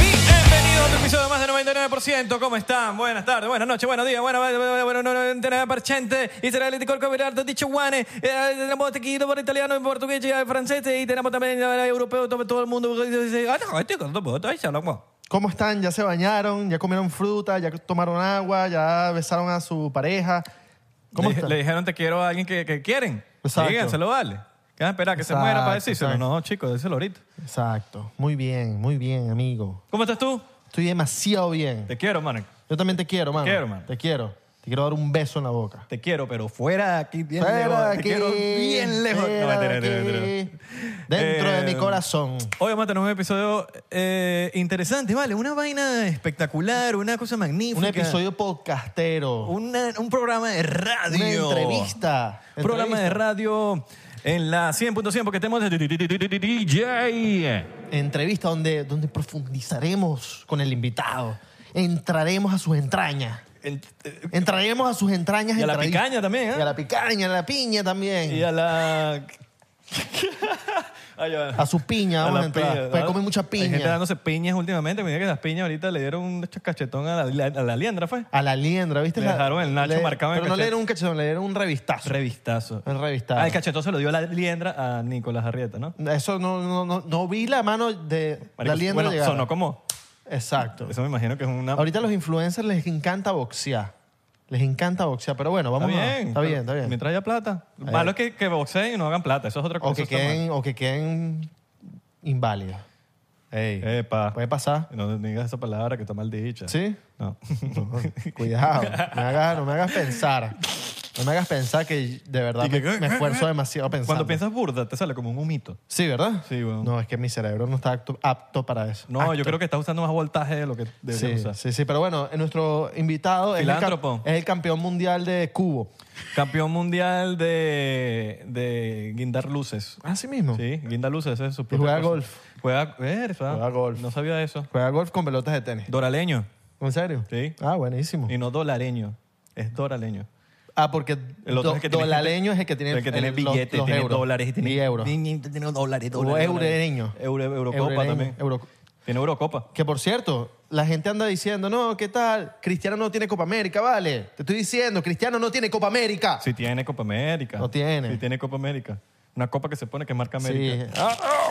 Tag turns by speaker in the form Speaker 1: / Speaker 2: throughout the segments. Speaker 1: Bienvenido a otro episodio más de 99%. ¿Cómo están? Buenas tardes, buenas noches, buenos días, buenas buenas buenas parchente. Y será el licor combinado dicho guane. Eh, Tenemos tequito por italiano, en portugués, y en francés y tenemos también eh, europeo, todo todo el mundo. Ah, no, este con todo, ahí se hablamos.
Speaker 2: ¿Cómo están? ¿Ya se bañaron? ¿Ya comieron fruta? ¿Ya tomaron agua? ¿Ya besaron a su pareja? ¿Cómo
Speaker 1: le,
Speaker 2: están?
Speaker 1: le dijeron te quiero a alguien que, que quieren.
Speaker 2: Exacto.
Speaker 1: Díganselo, vale. ¿Qué van a esperar? Que se
Speaker 2: Exacto,
Speaker 1: muera para decírselo.
Speaker 2: exacto.
Speaker 1: No, chicos, díselo ahorita.
Speaker 2: Exacto. Muy bien, muy bien, amigo.
Speaker 1: ¿Cómo estás tú?
Speaker 2: Estoy demasiado bien.
Speaker 1: Te quiero, man.
Speaker 2: Yo también te quiero, mano.
Speaker 1: quiero, mano.
Speaker 2: Te quiero. Te quiero dar un beso en la boca.
Speaker 1: Te quiero, pero fuera de aquí, bien
Speaker 2: Fuera
Speaker 1: lejos.
Speaker 2: de
Speaker 1: Te
Speaker 2: aquí,
Speaker 1: quiero bien lejos. No,
Speaker 2: fuera de
Speaker 1: mentira, mentira,
Speaker 2: aquí.
Speaker 1: mentira.
Speaker 2: Dentro de
Speaker 1: Eh,
Speaker 2: mi corazón.
Speaker 1: Hoy vamos a tener un episodio eh, interesante, ¿vale? Una vaina espectacular, una cosa magnífica.
Speaker 2: Un episodio podcastero.
Speaker 1: Una- un programa de radio.
Speaker 2: Una entrevista.
Speaker 1: Un programa de
Speaker 2: Entrevista.
Speaker 1: radio en la 100.1 porque tenemos DJ.
Speaker 2: entrevista donde, donde profundizaremos con el invitado. Entraremos a sus entrañas.
Speaker 1: El-
Speaker 2: Entraremos a sus entrañas.
Speaker 1: eh, Y a la
Speaker 2: entraditas.
Speaker 1: picaña también, ¿eh?
Speaker 2: Y a la picaña, a la piña también.
Speaker 1: Y a la... Ay, ya.
Speaker 2: A su piña, vamos a entrar. Pues come mucha
Speaker 1: Hay gente
Speaker 2: piña.
Speaker 1: dándose piñas últimamente. Mira que las piñas ahorita le dieron un cachetón a la, a la liendra, pues. ¿fue?
Speaker 2: A la liendra, ¿viste?
Speaker 1: Le
Speaker 2: La-
Speaker 1: dejaron el nacho
Speaker 2: le-
Speaker 1: marcado en el
Speaker 2: Pero no
Speaker 1: cachete.
Speaker 2: le dieron un cachetón, le dieron un revistazo.
Speaker 1: Revistazo.
Speaker 2: Un revistazo.
Speaker 1: Ah, el cachetón se lo dio la liendra a Nicolás Arrieta, ¿no?
Speaker 2: Eso no, no, no, no vi la mano de
Speaker 1: Marico,
Speaker 2: la liendra
Speaker 1: bueno,
Speaker 2: llegar.
Speaker 1: sonó como...
Speaker 2: Exacto.
Speaker 1: Eso me imagino que es una...
Speaker 2: Ahorita a los influencers les encanta boxear. Les encanta boxear, pero bueno,
Speaker 1: Está
Speaker 2: vamos a...
Speaker 1: bien.
Speaker 2: Está
Speaker 1: pero
Speaker 2: bien, está bien.
Speaker 1: Mientras haya plata. Malo es que, que boxeen y no hagan plata. Eso es otra cosa.
Speaker 2: O que,
Speaker 1: eso está mal.
Speaker 2: queden, o que queden inválidos. Ey,
Speaker 1: Epa.
Speaker 2: puede pasar.
Speaker 1: No digas esa palabra que está mal dicha.
Speaker 2: ¿Sí?
Speaker 1: No.
Speaker 2: Cuidado, no me, hagas, no me hagas pensar. No me hagas pensar que de verdad
Speaker 1: Y que-
Speaker 2: me, me esfuerzo demasiado pensando.
Speaker 1: Cuando piensas burda, te sale como un humito.
Speaker 2: Sí, ¿verdad?
Speaker 1: Sí, weón.
Speaker 2: No, es que mi cerebro no está apto, apto para eso. Ah,
Speaker 1: No, yo creo que estás usando más voltaje de lo que deberías
Speaker 2: Sí,
Speaker 1: usar.
Speaker 2: sí, sí, pero bueno, eh, nuestro invitado es el,
Speaker 1: Filántropo.
Speaker 2: cam- es el campeón mundial de cubo.
Speaker 1: Campeón mundial de, de guindar luces.
Speaker 2: Así mismo.
Speaker 1: Ah, Sí, guinda luces, ese es su propia
Speaker 2: juega
Speaker 1: cosa.
Speaker 2: golf.
Speaker 1: Juega, eh, esa-
Speaker 2: Juega golf.
Speaker 1: No sabía eso.
Speaker 2: Juega golf con pelotas de tenis.
Speaker 1: Doraleño.
Speaker 2: ¿En serio?
Speaker 1: Sí.
Speaker 2: Ah, buenísimo.
Speaker 1: Y no dolareño. Es doraleño.
Speaker 2: Ah, porque
Speaker 1: El
Speaker 2: do-
Speaker 1: otro es el que tiene-
Speaker 2: dolaleño es el que tiene,
Speaker 1: El que tiene
Speaker 2: los-
Speaker 1: billetes,
Speaker 2: los
Speaker 1: tiene
Speaker 2: euros.
Speaker 1: dólares y tiene.
Speaker 2: Y euros.
Speaker 1: Tiene, tiene dólares,
Speaker 2: O
Speaker 1: dólares. dólares.
Speaker 2: eureño.
Speaker 1: Euro- Eurocopa
Speaker 2: Eureño,
Speaker 1: también.
Speaker 2: Euro-
Speaker 1: Tiene Eurocopa.
Speaker 2: Que por cierto, la gente anda diciendo, no, ¿qué tal? Cristiano no tiene Copa América, vale. Te estoy diciendo, Cristiano no tiene Copa América.
Speaker 1: Sí tiene Copa América.
Speaker 2: No tiene.
Speaker 1: Sí tiene Copa América. Una copa que se pone que marca
Speaker 2: Sí.
Speaker 1: América.
Speaker 2: Ah, ah.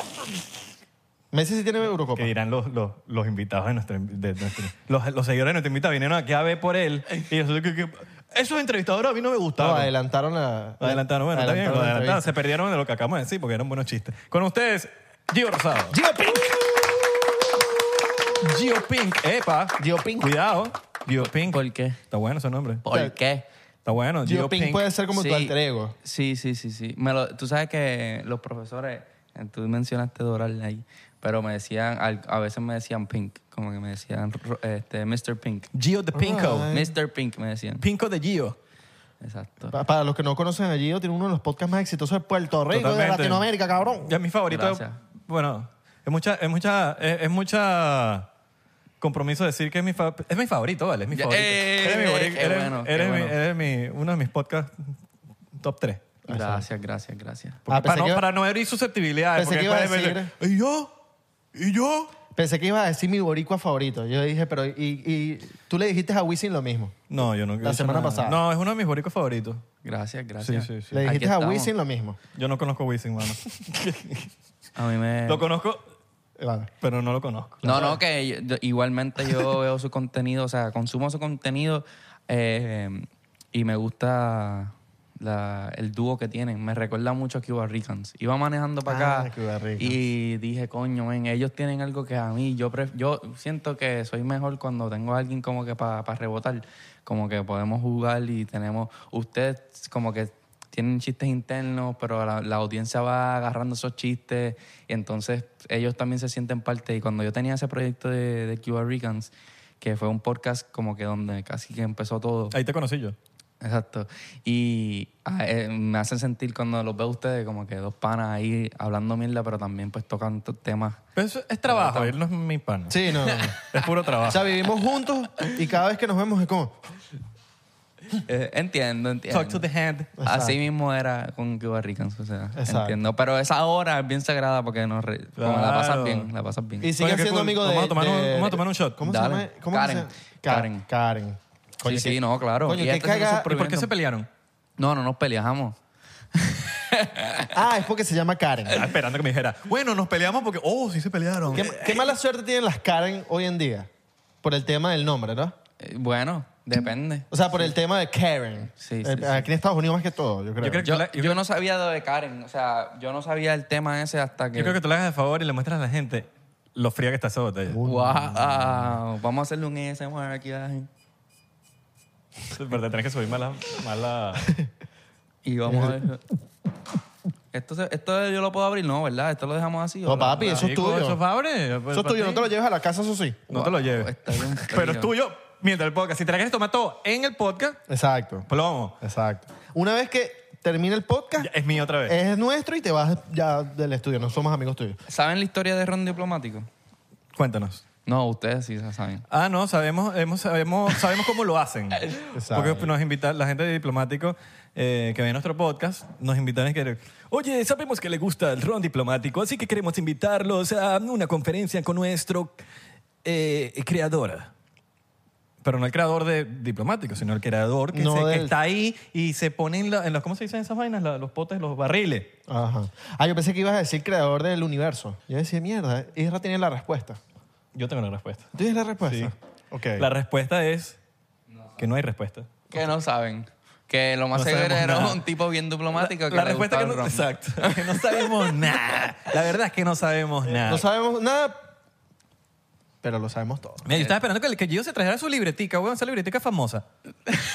Speaker 2: Messi sí tiene Eurocopa.
Speaker 1: Que dirán los, los, los invitados de nuestro, de nuestro- los, los seguidores de nuestro invitado vinieron aquí a ver por él. Y yo, que- que- esos entrevistadores a mí no me
Speaker 2: No,
Speaker 1: gustaron.
Speaker 2: adelantaron la...
Speaker 1: Adelantaron, bueno, está bien,
Speaker 2: adelantaron la
Speaker 1: lo adelantaron.
Speaker 2: entrevista.
Speaker 1: Se perdieron de lo que acabamos de decir porque eran buenos chistes. Con ustedes, Gio Rosado.
Speaker 2: Gio Pink.
Speaker 1: Gio Pink. Epa.
Speaker 2: Gio Pink.
Speaker 1: Cuidado. Gio Pink.
Speaker 3: ¿Por qué?
Speaker 1: Está bueno ese nombre.
Speaker 3: ¿Por qué?
Speaker 1: Está bueno.
Speaker 2: Gio Pink puede ser como
Speaker 3: Sí.
Speaker 2: tu alter ego.
Speaker 3: Sí, sí, sí, sí. Me lo- tú sabes que los profesores, eh, tú mencionaste Doral ahí, pero me decían, al- a veces me decían Pink, como que me decían ro- este, Mr. Pink.
Speaker 1: Gio de Pinko.
Speaker 2: Alright.
Speaker 3: Mr. Pink me decían.
Speaker 1: Pinko de Gio.
Speaker 3: Exacto.
Speaker 2: Pa- Para los que no conocen a Gio, tiene uno de los podcasts más exitosos de Puerto Rico, de
Speaker 1: Totalmente.
Speaker 2: Latinoamérica, cabrón.
Speaker 1: Ya mi favorito.
Speaker 3: Gracias.
Speaker 1: Bueno, es mucha, es mucha, es, es mucha compromiso decir que es mi, fa- es mi favorito, vale, es mi
Speaker 3: Ya,
Speaker 1: favorito.
Speaker 3: eh,
Speaker 1: eres mi
Speaker 3: eh,
Speaker 1: favorito,
Speaker 3: qué
Speaker 1: eres-
Speaker 3: bueno, qué
Speaker 1: eres mi-
Speaker 3: bueno.
Speaker 1: eres mi- uno de mis podcasts top 3.
Speaker 3: Gracias, gracias, gracias.
Speaker 2: Ah, pensé
Speaker 1: para, no,
Speaker 2: que iba-
Speaker 1: para no herir susceptibilidades.
Speaker 2: pensé
Speaker 1: porque
Speaker 2: que iba a
Speaker 1: después de-
Speaker 2: decir-
Speaker 1: ¿Y yo? ¿Y yo?
Speaker 2: Pensé que ibas a decir mi boricua favorito. Yo dije, pero... Y, y tú le dijiste a Wisin lo mismo.
Speaker 1: No, yo no.
Speaker 2: La
Speaker 1: yo
Speaker 2: semana
Speaker 1: nada.
Speaker 2: pasada.
Speaker 1: No, es uno de mis boricos favoritos.
Speaker 3: Gracias, gracias.
Speaker 1: Sí, sí, sí.
Speaker 2: Le
Speaker 3: Aquí
Speaker 2: dijiste a
Speaker 3: estamos.
Speaker 2: Wisin lo mismo.
Speaker 1: Yo no conozco a Wisin, mano.
Speaker 3: A mí me...
Speaker 1: Lo conozco
Speaker 2: Eh. Vale.
Speaker 1: Pero no lo conozco.
Speaker 3: No, no, que yo- yo- igualmente yo veo su contenido, o sea, consumo su contenido eh, y me gusta la- el dúo que tienen. Me recuerda mucho a Cuba Ricans. Iba manejando para
Speaker 2: Ah,
Speaker 3: acá
Speaker 2: Cuba Ricans.
Speaker 3: y dije, coño, men, ellos tienen algo que a mí, yo, pref- yo siento que soy mejor cuando tengo a alguien como que para rebotar, como que podemos jugar y tenemos, ustedes como que tienen chistes internos, pero la, la audiencia va agarrando esos chistes y entonces ellos también se sienten parte. Y cuando yo tenía ese proyecto de, de Cuba Ricans, que fue un podcast como que donde casi que empezó todo.
Speaker 1: Ahí te conocí yo.
Speaker 3: Exacto. Y ah, eh, me hacen sentir cuando los veo a ustedes como que dos panas ahí hablando mierda, pero también pues tocan t- temas.
Speaker 1: Pero eso es trabajo, él no es mi pana.
Speaker 2: Sí, no. no, no.
Speaker 1: Es puro
Speaker 2: o
Speaker 1: trabajo.
Speaker 2: sea, vivimos juntos y cada vez que nos vemos es como.
Speaker 3: Eh, entiendo, entiendo.
Speaker 1: Talk to the hand.
Speaker 3: Así mismo era con Cuba Ricans, o sea,
Speaker 2: Exacto.
Speaker 3: entiendo. Pero esa hora es bien sagrada porque nos re- como la pasas
Speaker 1: Claro.
Speaker 3: bien, la pasas bien.
Speaker 2: Y siguen
Speaker 1: qué
Speaker 2: siendo
Speaker 1: cool.
Speaker 2: amigos de.
Speaker 1: Vamos a tomar un-
Speaker 2: de-
Speaker 1: vamos a tomar un shot.
Speaker 2: ¿Cómo
Speaker 3: Dale.
Speaker 2: se llama? ¿Cómo
Speaker 3: Karen.
Speaker 2: se llama? Ka-
Speaker 3: Karen.
Speaker 2: Karen. Coño,
Speaker 3: sí,
Speaker 2: qué-
Speaker 3: no, claro.
Speaker 2: Coño,
Speaker 3: Y
Speaker 2: qué
Speaker 3: este tiene
Speaker 2: caga-
Speaker 3: sus
Speaker 1: ¿Y por qué se
Speaker 3: prohibiendo.
Speaker 1: pelearon?
Speaker 3: No, no nos peleamos.
Speaker 2: Ah, es porque se llama Karen.
Speaker 1: Estaba esperando que me dijera, bueno, nos peleamos porque, oh, sí se pelearon.
Speaker 2: ¿Qué, qué mala suerte tienen las Karen hoy en día? Por el tema del nombre, ¿no?
Speaker 3: Eh, bueno, depende.
Speaker 2: O sea, por el tema de Karen.
Speaker 3: Sí, sí,
Speaker 2: Eh,
Speaker 3: sí.
Speaker 2: Aquí en Estados Unidos más que todo, yo creo.
Speaker 1: Yo creo que
Speaker 3: Yo,
Speaker 1: tú la- yo
Speaker 3: yo no sabía lo de Karen, o sea, yo no sabía el tema ese hasta que...
Speaker 1: Yo creo que tú le hagas el favor y le muestras a la gente lo fría que está esa botella.
Speaker 3: Wow, vamos a hacerle un ASMR aquí a la gente.
Speaker 1: Pero te tenés que subir mala... mala...
Speaker 3: Y vamos
Speaker 1: Eh.
Speaker 3: a ver. Esto, se- esto yo lo puedo abrir, no, ¿verdad? Esto lo dejamos así. ¿o
Speaker 2: No,
Speaker 1: Oh,
Speaker 2: Oh, papi, eso
Speaker 1: Chico,
Speaker 2: es tuyo.
Speaker 1: Eso es
Speaker 2: Eso
Speaker 1: favorable, pues,
Speaker 2: es
Speaker 1: para
Speaker 2: tuyo,
Speaker 1: ti.
Speaker 2: no te lo lleves a la casa, eso sí.
Speaker 1: No te lo
Speaker 3: Wow,
Speaker 1: lleves.
Speaker 3: está bien
Speaker 1: Pero es
Speaker 3: frío.
Speaker 1: tuyo mientras el podcast. Si te la quieres tomar todo en el podcast,
Speaker 2: Exacto,
Speaker 1: pues lo vamos.
Speaker 2: exacto. Una vez que termina el podcast,
Speaker 1: Ya, eh. Es mío otra vez.
Speaker 2: es nuestro y te vas ya del estudio. No somos amigos tuyos.
Speaker 3: ¿Saben la historia de Ron Diplomático?
Speaker 1: Cuéntanos.
Speaker 3: No, ustedes sí la saben.
Speaker 1: Ah, no, sabemos, hemos- sabemos, sabemos cómo lo hacen. Porque nos invitan, la gente de Diplomático eh, que ve nuestro podcast, nos invitan a que, oye, sabemos que le gusta el ron diplomático, así que queremos invitarlos a una conferencia con nuestro eh, creador. Pero no el creador de diplomático, sino el creador que,
Speaker 2: No
Speaker 1: se- que
Speaker 2: del-
Speaker 1: está ahí y se pone en, la- en los, ¿cómo se dicen esas vainas? La- los potes, los barriles.
Speaker 2: Ajá. Ah, yo pensé que ibas a decir creador del universo. Yo decía, mierda, Isra tiene la respuesta.
Speaker 1: Yo tengo una respuesta.
Speaker 2: ¿Tú tienes la respuesta?
Speaker 1: Sí.
Speaker 2: Ok.
Speaker 1: La respuesta es que no hay respuesta.
Speaker 3: Que no saben. Que lo más
Speaker 1: No
Speaker 3: seguro
Speaker 1: sabemos
Speaker 3: era
Speaker 1: nada.
Speaker 3: un tipo bien diplomático
Speaker 1: La,
Speaker 3: que
Speaker 1: la
Speaker 3: le
Speaker 1: respuesta que
Speaker 3: gustaba
Speaker 1: no,
Speaker 3: el ron.
Speaker 1: exacto, que no sabemos nada. La verdad es que no
Speaker 3: Eh,
Speaker 1: sabemos nada.
Speaker 2: No sabemos nada, pero lo sabemos todo.
Speaker 1: Mira, yo
Speaker 3: Eh.
Speaker 1: estaba esperando que, el- que Gio se trajera su libretica, weón, esa libretica famosa.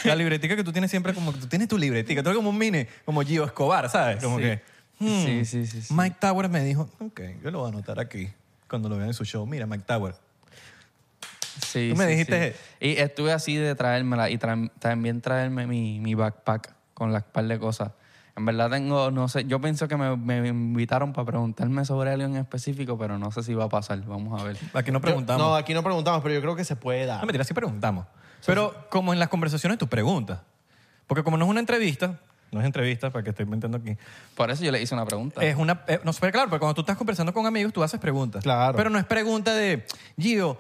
Speaker 1: La libretica que tú tienes siempre, como que tú tienes tu libretica. Tú eres como un mini, como Gio Escobar, ¿sabes? Como que. hmm,
Speaker 3: Sí, sí, sí, sí.
Speaker 1: Mike Tower me dijo, ok, yo lo voy a anotar aquí cuando lo vean en su show. Mira, Mike Tower.
Speaker 3: Sí,
Speaker 1: Tú me
Speaker 3: sí,
Speaker 1: dijiste-
Speaker 3: sí. Y estuve así de traérmela y tra- también traerme mi, mi backpack con las par de cosas. En verdad tengo, no sé, yo pienso que me, me invitaron para preguntarme sobre algo en específico, pero no sé si va a pasar. Vamos a ver.
Speaker 1: Aquí no preguntamos.
Speaker 3: eh.
Speaker 2: No,
Speaker 1: no,
Speaker 2: aquí no preguntamos, pero yo creo que se puede dar.
Speaker 1: mentira, sí preguntamos. Pero como en las conversaciones tú preguntas. Porque como no es una entrevista, no es entrevista, para que estoy inventando aquí.
Speaker 3: Por eso yo le hice una pregunta.
Speaker 1: Es una, eh, no sé, claro, porque cuando tú estás conversando con amigos, tú haces preguntas.
Speaker 2: Claro.
Speaker 1: Pero no es pregunta de, Gio,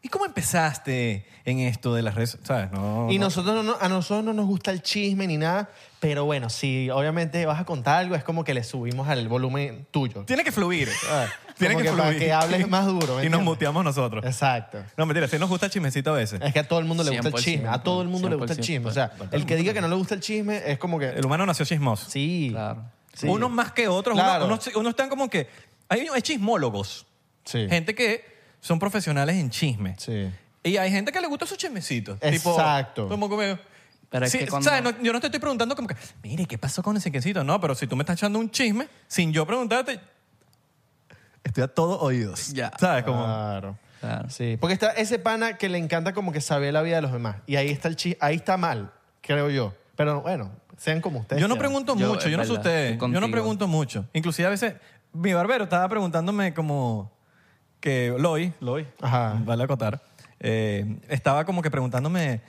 Speaker 1: ¿y cómo empezaste en esto de las redes? ¿Sabes? No,
Speaker 2: Y
Speaker 1: no.
Speaker 2: nosotros no- no- a nosotros no nos gusta el chisme ni nada, pero bueno, si obviamente vas a contar algo, es como que le subimos al volumen tuyo.
Speaker 1: Tiene que fluir. Tiene
Speaker 2: como
Speaker 1: que,
Speaker 2: que
Speaker 1: fluir.
Speaker 2: para que hables más duro, ¿me
Speaker 1: Y nos
Speaker 2: entiendes?
Speaker 1: muteamos nosotros.
Speaker 2: Exacto.
Speaker 1: No, mentira, sí nos gusta el chismecito a veces.
Speaker 2: Es que a todo el mundo le gusta el
Speaker 3: 100%,
Speaker 2: chisme, a todo el mundo le gusta el chisme. O sea, el que diga que no le gusta el chisme es como que...
Speaker 1: El humano nació chismoso.
Speaker 2: Sí.
Speaker 3: Claro.
Speaker 2: Sí.
Speaker 1: Unos más que otros.
Speaker 2: Claro.
Speaker 1: Unos, unos- unos están como que... Hay, hay chismólogos.
Speaker 2: Sí.
Speaker 1: Gente que son profesionales en chisme.
Speaker 2: Sí.
Speaker 1: Y hay gente que le gusta esos chismecitos.
Speaker 2: Exacto.
Speaker 1: Tipo, como como-
Speaker 3: Pero es
Speaker 1: Sí,
Speaker 3: que cuando-
Speaker 1: ¿sabes? No, yo no te estoy preguntando como que, mire, ¿qué pasó con ese quesito? No, pero si tú me estás echando un chisme, sin yo preguntarte, estoy a todo oídos.
Speaker 3: Ya.
Speaker 1: ¿Sabes? Como,
Speaker 2: Ah, Claro.
Speaker 3: Claro.
Speaker 2: Sí. Porque está ese pana que le encanta como que saber la vida de los demás. Y ahí está el chisme, ahí está mal, creo yo. Pero bueno, sean como ustedes.
Speaker 1: yo no
Speaker 2: sean.
Speaker 1: pregunto
Speaker 3: Yo,
Speaker 1: mucho,
Speaker 3: es
Speaker 1: yo no sé
Speaker 3: verdad,
Speaker 1: ustedes,
Speaker 3: estoy
Speaker 1: yo no
Speaker 3: contigo.
Speaker 1: pregunto mucho. Inclusive a veces, mi barbero estaba preguntándome como que Loy, Loy,
Speaker 2: Ajá.
Speaker 1: vale acotar, eh, estaba como que preguntándome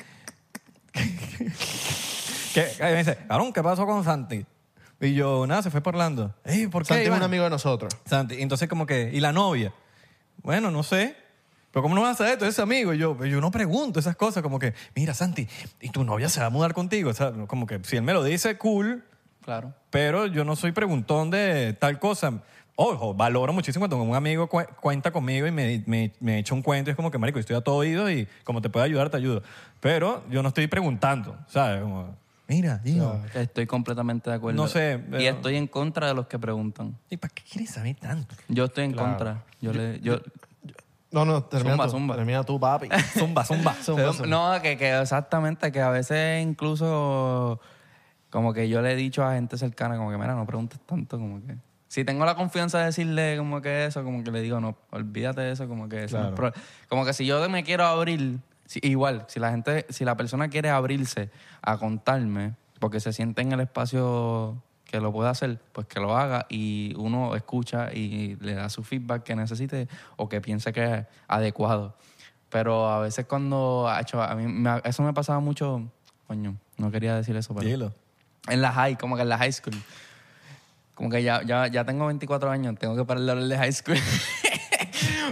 Speaker 1: que, que me dice, Aaron, ¿qué pasó con Santi? Y yo, nada, se fue por Orlando. Ey, ¿por qué,
Speaker 2: Santi es un
Speaker 1: Iván?
Speaker 2: amigo de nosotros.
Speaker 1: Santi. Y Entonces, como que, ¿y la novia? Bueno, no sé. Pero ¿cómo no vas a saber? Tú eres amigo. Y yo, pero yo no pregunto esas cosas. Como que, mira, Santi, ¿y tu novia se va a mudar contigo? O sea, como que si él me lo dice, cool.
Speaker 3: Claro.
Speaker 1: Pero yo no soy preguntón de tal cosa. ojo, valoro muchísimo cuando un amigo cu- cuenta conmigo y me, me, me echa un cuento y es como que, marico, estoy a todo oído y como te puedo ayudar, te ayudo. Pero yo no estoy preguntando, ¿sabes? Como, mira, digo.
Speaker 3: Estoy completamente de acuerdo.
Speaker 1: No sé,
Speaker 3: Y
Speaker 1: pero-
Speaker 3: estoy en contra de los que preguntan.
Speaker 1: ¿Y para qué quieres saber tanto?
Speaker 3: Yo estoy en contra. Yo, le, yo,
Speaker 2: No, no, termina
Speaker 3: Zumba,
Speaker 2: tú.
Speaker 3: zumba.
Speaker 2: Termina tú, papi.
Speaker 1: Zumba, zumba.
Speaker 2: Zumba, zumba.
Speaker 3: No, que, que exactamente, que a veces incluso como que yo le he dicho a gente cercana como que, mira, no preguntes tanto, como que... Si tengo la confianza de decirle como que eso, como que le digo, no, olvídate de eso, como que... eso no es pro- como que si yo me quiero abrir, si- igual, si la gente, si la persona quiere abrirse a contarme, porque se siente en el espacio que lo pueda hacer, pues que lo haga y uno escucha y le da su feedback que necesite o que piense que es adecuado. Pero a veces cuando... acho, a mí me- eso me pasaba mucho... Coño, no quería decir eso, pero...
Speaker 1: Dilo.
Speaker 3: En la high, como que en la high school. Como que ya, ya, ya tengo 24 años, tengo que parar de hablar de high school.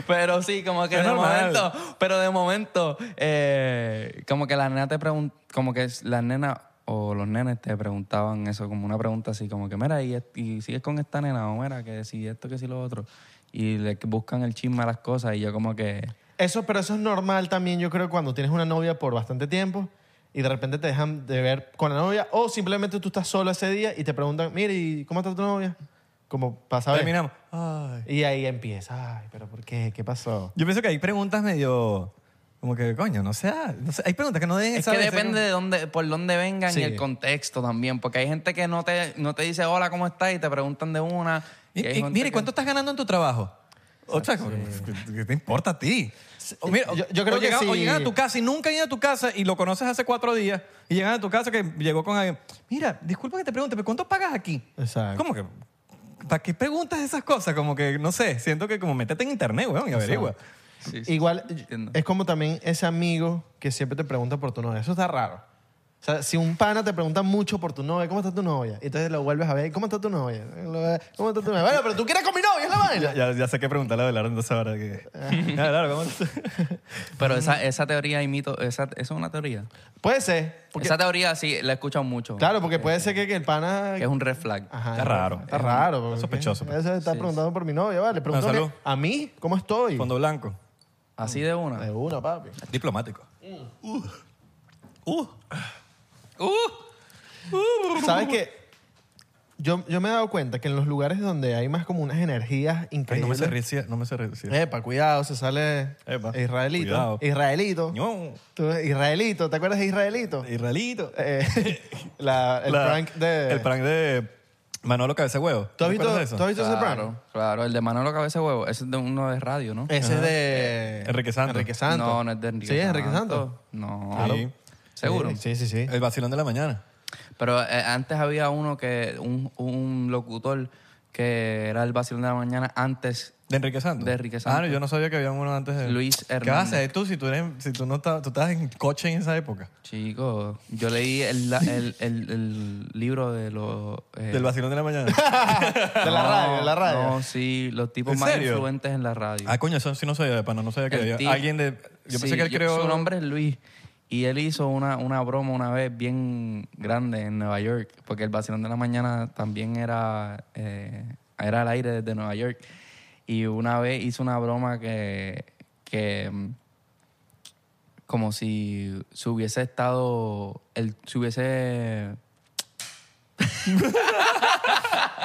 Speaker 3: pero sí, como que
Speaker 1: Es
Speaker 3: de
Speaker 1: normal.
Speaker 3: momento, pero de momento, eh, como que las nenas te pregun- como que es- las nenas o los nenes te preguntaban eso, como una pregunta así, como que, mira, ¿y, es- y sigues con esta nena? O mira, que si esto, que si lo otro. Y le buscan el chisme a las cosas y yo como que...
Speaker 2: Eso, pero eso es normal también, yo creo, cuando tienes una novia por bastante tiempo y de repente te dejan de ver con la novia o simplemente tú estás solo ese día y te preguntan, mire, ¿y cómo está tu novia? Como pasa
Speaker 1: Terminamos. Ay.
Speaker 2: Y ahí empieza, ay, pero ¿por qué? ¿Qué pasó?
Speaker 1: Yo pienso que hay preguntas medio. Como que, coño, no sea. No sé, hay preguntas que no deben
Speaker 3: Es que
Speaker 1: saber,
Speaker 3: depende de
Speaker 1: ser
Speaker 3: dónde, por dónde vengan
Speaker 1: Sí.
Speaker 3: y el contexto también, porque hay gente que no te, no te dice hola, ¿cómo estás? y te preguntan de una.
Speaker 1: como- Y-
Speaker 3: hay
Speaker 1: y-
Speaker 3: gente
Speaker 1: mire,
Speaker 3: que-
Speaker 1: ¿cuánto estás ganando en tu trabajo? O sea, como que- ¿qué- ¿qué te importa a ti? O mira, o-
Speaker 2: yo- yo creo
Speaker 1: o
Speaker 2: que
Speaker 1: llegan-
Speaker 2: sí.
Speaker 1: o llegan a tu casa y nunca han ido a tu casa y lo conoces hace cuatro días y llegan a tu casa que llegó con alguien. Mira, disculpa que te pregunte, pero ¿cuánto pagas aquí?
Speaker 2: Exacto.
Speaker 1: Como que. ¿Para qué preguntas esas cosas? Como que, no sé, siento que como métete en internet, weón, y averigua.
Speaker 3: Sí, sí,
Speaker 2: Igual
Speaker 3: entiendo.
Speaker 2: es como también ese amigo que siempre te pregunta por tu novia. Eso está raro. O sea, si un pana te pregunta mucho por tu novia, ¿cómo está tu novia? Y entonces lo vuelves a ver, ¿cómo está tu novia? ¿Cómo está tu novia? Bueno, pero tú quieres con mi novia, es la vaina.
Speaker 1: Ya, ya, ya sé qué preguntarle a Abelardo entonces ahora que... Ya, Abelardo, ¿cómo-
Speaker 3: Pero esa, esa teoría y mito, esa, esa es una teoría.
Speaker 2: Puede ser. Porque,
Speaker 3: esa teoría sí la he escuchado mucho.
Speaker 2: claro, Ah. porque puede ser que, que el pana...
Speaker 3: Que es un red flag.
Speaker 2: Ajá,
Speaker 1: Está raro.
Speaker 2: Está raro. porque-
Speaker 1: sospechoso, pues.
Speaker 2: Eso está preguntando por mi novia, vale. Pregúntame
Speaker 1: salud.
Speaker 2: a mí, ¿cómo estoy?
Speaker 1: Fondo blanco.
Speaker 3: Así de una.
Speaker 2: De una, papi.
Speaker 1: Diplomático.
Speaker 2: Uh.
Speaker 1: Uh.
Speaker 3: Uh,
Speaker 2: ¿Sabes qué? Yo, yo me he dado cuenta que en los lugares donde hay más como unas energías
Speaker 1: Ay, no me
Speaker 2: increíbles...
Speaker 1: se ríe, no me se ríe. sí.
Speaker 2: Epa, cuidado, se sale
Speaker 1: Epa,
Speaker 2: Israelito.
Speaker 1: cuidado.
Speaker 2: Israelito.
Speaker 1: No,
Speaker 2: Tú, Israelito, ¿te acuerdas de Israelito?
Speaker 1: Israelito.
Speaker 2: Eh, la- el
Speaker 1: La-
Speaker 2: prank de.
Speaker 1: El prank de Manolo Cabeza de Huevo.
Speaker 2: ¿Tú has
Speaker 1: ¿Te
Speaker 2: visto,
Speaker 1: acuerdas de
Speaker 2: ¿tú has visto ese
Speaker 3: claro,
Speaker 2: prank?
Speaker 3: claro, el de Manolo Cabeza de Huevo. Ese es de uno de radio, ¿no?
Speaker 2: Ese es de.
Speaker 1: Enrique Santos.
Speaker 2: Enrique Santos.
Speaker 3: No, no es de Enrique
Speaker 2: Sí, es
Speaker 3: Santos.
Speaker 2: Enrique Santos.
Speaker 3: No.
Speaker 1: Claro.
Speaker 3: Seguro.
Speaker 2: Sí, sí, sí.
Speaker 1: El vacilón de la mañana.
Speaker 3: Pero eh, antes había uno que, un, un locutor que era el vacilón de la mañana antes.
Speaker 1: ¿De Enrique Santos?
Speaker 3: De Enrique Santos.
Speaker 1: Ah, no, yo no sabía que había uno antes de...
Speaker 3: Luis
Speaker 1: ¿Qué vas a
Speaker 3: Hernández.
Speaker 1: hacer tú si tú, eres, si tú no estabas, tú estabas en coche en esa época?
Speaker 3: Chico, yo leí el, la- el, el- el libro de los... eh,
Speaker 1: Del vacilón de la mañana.
Speaker 2: De la
Speaker 3: no,
Speaker 2: radio, de la radio.
Speaker 3: No, sí, los tipos
Speaker 1: ¿En
Speaker 3: más
Speaker 1: serio?
Speaker 3: influentes en la radio.
Speaker 1: ah, coño, eso sí no sabía de pana. No sabía que
Speaker 3: El
Speaker 1: había
Speaker 3: tipo-
Speaker 1: alguien de... Yo
Speaker 3: Sí,
Speaker 1: pensé que él
Speaker 3: yo-
Speaker 1: creó...
Speaker 3: Su nombre es Luis. Y él hizo una, una broma una vez bien grande en Nueva York, porque el vacilón de la mañana también era, eh, era al aire desde Nueva York. Y una vez hizo una broma que, que mm, como si se hubiese estado, el, se hubiese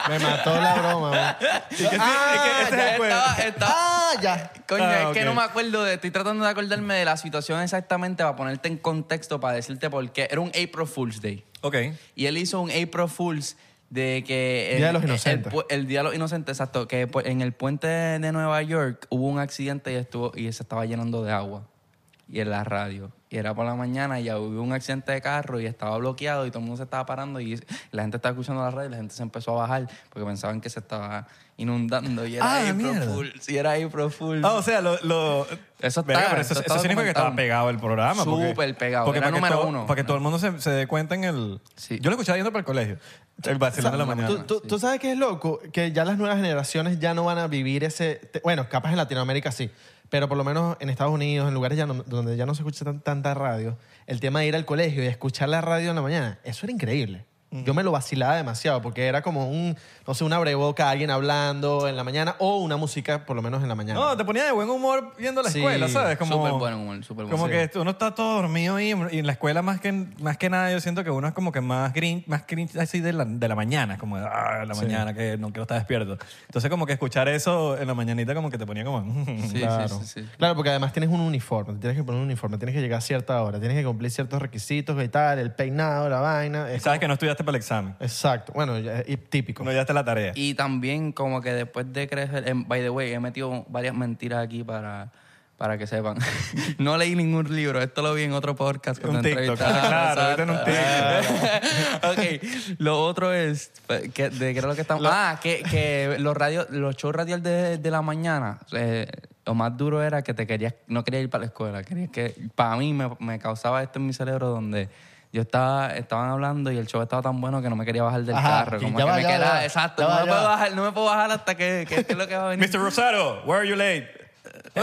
Speaker 2: Me mató la broma, güey.
Speaker 1: Ah, ese es el cuento.
Speaker 3: Estaba- estaba-
Speaker 2: Ah, ya.
Speaker 3: Coño,
Speaker 1: Ah,
Speaker 3: es
Speaker 1: ok.
Speaker 3: que no me acuerdo de. Estoy tratando de acordarme de la situación exactamente para ponerte en contexto, para decirte por qué. Era un April Fool's Day.
Speaker 1: Ok.
Speaker 3: Y él hizo un April Fool's de que.
Speaker 2: Día de
Speaker 3: el-
Speaker 2: los
Speaker 3: el
Speaker 2: Inocentes.
Speaker 3: pu- El, Día de los Inocentes, exacto. Que pu- en el puente de Nueva York hubo un accidente y, estuvo, y se estaba llenando de agua. Y en la radio. Y era por la mañana y ya hubo un accidente de carro y estaba bloqueado y todo el mundo se estaba parando y la gente estaba escuchando la radio y la gente se empezó a bajar porque pensaban que se estaba inundando y era
Speaker 1: Ah,
Speaker 3: April
Speaker 1: mierda.
Speaker 3: Fool's. Y era April Fool's.
Speaker 1: Ah, o sea, lo... lo
Speaker 3: Eso está,
Speaker 1: Verga, pero eso, eso
Speaker 3: eso está
Speaker 1: significa que estaba
Speaker 3: documentado.
Speaker 1: pegado el programa. porque-
Speaker 3: Súper pegado, era
Speaker 1: para que
Speaker 3: número
Speaker 1: todo-
Speaker 3: uno.
Speaker 1: Para que todo el mundo se, se dé cuenta en el...
Speaker 3: Sí.
Speaker 1: Yo lo escuchaba yendo para el colegio. El vacilón de la mañana.
Speaker 2: ¿Tú, tú, tú sabes qué es loco? Que ya las nuevas generaciones ya no van a vivir ese... te- Bueno, capaz en Latinoamérica sí, pero por lo menos en Estados Unidos, en lugares ya no- donde ya no se escucha tan- tanta radio, el tema de ir al colegio y escuchar la radio en la mañana, eso era increíble. Yo me lo vacilaba demasiado porque era como un, no sé, una breboca, alguien hablando en la mañana o una música, por lo menos en la mañana.
Speaker 1: No, te ponía de buen humor viendo la
Speaker 2: Sí.
Speaker 1: escuela, ¿sabes? Como,
Speaker 3: Súper buen humor, súper buen
Speaker 1: Como
Speaker 3: humor.
Speaker 1: que esto- uno está todo dormido y, y en la escuela más que, más que nada yo siento que uno es como que más green, más cringe así de la, de la mañana, como de "Ah, la mañana que no quiero estar despierto. Entonces como que escuchar eso en la mañanita como que te ponía como... "Mm,
Speaker 3: Sí,
Speaker 1: claro".
Speaker 3: sí, sí, sí.
Speaker 2: Claro, porque además tienes un uniforme, tienes que poner un uniforme, tienes que llegar a cierta hora, tienes que cumplir ciertos requisitos y tal, el peinado, la vaina.
Speaker 1: Y
Speaker 2: es-
Speaker 1: sabes que no estudiaste para el examen,
Speaker 2: Exacto. Bueno, ya- y típico.
Speaker 1: no llevaste la tarea.
Speaker 3: Y también como que después de crecer, em, by the way, he metido varias mentiras aquí para, para que sepan. no leí ningún libro, esto lo vi en otro podcast.
Speaker 1: Un
Speaker 3: cuando
Speaker 1: TikTok,
Speaker 3: entrevistaron a Ah,
Speaker 1: claro, viste en un
Speaker 3: Santa. ok, lo otro es, eh, que, ¿de qué era lo que estamos? Ah, que, que los, radio, los shows radial de, de la mañana, eh, lo más duro era que te querías, no querías ir para la escuela, querías que, para mí me, me causaba esto en mi cerebro donde... Yo estaba, estaban hablando y el show estaba tan bueno que no me quería bajar del
Speaker 2: Ajá,
Speaker 3: carro.
Speaker 2: que
Speaker 3: Como
Speaker 2: ya
Speaker 3: que
Speaker 2: va,
Speaker 3: me
Speaker 2: ya va,
Speaker 3: quedaba,
Speaker 2: ya
Speaker 3: exacto.
Speaker 2: va,
Speaker 3: no,
Speaker 2: ya
Speaker 3: me puedo
Speaker 2: va.
Speaker 3: bajar, no me puedo bajar hasta que, que esto es lo que va a venir.
Speaker 1: Mr. Rosado, where are you late? Eh, eh, eh,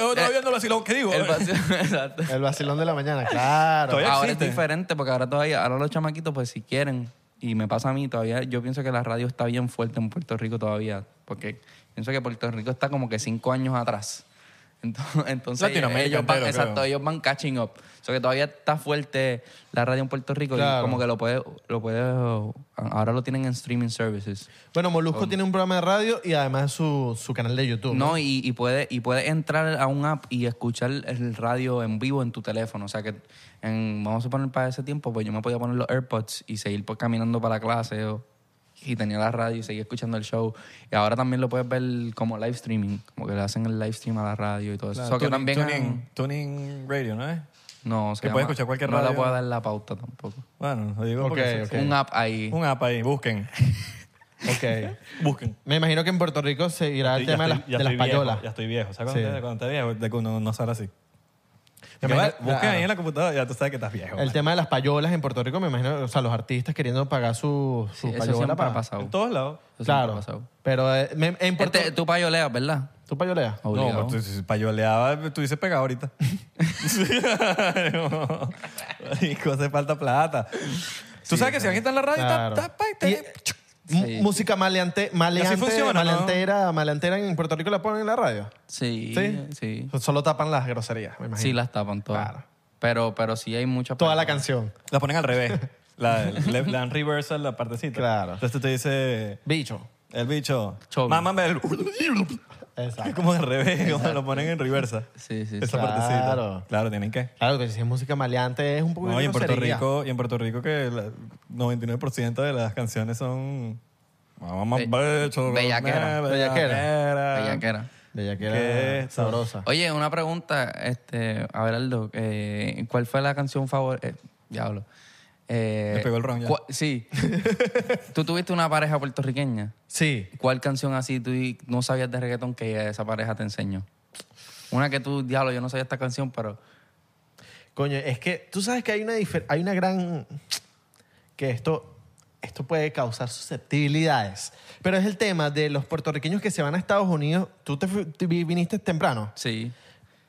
Speaker 1: eh, Estaba viendo la silón, ¿qué digo?
Speaker 3: El vacío, exacto.
Speaker 2: El vacilón de la mañana, claro.
Speaker 1: Todavía
Speaker 3: Ahora es
Speaker 1: existe.
Speaker 3: diferente porque ahora todavía, ahora los chamaquitos, pues si quieren, y me pasa a mí todavía, yo pienso que la radio está bien fuerte en Puerto Rico todavía, porque pienso que Puerto Rico está como que cinco años atrás. Ento- Entonces,
Speaker 1: Latinoamérica
Speaker 3: ellos van,
Speaker 1: entero,
Speaker 3: exacto,
Speaker 1: creo.
Speaker 3: ellos van catching up. O sea, que todavía está fuerte la radio en Puerto Rico y
Speaker 2: Claro.
Speaker 3: como que lo puede, lo puede, ahora lo tienen en streaming services.
Speaker 2: Bueno, Molusco tiene un programa de radio y además su, su canal de YouTube.
Speaker 3: No, y, y puedes y puede entrar a un app y escuchar el radio en vivo en tu teléfono. O sea que, en- vamos a poner para ese tiempo, pues yo me podía poner los AirPods y seguir pues, caminando para la clase o- y tenía la radio y seguía escuchando el show. Y ahora también lo puedes ver como live streaming, como que le hacen el live stream a la radio y todo eso.
Speaker 1: Claro,
Speaker 3: O sea, que
Speaker 1: tuning-
Speaker 3: también...
Speaker 1: tuning, tuning radio, ¿no es?
Speaker 3: No, se
Speaker 1: Que
Speaker 3: llama-
Speaker 1: puedes escuchar cualquier
Speaker 3: No
Speaker 1: radio.
Speaker 3: le puedo dar la pauta tampoco.
Speaker 1: Bueno, lo digo porque...
Speaker 2: Ok, ok.
Speaker 3: Un app ahí.
Speaker 1: Un app ahí, busquen,
Speaker 2: Ok.
Speaker 1: busquen.
Speaker 2: Me imagino que en Puerto Rico seguirá el tema de las,
Speaker 1: estoy- ya
Speaker 2: de las
Speaker 1: estoy viejo,
Speaker 2: payolas.
Speaker 1: ya estoy viejo. O sea, cuando,
Speaker 2: Sí.
Speaker 1: te, cuando te viejo, de que uno no sale así.
Speaker 2: Me
Speaker 1: Que
Speaker 2: imagino-
Speaker 1: va- busca
Speaker 2: claro.
Speaker 1: ahí en la computadora, ya tú sabes que estás viejo.
Speaker 2: El
Speaker 1: man.
Speaker 2: tema de las payolas en Puerto Rico, me imagino, o sea, los artistas queriendo pagar su, su
Speaker 3: Sí, eso
Speaker 2: payola
Speaker 3: siempre
Speaker 2: para-
Speaker 3: ha pasado.
Speaker 1: En todos lados.
Speaker 3: Eso siempre ha
Speaker 2: Claro.
Speaker 3: pasado.
Speaker 2: Pero eh, me- en Puerto
Speaker 3: Este, tú payoleas, ¿verdad?
Speaker 2: ¿Tú payoleas?
Speaker 3: Obligado.
Speaker 1: No, pero tú, si payoleaba, tú dices pegado ahorita. Hijo, hace falta plata. Tú sabes que si alguien está en la radio, está-
Speaker 2: Claro.
Speaker 1: está... pa- está-
Speaker 2: Y- M- Música maleante, maleante,
Speaker 1: funciona, ¿no?
Speaker 2: maleantera, maleantera en Puerto Rico la ponen en la radio.
Speaker 3: Sí,
Speaker 2: ¿Sí?
Speaker 3: sí.
Speaker 2: Solo tapan las groserías, me imagino.
Speaker 3: Sí, las tapan todas.
Speaker 2: Claro.
Speaker 3: Pero, pero sí hay muchas
Speaker 2: Toda la
Speaker 3: personas.
Speaker 2: canción.
Speaker 1: La ponen al revés. La, le, le dan reversa la partecita.
Speaker 2: Claro.
Speaker 1: Entonces tú te dice
Speaker 2: Bicho.
Speaker 1: el bicho,
Speaker 3: Chau.
Speaker 1: mámame el... Es
Speaker 2: Exacto.
Speaker 1: como al revés, como lo ponen en reversa.
Speaker 3: Sí, sí, sí.
Speaker 1: Esa
Speaker 2: Claro.
Speaker 1: partecita. Claro, tienen que...
Speaker 2: Claro, que si es música maleante es un poco
Speaker 1: No,
Speaker 2: de
Speaker 1: y en Puerto
Speaker 2: grosería.
Speaker 1: Rico, y en Puerto Rico que el 99% de las canciones son mamá
Speaker 3: Be-
Speaker 1: becho,
Speaker 3: bellaquera.
Speaker 2: Ah.
Speaker 1: bellaquera,
Speaker 3: Bellaquera.
Speaker 2: Bellaquera
Speaker 1: Qué
Speaker 2: sabrosa.
Speaker 3: Oye, una pregunta, este, Abelardo, eh, ¿cuál fue la canción favorita? diablo. Eh,
Speaker 1: Le pegó el ron ya.
Speaker 3: ¿cuál- Sí. Tú tuviste una pareja puertorriqueña.
Speaker 2: Sí.
Speaker 3: ¿Cuál canción así tú y- no sabías de reggaetón que esa pareja te enseñó? Una que tú, diablo, yo no sabía esta canción, pero
Speaker 2: Coño, es que tú sabes que hay una, difer- hay una gran... que esto, esto puede causar susceptibilidades. Pero es el tema de los puertorriqueños que se van a Estados Unidos. Tú te fu- tú vi- viniste temprano.
Speaker 3: sí.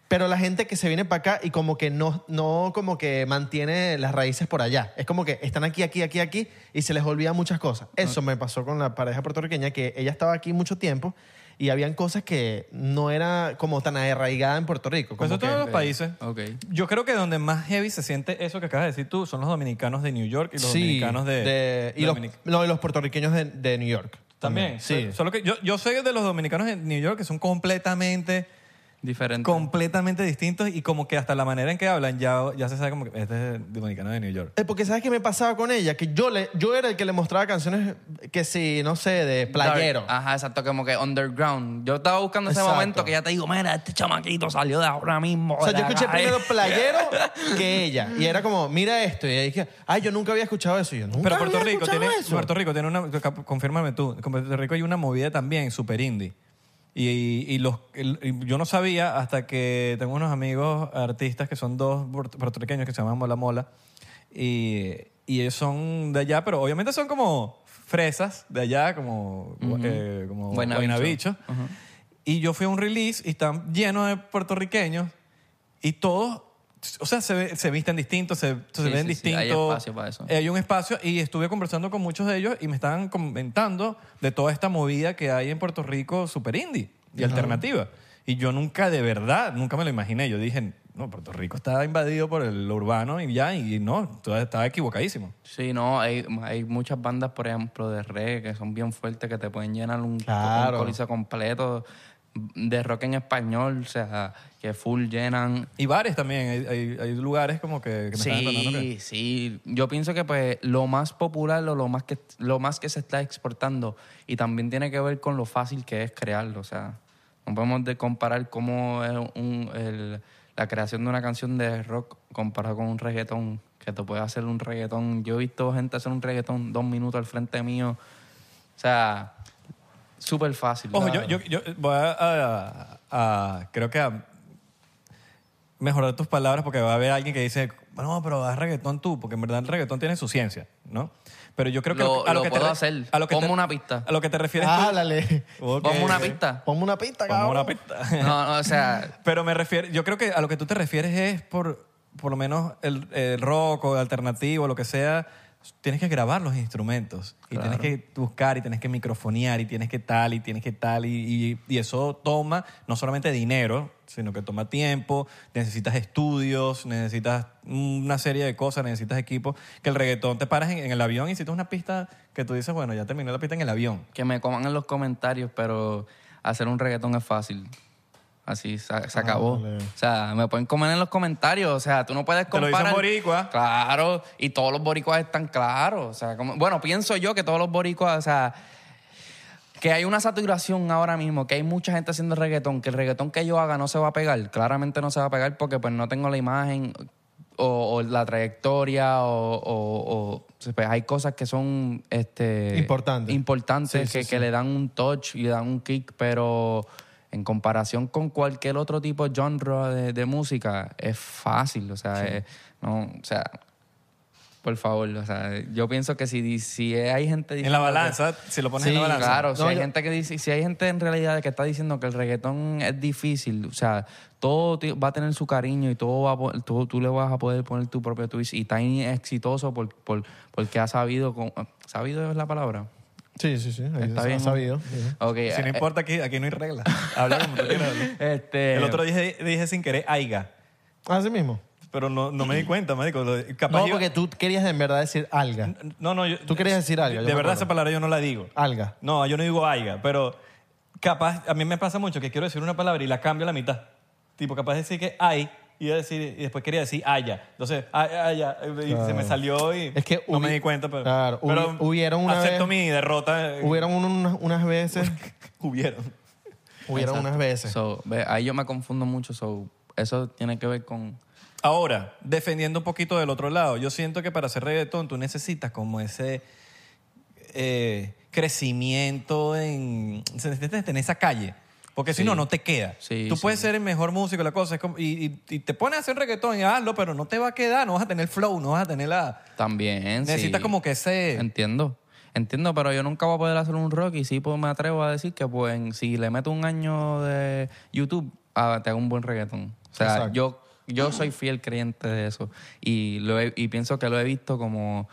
Speaker 2: Pero la gente que se viene para acá y como que no, no como que mantiene las raíces por allá. Es como que están aquí, aquí, aquí, aquí y se les olvida muchas cosas.
Speaker 1: Ah.
Speaker 2: Eso me pasó con la pareja puertorriqueña que ella estaba aquí mucho tiempo y habían cosas que no era como tan arraigada en Puerto Rico.
Speaker 1: Pues
Speaker 2: como
Speaker 1: eso
Speaker 2: que-
Speaker 1: todos los países.
Speaker 3: Ok.
Speaker 1: Yo creo que donde más heavy se siente eso que acabas de decir tú son los dominicanos de New York y los dominicanos de,
Speaker 2: de- y los,
Speaker 1: Dominic-
Speaker 2: no, y los puertorriqueños de, de New York.
Speaker 1: también.
Speaker 2: Sí.
Speaker 1: Solo que yo, yo sé de los dominicanos de New York que son completamente
Speaker 3: Diferente.
Speaker 1: completamente distintos y como que hasta la manera en que hablan ya, ya se sabe como que este es dominicano de New York.
Speaker 2: Eh, Porque ¿sabes qué me pasaba con ella? Que yo, le, yo era el que le mostraba canciones que sí, no sé, de
Speaker 3: Dark.
Speaker 2: playero.
Speaker 3: Ajá, exacto, como que underground. Yo estaba buscando ese
Speaker 2: Exacto.
Speaker 3: momento que ya te digo, mira, este chamaquito salió de ahora mismo.
Speaker 2: O sea,
Speaker 3: de
Speaker 2: yo
Speaker 3: la
Speaker 2: escuché
Speaker 3: calle".
Speaker 2: primero playero que ella. Y era como, mira esto. Y ella dije, ay, yo nunca había escuchado eso. Y yo nunca
Speaker 1: Pero Puerto
Speaker 2: había
Speaker 1: Rico,
Speaker 2: escuchado
Speaker 1: tiene,
Speaker 2: eso.
Speaker 1: Puerto Rico tiene una. cap- Confírmame tú. con Puerto Rico hay una movida también, super indie. Y, y los, el- y yo no sabía hasta que tengo unos amigos artistas que son dos puert- puertorriqueños que se llaman Mola Mola. Y, y ellos son de allá, pero obviamente son como fresas de allá, como, eh, como
Speaker 3: Buenabicho.
Speaker 1: Buenabicho. Y yo fui a un release y están llenos de puertorriqueños y todos o sea, se, ve- se visten distintos, se, se
Speaker 3: Sí,
Speaker 1: ven
Speaker 3: sí, sí,
Speaker 1: distintos.
Speaker 3: hay espacio para eso.
Speaker 1: Eh, Hay un espacio y estuve conversando con muchos de ellos y me estaban comentando de toda esta movida que hay en Puerto Rico super indie y alternativa. Y yo nunca, de verdad, nunca me lo imaginé. Yo dije, no, Puerto Rico está invadido por el lo urbano y ya, y no, todo estaba equivocadísimo.
Speaker 3: Sí, no, hay, hay muchas bandas, por ejemplo, de reggae que son bien fuertes, que te pueden llenar un,
Speaker 2: Claro.
Speaker 3: un coliseo completo de rock en español, o sea, que full llenan.
Speaker 1: Y bares también, hay, hay- hay lugares como que, que me estaban contando que-
Speaker 3: Sí, sí. Yo pienso que pues lo más popular o lo más que lo más que se está exportando y también tiene que ver con lo fácil que es crearlo, o sea, no podemos de comparar cómo es un- el- la creación de una canción de rock comparado con un reggaetón, que te puede hacer un reggaetón. Yo he visto gente hacer un reggaetón dos minutos al frente mío, o sea, súper fácil.
Speaker 1: Ojo, yo, yo, yo voy a, a- a- creo que a mejorar tus palabras porque va a haber alguien que dice, no, pero haz reggaetón tú, porque en verdad el reggaetón tiene su ciencia, ¿no? Pero yo creo que
Speaker 3: Lo-
Speaker 1: a lo
Speaker 3: lo
Speaker 1: que
Speaker 3: puedo
Speaker 1: re-
Speaker 3: hacer.
Speaker 1: a lo que
Speaker 3: Ponme
Speaker 1: te-
Speaker 3: una pista.
Speaker 1: A lo que te refieres tú.
Speaker 2: Álale.
Speaker 1: Ok,
Speaker 3: Ponme una
Speaker 1: ok.
Speaker 3: pista.
Speaker 2: Ah, Ponme una pista,
Speaker 1: Ponme
Speaker 2: cabrón.
Speaker 1: una pista.
Speaker 3: No, no, o sea,
Speaker 1: Pero me refiero, yo creo que a lo que tú te refieres es por, por lo menos el, el rock o alternativo, lo que sea, tienes que grabar los instrumentos y tienes que buscar y tienes que microfonear y tienes que tal y tienes que tal y, y- y eso toma no solamente dinero, sino que toma tiempo, necesitas estudios, necesitas una serie de cosas, necesitas equipo, que el reggaetón te paras en, en el avión y necesitas una pista que tú dices, bueno, ya terminé la pista en el avión.
Speaker 3: que me coman en los comentarios, pero hacer un reggaetón es fácil. Así se, se acabó. O sea, me pueden comer en los comentarios. O sea, tú no puedes
Speaker 1: lo
Speaker 3: comparar.
Speaker 1: hizo un boricua.
Speaker 3: Claro, y todos los boricuas están claros. O sea, como- bueno, pienso yo que todos los boricuas, o sea, que hay una saturación ahora mismo, que hay mucha gente haciendo reggaetón, que el reggaetón que yo haga no se va a pegar. Claramente no se va a pegar porque pues no tengo la imagen o, o la trayectoria o, o- o, pues, hay cosas que son este,
Speaker 2: Importantes.
Speaker 3: importantes que, que le dan un touch y le dan un kick, pero en comparación con cualquier otro tipo de genre de, de música es fácil, o sea, es- no, o sea, por favor, o sea, yo pienso que si, si hay gente
Speaker 1: En la
Speaker 3: diciendo que-
Speaker 1: balanza, si lo pones en la
Speaker 3: Sí,
Speaker 1: balanza.
Speaker 3: Claro, si
Speaker 2: No,
Speaker 3: hay
Speaker 2: yo-
Speaker 3: gente que dice, si hay gente en realidad que está diciendo que el reggaetón es difícil, o sea, todo ti- va a tener su cariño y todo va a po- todo- tú le vas a poder poner tu propio twist y tan exitoso por, por- porque ha sabido con- sabido es la palabra.
Speaker 2: Sí, sí, sí. ahí
Speaker 3: Está
Speaker 2: se-
Speaker 3: bien.
Speaker 2: Sabido. sí. Eh,
Speaker 3: Okay,
Speaker 1: Si no
Speaker 3: eh,
Speaker 1: importa, aquí, aquí no hay reglas. Habla como tú quieras hablar.
Speaker 3: este
Speaker 1: El otro día dije, dije sin querer aiga,
Speaker 2: Así mismo.
Speaker 1: pero no, no me di cuenta, marico. Lo- capaz
Speaker 2: No,
Speaker 1: yo-
Speaker 2: porque tú querías en verdad decir alga.
Speaker 1: No, no, yo-
Speaker 2: Tú querías decir alga, yo
Speaker 1: De
Speaker 2: me
Speaker 1: verdad
Speaker 2: acuerdo. Ah.
Speaker 1: esa palabra yo no la digo.
Speaker 2: Alga.
Speaker 1: No, yo no digo aiga, pero capaz, a mí me pasa mucho que quiero decir una palabra y la cambio a la mitad. Tipo, capaz de decir que hay y, iba a decir, y después quería decir haya. Entonces, ay- haya, y se me salió y
Speaker 2: Es que
Speaker 1: no
Speaker 2: hubi-
Speaker 1: me di cuenta. Pero,
Speaker 2: claro, hubi-
Speaker 1: pero
Speaker 2: hubieron una
Speaker 1: acepto
Speaker 2: vez-
Speaker 1: mi derrota. eh,
Speaker 2: Hubieron un- unas, unas veces.
Speaker 1: Hubieron.
Speaker 2: Hubieron unas veces.
Speaker 3: so, ve, ahí yo me confundo mucho, so, eso tiene que ver con
Speaker 1: Ahora, defendiendo un poquito del otro lado, yo siento que para hacer reggaetón tú necesitas como ese eh, crecimiento en, se necesita tener esa calle. Porque si no, no te queda.
Speaker 3: Sí,
Speaker 1: tú
Speaker 3: sí.
Speaker 1: puedes ser el mejor músico, la cosa es como- y, y- y te pones a hacer reggaetón y hazlo, pero no te va a quedar, no vas a tener flow, no vas a tener la...
Speaker 3: También.
Speaker 1: Necesitas
Speaker 3: sí.
Speaker 1: como que ese-
Speaker 3: Entiendo. Entiendo, pero yo nunca voy a poder hacer un rock y sí pues, me atrevo a decir que pues en- si le meto un año de YouTube, ah, te hago un buen reggaetón. O sea,
Speaker 2: Exacto.
Speaker 3: yo yo soy fiel creyente de eso y lo he- y pienso que lo he visto como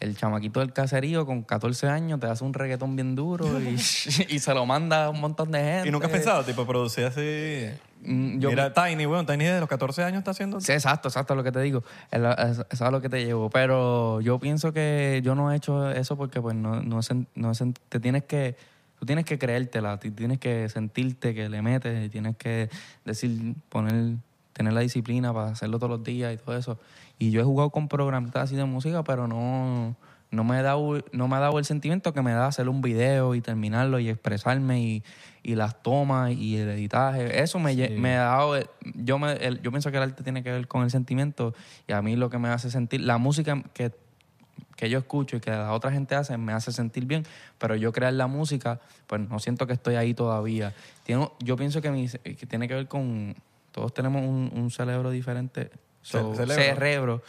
Speaker 3: el chamaquito del caserío con 14 años te hace un reggaetón bien duro y, y se lo manda a un montón de gente.
Speaker 1: Y nunca has pensado, tipo, producir así...
Speaker 3: Mm, yo-
Speaker 1: Mira, Tiny, weón, Tiny desde los 14 años está haciendo...
Speaker 3: Sí, exacto, exacto lo que te digo. Es la- es- Eso es lo que te llevo. Pero yo pienso que yo no he hecho eso porque pues no, no, sen- no sen- te tienes que, tú tienes que creértela, ti- tienes que sentirte que le metes, y tienes que decir, poner, tener la disciplina para hacerlo todos los días y todo eso. Y yo he jugado con programitas así de música, pero no, no me, he dado, no me ha dado el sentimiento que me da hacer un video y terminarlo y expresarme y, y las tomas y el editaje. Eso me, lle- me ha dado... el- Yo, me, el- yo pienso que el arte tiene que ver con el sentimiento y a mí lo que me hace sentir... La música que, que yo escucho y que la otra gente hace me hace sentir bien, pero yo crear la música, pues no siento que estoy ahí todavía. Tiene- yo pienso que, mi- que tiene que ver con... Todos tenemos un, un cerebro diferente. So,
Speaker 1: Ce- cerebro.
Speaker 3: cerebro.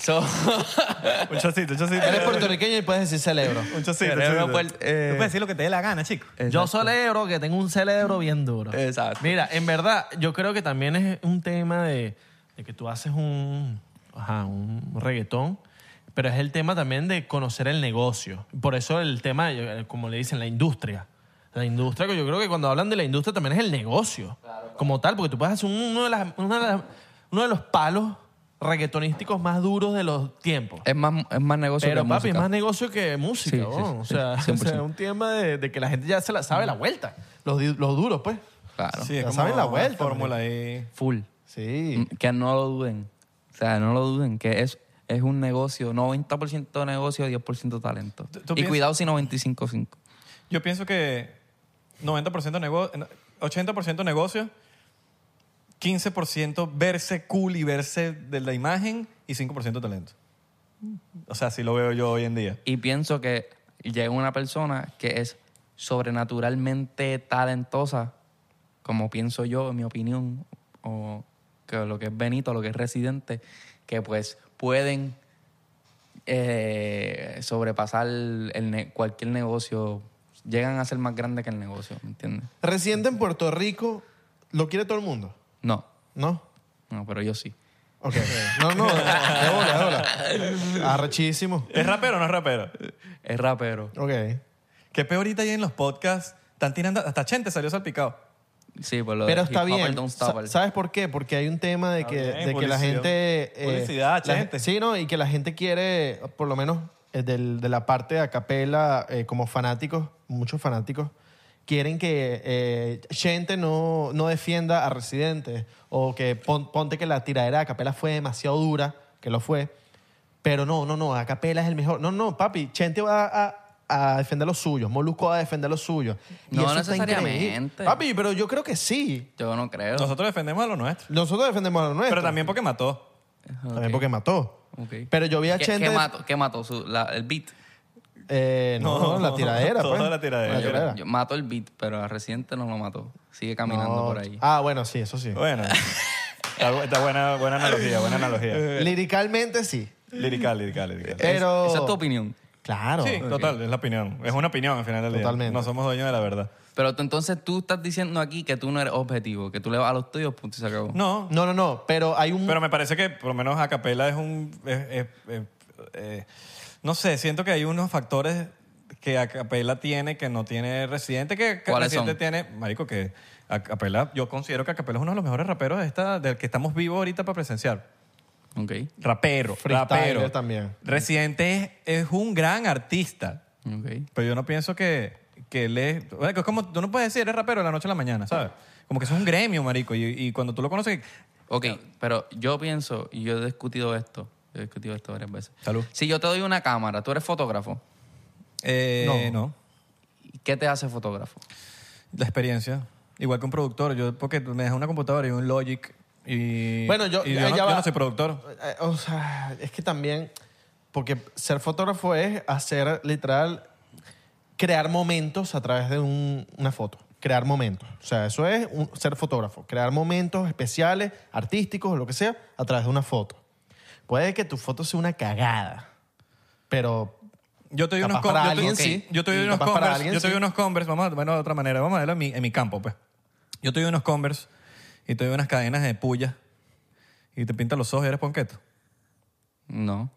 Speaker 3: So-
Speaker 1: Un chocito, un chocito.
Speaker 2: Eres puertorriqueño y puedes decir celebro.
Speaker 1: Un chocito,
Speaker 3: Cerebro
Speaker 1: chocito.
Speaker 3: puer- eh.
Speaker 1: Tú puedes decir lo que te dé la gana, chico.
Speaker 2: Yo celebro que tengo un cerebro bien duro.
Speaker 3: Exacto.
Speaker 2: Mira, en verdad, yo creo que también es un tema de, de que tú haces un, ajá, un reggaetón, pero es el tema también de conocer el negocio. Por eso el tema, yo- como le dicen, la industria. La industria, que yo creo que cuando hablan de la industria también es el negocio, como tal, porque tú puedes hacer un- uno de, las- una de las- uno de los palos reggaetonísticos más duros de los tiempos.
Speaker 3: Es más, es más negocio
Speaker 2: Pero
Speaker 3: que
Speaker 2: papi,
Speaker 3: música.
Speaker 2: es más negocio que música,
Speaker 3: Sí, sí,
Speaker 2: weón.
Speaker 3: sí,
Speaker 2: o, sea,
Speaker 3: sí,
Speaker 2: o
Speaker 3: 100%.
Speaker 2: sea, es un tema de, de que la gente ya se la sabe la vuelta. Los, di- los duros, pues.
Speaker 3: Claro.
Speaker 1: Sí, es
Speaker 2: Ya
Speaker 1: como
Speaker 2: saben la
Speaker 1: una
Speaker 2: vuelta,
Speaker 1: Fórmula ahí.
Speaker 3: Full.
Speaker 2: Sí.
Speaker 3: Que no lo duden. O sea, no lo duden, que es, es un negocio, 90% negocio, 10% talento.
Speaker 1: ¿Tú- tú
Speaker 3: y
Speaker 1: piensas-
Speaker 3: cuidado si 95-5.
Speaker 1: Yo pienso que 90% negocio, 80% negocio, 15% verse cool y verse de la imagen y 5% talento. O sea, así lo veo yo hoy en día.
Speaker 3: Y pienso que llega una persona que es sobrenaturalmente talentosa, como pienso yo, en mi opinión, o que lo que es Benito, lo que es Residente, que pues pueden eh, sobrepasar el ne- cualquier negocio, llegan a ser más grandes que el negocio, ¿me entiendes?
Speaker 2: Reciente en Puerto Rico, lo quiere todo el mundo,
Speaker 3: No,
Speaker 2: ¿no?
Speaker 3: no, pero yo sí.
Speaker 2: Ok. No, no, de bola, de bola. Arrechísimo.
Speaker 1: ¿Es rapero o no es rapero?
Speaker 3: Es rapero.
Speaker 2: Ok.
Speaker 1: Que peor ahorita ahí en los podcasts están tirando... Hasta Chente salió salpicado.
Speaker 3: Sí, por lo de
Speaker 2: Pero está
Speaker 3: hip hopper,
Speaker 2: bien.
Speaker 3: don't
Speaker 2: Sa-
Speaker 3: stopper.
Speaker 2: ¿Sabes por qué? Porque hay un tema de
Speaker 1: Está
Speaker 2: que,
Speaker 1: bien,
Speaker 2: de que la
Speaker 1: publicidad.
Speaker 2: gente... eh,
Speaker 1: Publicidad,
Speaker 2: la-
Speaker 1: gente.
Speaker 2: Sí, ¿no? Y que la gente quiere, por lo menos eh, del- de la parte de acapela, eh, como fanáticos, muchos fanáticos, quieren que eh, gente no, no defienda a Residente o que pon- ponte que la tiradera de acapela fue demasiado dura, que lo fue, pero no, no, no, Acapela es el mejor. No, no, papi, Chente va a, a defender los suyos, Molusco va a defender los suyos. Y
Speaker 3: No
Speaker 2: eso está
Speaker 3: necesariamente.
Speaker 2: increíble. Papi, pero yo creo que sí.
Speaker 3: Yo no creo.
Speaker 1: Nosotros defendemos a lo nuestro.
Speaker 2: Nosotros defendemos a lo nuestro.
Speaker 1: Pero también porque mató.
Speaker 2: También porque mató.
Speaker 3: Ok.
Speaker 2: Pero yo vi a
Speaker 3: ¿Qué-
Speaker 2: Chente...
Speaker 3: ¿Qué mató? ¿Qué mató? Su- la- el beat.
Speaker 2: Eh, no,
Speaker 1: No,
Speaker 2: la tiradera.
Speaker 1: toda
Speaker 2: pues.
Speaker 1: la tiradera.
Speaker 3: Yo- yo mato el beat, pero a Residente no lo mató. Sigue caminando
Speaker 2: No.
Speaker 3: por ahí.
Speaker 2: Ah, bueno, sí, eso sí.
Speaker 1: Bueno. está bu- está buena, buena analogía, buena analogía.
Speaker 2: Liricalmente sí.
Speaker 1: Lirical, lirical, lirical.
Speaker 2: Pero.
Speaker 3: Esa es tu opinión.
Speaker 2: Claro.
Speaker 1: Sí, total, es la opinión. Es una opinión al final del día.
Speaker 2: Totalmente.
Speaker 1: No somos dueños de la verdad.
Speaker 3: Pero tú- entonces tú estás diciendo aquí que tú no eres objetivo, que tú le vas a los tuyos, punto y se acabó.
Speaker 1: No,
Speaker 2: No, no, no. Pero hay un.
Speaker 1: pero me parece que por lo menos a capela es un... es- es- es- eh, no sé, siento que hay unos factores que a capela tiene que no tiene Residente, que que
Speaker 3: ¿Cuáles
Speaker 1: Residente
Speaker 3: son?
Speaker 1: tiene... Marico, que a capela, yo considero que a capela es uno de los mejores raperos de esta, del que estamos vivos ahorita para presenciar.
Speaker 3: Ok.
Speaker 1: Rapero,
Speaker 2: Freestyler
Speaker 1: rapero.
Speaker 2: también.
Speaker 1: Residente es, es un gran artista,
Speaker 3: Ok.
Speaker 1: pero yo no pienso que, que él es... bueno, que es como, tú no puedes decir, eres rapero de la noche a la mañana, ¿sabes? Como que eso es un gremio, marico, y, y cuando tú lo conoces...
Speaker 3: Ok, pero yo pienso, y yo he discutido esto, yo he discutido esto varias veces.
Speaker 1: Salud.
Speaker 3: Si yo te doy una cámara, tú eres fotógrafo,
Speaker 1: eh,
Speaker 2: No.
Speaker 1: no.
Speaker 3: ¿qué te hace fotógrafo?
Speaker 1: La experiencia. Igual que un productor. Yo, porque me dejas una computadora y un Logic y.
Speaker 2: Bueno, yo-
Speaker 1: y
Speaker 2: ya-
Speaker 1: no,
Speaker 2: ya va.
Speaker 1: no soy productor.
Speaker 2: Eh, O sea, es que también. Porque ser fotógrafo es hacer, literal, crear momentos a través de un- una foto. Crear momentos. O sea, eso es un- ser fotógrafo. Crear momentos especiales, artísticos, o lo que sea, a través de una foto. Puede que tu foto sea una cagada, pero
Speaker 1: Yo te doy
Speaker 2: Capaz
Speaker 1: unos con-
Speaker 2: para
Speaker 1: yo te-
Speaker 2: alguien
Speaker 1: ok.
Speaker 2: sí.
Speaker 1: Yo te doy
Speaker 2: Y
Speaker 1: unos
Speaker 2: capaz para
Speaker 1: Converse.
Speaker 2: alguien
Speaker 1: yo te doy
Speaker 2: sí.
Speaker 1: unos Converse. Vamos a, bueno, de otra manera. Vamos a verlo en mi, en mi campo, pues. Yo te doy unos Converse y te doy unas cadenas de puya y te pintas los ojos y eres ponqueto.
Speaker 3: No.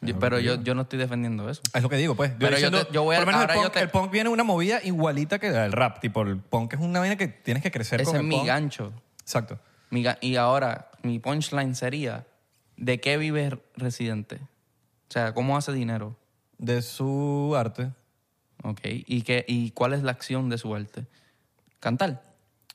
Speaker 3: Yo- pero yo, yo no estoy defendiendo eso.
Speaker 1: Es lo que digo, pues.
Speaker 3: Pero yo te- yo voy a-
Speaker 1: por lo menos el
Speaker 3: ahora yo
Speaker 1: punk,
Speaker 3: te-
Speaker 1: el punk viene una movida igualita que el rap. Tipo, el punk es una vaina que tienes que crecer
Speaker 3: Ese
Speaker 1: con
Speaker 3: es
Speaker 1: el
Speaker 3: mi
Speaker 1: punk.
Speaker 3: gancho.
Speaker 1: Exacto.
Speaker 3: Mi ga- y ahora, mi punchline sería, ¿de qué vive R- Residente? O sea, ¿cómo hace dinero?
Speaker 1: De su arte.
Speaker 3: ¿Ok? ¿Y, qué, ¿Y cuál es la acción de su arte? Cantar.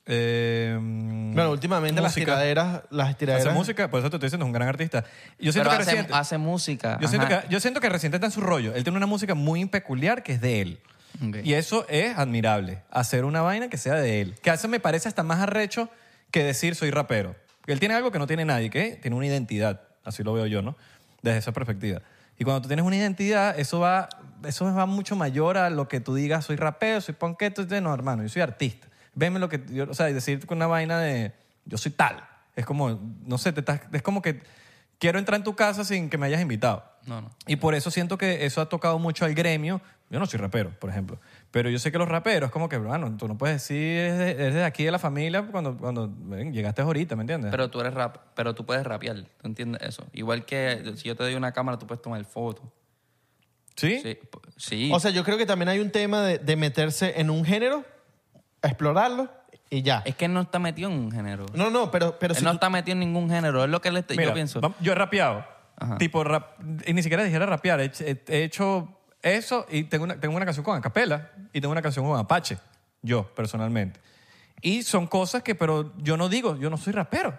Speaker 1: Eh,
Speaker 3: Mm.
Speaker 2: Bueno, últimamente las
Speaker 1: música.
Speaker 2: tiraderas, las tiraderas.
Speaker 1: Hace música, por eso te estoy diciendo, es un gran artista. Yo siento
Speaker 3: Pero
Speaker 1: que
Speaker 3: hace,
Speaker 1: Residente,
Speaker 3: hace música.
Speaker 1: yo siento
Speaker 3: ajá.
Speaker 1: que, yo siento que Residente está en su rollo. Él tiene una música muy peculiar que es de él.
Speaker 3: Ok.
Speaker 1: Y eso es admirable, hacer una vaina que sea de él. Que a veces me parece hasta más arrecho que decir soy rapero. Él tiene algo que no tiene nadie, que tiene una identidad, así lo veo yo, ¿no? Desde esa perspectiva. Y cuando tú tienes una identidad, eso va, eso va mucho mayor a lo que tú digas soy rapero, soy ponqueto, y tú, no, hermano, yo soy artista. Veme lo que, yo- o sea, y decir con una vaina de yo soy tal. Es como, no sé, te estás, es como que quiero entrar en tu casa sin que me hayas invitado.
Speaker 3: No, no.
Speaker 1: Y por eso siento que eso ha tocado mucho al gremio. Yo no soy rapero, por ejemplo. Pero yo sé que los raperos, como que, bueno, tú no puedes decir, es de, es de aquí de la familia cuando, cuando ven, llegaste ahorita, ¿me entiendes?
Speaker 3: Pero tú eres rap, pero tú puedes rapear, ¿tú entiendes eso? Igual que si yo te doy una cámara, tú puedes tomar fotos.
Speaker 1: ¿Sí?
Speaker 3: Sí, po- sí.
Speaker 2: O sea, yo creo que también hay un tema de, de meterse en un género, explorarlo y ya.
Speaker 3: es que él no está metido en un género.
Speaker 2: No, no, pero, pero
Speaker 3: él
Speaker 2: si
Speaker 3: no
Speaker 2: tú-
Speaker 3: está metido en ningún género, es lo que él está-
Speaker 1: Mira,
Speaker 3: Este, yo pienso.
Speaker 1: vam- yo he rapeado.
Speaker 3: Ajá.
Speaker 1: Tipo, rap- y ni siquiera dijera rapear. He, he- he hecho eso y tengo una, tengo una canción con Acapela y tengo una canción con Apache. Yo, personalmente. Y son cosas que, pero yo no digo, yo no soy rapero.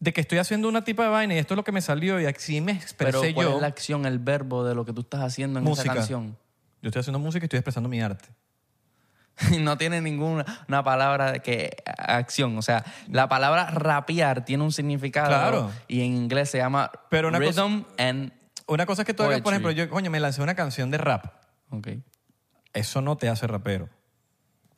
Speaker 1: De que estoy haciendo una tipa de vaina y esto es lo que me salió y así me
Speaker 3: pero
Speaker 1: expresé
Speaker 3: ¿cuál
Speaker 1: yo.
Speaker 3: es la acción, el verbo de lo que tú estás haciendo en
Speaker 1: música.
Speaker 3: esa canción?
Speaker 1: Yo estoy haciendo música y estoy expresando mi arte.
Speaker 3: Y no tiene ninguna una palabra de que acción. O sea, la palabra rapear tiene un significado.
Speaker 1: Claro.
Speaker 3: Y en inglés se llama
Speaker 1: Pero una cosa-
Speaker 3: rhythm and.
Speaker 1: Una cosa es que tú hagas, por
Speaker 3: Poetry.
Speaker 1: ejemplo, yo, coño, me lancé una canción de rap.
Speaker 3: Ok.
Speaker 1: Eso no te hace rapero.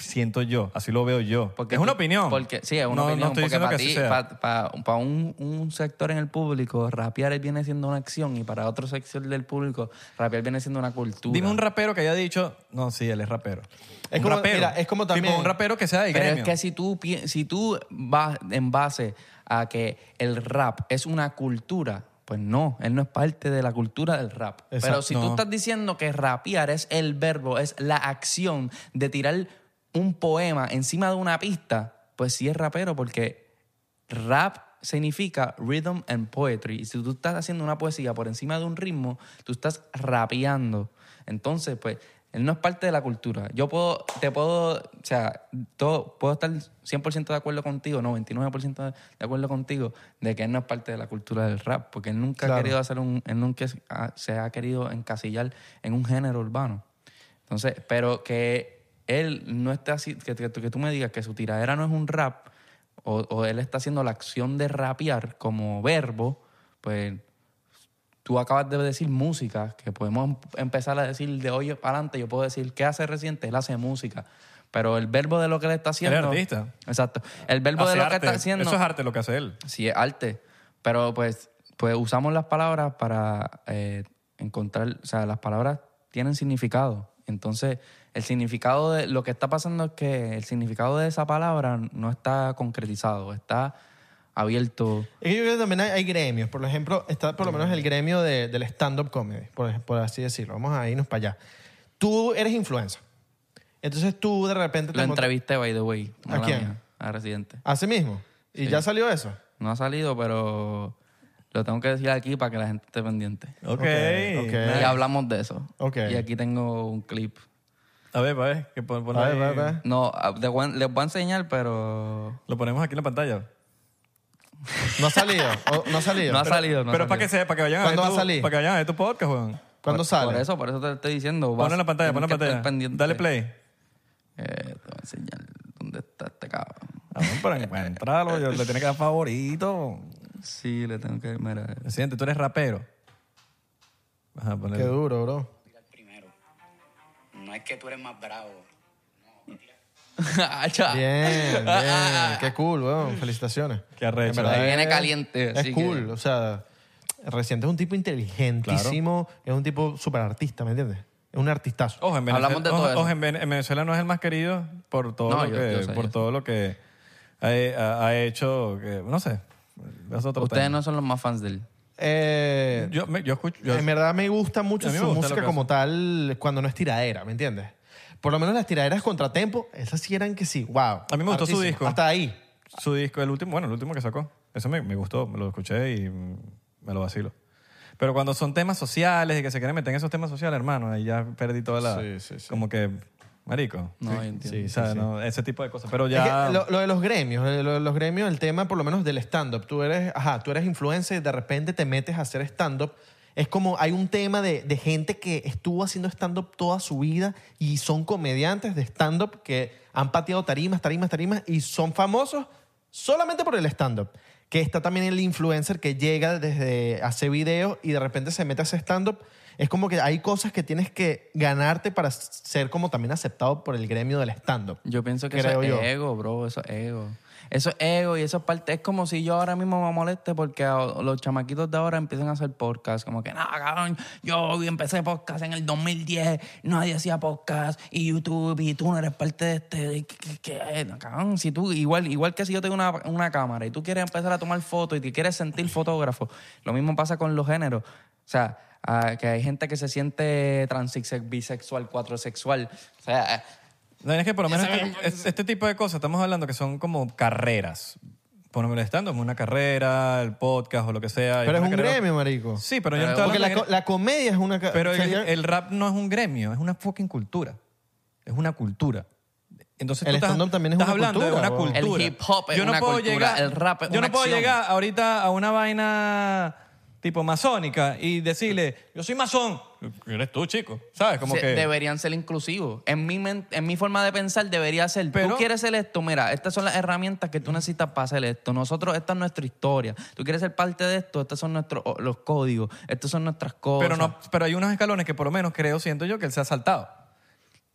Speaker 1: Siento yo, así lo veo yo. es una
Speaker 3: tú-
Speaker 1: opinión.
Speaker 3: Porque, sí, es una
Speaker 1: No-
Speaker 3: opinión.
Speaker 1: No estoy diciendo
Speaker 3: porque para
Speaker 1: que así
Speaker 3: ti,
Speaker 1: sea.
Speaker 3: para, un, un sector en el público, rapear viene siendo una acción. Y para otro sector del público, rapear viene siendo una cultura.
Speaker 1: Dime un rapero que haya dicho, no, sí, él es rapero.
Speaker 2: Es
Speaker 1: Un
Speaker 2: como-
Speaker 1: rapero.
Speaker 2: mira, es como
Speaker 1: Tipo,
Speaker 2: también-
Speaker 1: un rapero que sea de
Speaker 3: Pero
Speaker 1: gremio.
Speaker 3: es que si tú, pi- si tú vas en base a que el rap es una cultura, pues no, él no es parte de la cultura del rap. Pero si tú
Speaker 1: no.
Speaker 3: estás diciendo que rapear es el verbo, es la acción de tirar un poema encima de una pista, pues sí es rapero porque rap significa rhythm and poetry. Y si tú estás haciendo una poesía por encima de un ritmo, tú estás rapeando. Entonces, pues, él no es parte de la cultura. Yo puedo, te puedo, o sea, todo, puedo estar 100% de acuerdo contigo, no, 29% de acuerdo contigo, de que él no es parte de la cultura del rap, porque él nunca ha querido hacer un, él nunca se ha- se ha querido encasillar en un género urbano. Entonces, pero que él no esté así, que, que tú- que tú me digas que su tiradera no es un rap, o, o él está haciendo la acción de rapear como verbo, pues tú acabas de decir música, que podemos em- empezar a decir de hoy para adelante, yo puedo decir, ¿qué hace reciente? Él hace música. Pero el verbo de lo que él está haciendo...
Speaker 1: artista.
Speaker 3: Exacto. El verbo
Speaker 1: Hace
Speaker 3: de lo
Speaker 1: arte.
Speaker 3: que está haciendo...
Speaker 1: Eso es arte lo que hace él.
Speaker 3: Sí, es arte. Pero pues, pues usamos las palabras para eh, encontrar, o sea, las palabras tienen significado. Entonces, el significado de lo que está pasando es que el significado de esa palabra no está concretizado, está abierto.
Speaker 2: Es que yo creo que también hay, hay gremios. Por ejemplo, está por lo menos el gremio de- del stand-up comedy, por, ej- por así decirlo. Vamos a irnos para allá. Tú eres influencer. Entonces tú de repente
Speaker 3: Lo
Speaker 2: te montas-
Speaker 3: entrevisté, by the way.
Speaker 2: ¿A
Speaker 3: mala
Speaker 2: quién?
Speaker 3: mía, a Residente.
Speaker 2: Así mismo. Y ya salió eso.
Speaker 3: No ha salido, pero lo tengo que decir aquí para que la gente esté pendiente.
Speaker 1: Ok.
Speaker 2: Ok, ok.
Speaker 3: Y hablamos de eso.
Speaker 2: Eh. Ok.
Speaker 3: Y aquí tengo un clip.
Speaker 1: A ver, a ver. Que pon- ponlo
Speaker 2: A ver,
Speaker 1: ahí.
Speaker 2: a ver, a ver.
Speaker 3: No, ah, les voy a- les voy a enseñar, pero...
Speaker 1: Lo ponemos aquí en la pantalla.
Speaker 2: No ha salido. o- no ha salido.
Speaker 3: No ha salido. no ha
Speaker 1: Pero para
Speaker 3: salido.
Speaker 1: que, se, para que vayan a ver
Speaker 2: ¿Cuándo va
Speaker 1: tu,
Speaker 2: a salir?
Speaker 1: Para que vayan a ver tu podcast, weón.
Speaker 2: ¿Cuándo
Speaker 3: por,
Speaker 2: sale?
Speaker 3: Por eso, por eso te estoy diciendo. vas-
Speaker 1: Ponlo en la pantalla, ponlo en la
Speaker 3: tienes que estar
Speaker 1: pantalla.
Speaker 3: pendiente.
Speaker 1: Dale play.
Speaker 3: Eh, te voy a enseñar dónde está este cabrón.
Speaker 1: Ah, bueno, Para encontrarlo, yo le tiene que dar favorito.
Speaker 3: Sí, le tengo que... Mira,
Speaker 1: Presidente, tú eres rapero. Ajá,
Speaker 2: Qué
Speaker 1: ponle.
Speaker 2: duro, bro.
Speaker 4: tirar primero. No es que tú eres más bravo.
Speaker 3: Acha.
Speaker 2: Bien, bien. Qué cool, weón. Felicitaciones.
Speaker 1: Qué arrecho.
Speaker 2: En verdad
Speaker 3: Ahí viene
Speaker 2: es-
Speaker 3: caliente,
Speaker 2: Es
Speaker 3: así
Speaker 2: cool.
Speaker 3: que-
Speaker 2: O sea, Reciente es un tipo inteligentísimo. Es un tipo súper artista, ¿me entiendes? Es un artistazo.
Speaker 3: Oh.
Speaker 1: Ojo, en Venezuela,
Speaker 3: Hablamos de todo
Speaker 1: ojo,
Speaker 3: eso.
Speaker 1: ojo, en Ven- en Venezuela no es el más querido por todo
Speaker 3: No,
Speaker 1: lo
Speaker 3: yo-
Speaker 1: que,
Speaker 3: yo sé,
Speaker 1: por
Speaker 3: yo
Speaker 1: todo lo que ha, ha- ha hecho. que- no sé. Es otro
Speaker 3: Ustedes
Speaker 1: tema.
Speaker 3: no son los más fans de él.
Speaker 2: Eh,
Speaker 1: Yo, me- yo escucho. yo-
Speaker 2: en verdad me gusta mucho
Speaker 1: A mí me
Speaker 2: su
Speaker 1: gusta lo
Speaker 2: música
Speaker 1: que hace.
Speaker 2: como tal cuando no es tiradera, ¿me entiendes? Por lo menos las tiraderas contratempo, esas sí eran que sí, wow.
Speaker 1: A mí me gustó su disco.
Speaker 2: Hasta ahí.
Speaker 1: su disco, el último, bueno, el último que sacó. Eso me, me gustó, me lo escuché y mm, me lo vacilo. Pero cuando son temas sociales y que se quieren meter en esos temas sociales, hermano, ahí ya perdí toda la.
Speaker 2: Sí, sí, sí.
Speaker 1: Como que. Marico.
Speaker 3: No, yo entiendo.
Speaker 1: Sí, o sea, no, ese tipo de cosas. Pero
Speaker 2: Es
Speaker 1: ya.
Speaker 2: que lo, lo de los gremios, eh, lo de los gremios, el tema por lo menos del stand-up. Tú eres, ajá, tú eres influencer y de repente te metes a hacer stand-up. Es como hay un tema de, de gente que estuvo haciendo stand-up toda su vida y son comediantes de stand-up que han pateado tarimas, tarimas, tarimas y son famosos solamente por el stand-up. Que está también el influencer que llega desde hace videos y de repente se mete a hacer stand-up es como que hay cosas que tienes que ganarte para ser como también aceptado por el gremio del stand-up.
Speaker 3: Yo pienso que eso
Speaker 2: Creo
Speaker 3: es
Speaker 2: yo.
Speaker 3: ego, bro. Eso es ego. Eso es ego y eso es parte. Es como si yo ahora mismo me moleste porque a- los chamaquitos de ahora empiezan a hacer podcast. Como que, nada, cabrón, yo empecé podcast en el 2010, nadie hacía podcast y YouTube y tú no eres parte de este. ¿Qué, qué- qué? No, cabrón, si tú, igual, igual que si yo tengo una, una cámara y tú quieres empezar a tomar fotos y te quieres sentir fotógrafo, lo mismo pasa con los géneros. O sea, ah, que hay gente que se siente transsexual, bisexual, cuatrosexual. O sea, eh,
Speaker 1: La verdad es que por lo menos este, es- este tipo de cosas estamos hablando que son como carreras. Por lo menos estando como una carrera, el podcast o lo que sea. y
Speaker 2: Pero es
Speaker 1: una
Speaker 2: un
Speaker 1: carrera-
Speaker 2: gremio, marico.
Speaker 1: Sí, pero yo no estoy
Speaker 2: Porque la,
Speaker 1: hablando
Speaker 2: co-
Speaker 1: de-
Speaker 2: la comedia es una... ca-
Speaker 1: Pero
Speaker 2: o sea,
Speaker 1: el,
Speaker 2: yo-
Speaker 1: el rap no es un gremio, es una fucking cultura. Es una cultura. Entonces
Speaker 2: El
Speaker 1: tú estás,
Speaker 2: stand-up también es
Speaker 1: estás
Speaker 2: una
Speaker 1: hablando
Speaker 2: cultura,
Speaker 1: de una
Speaker 2: weón.
Speaker 1: cultura.
Speaker 3: El hip hop es
Speaker 1: yo no
Speaker 3: una
Speaker 1: puedo
Speaker 3: cultura,
Speaker 1: llegar,
Speaker 3: el rap es
Speaker 1: Yo
Speaker 3: una
Speaker 1: no puedo
Speaker 3: acción.
Speaker 1: llegar ahorita a una vaina tipo masónica y decirle, yo soy masón. Eres tú, chico. ¿Sabes? Como
Speaker 3: Se-
Speaker 1: que...
Speaker 3: Deberían ser inclusivos. En mi, men- en mi forma de pensar debería ser,
Speaker 1: Pero-
Speaker 3: tú quieres ser esto, mira, estas son las herramientas que tú necesitas para hacer esto. Nosotros, esta es nuestra historia. Tú quieres ser parte de esto, estos son nuestros o- los códigos, estos son nuestras cosas.
Speaker 1: Pero, no, pero hay unos escalones que por lo menos creo, siento yo, que él se ha saltado.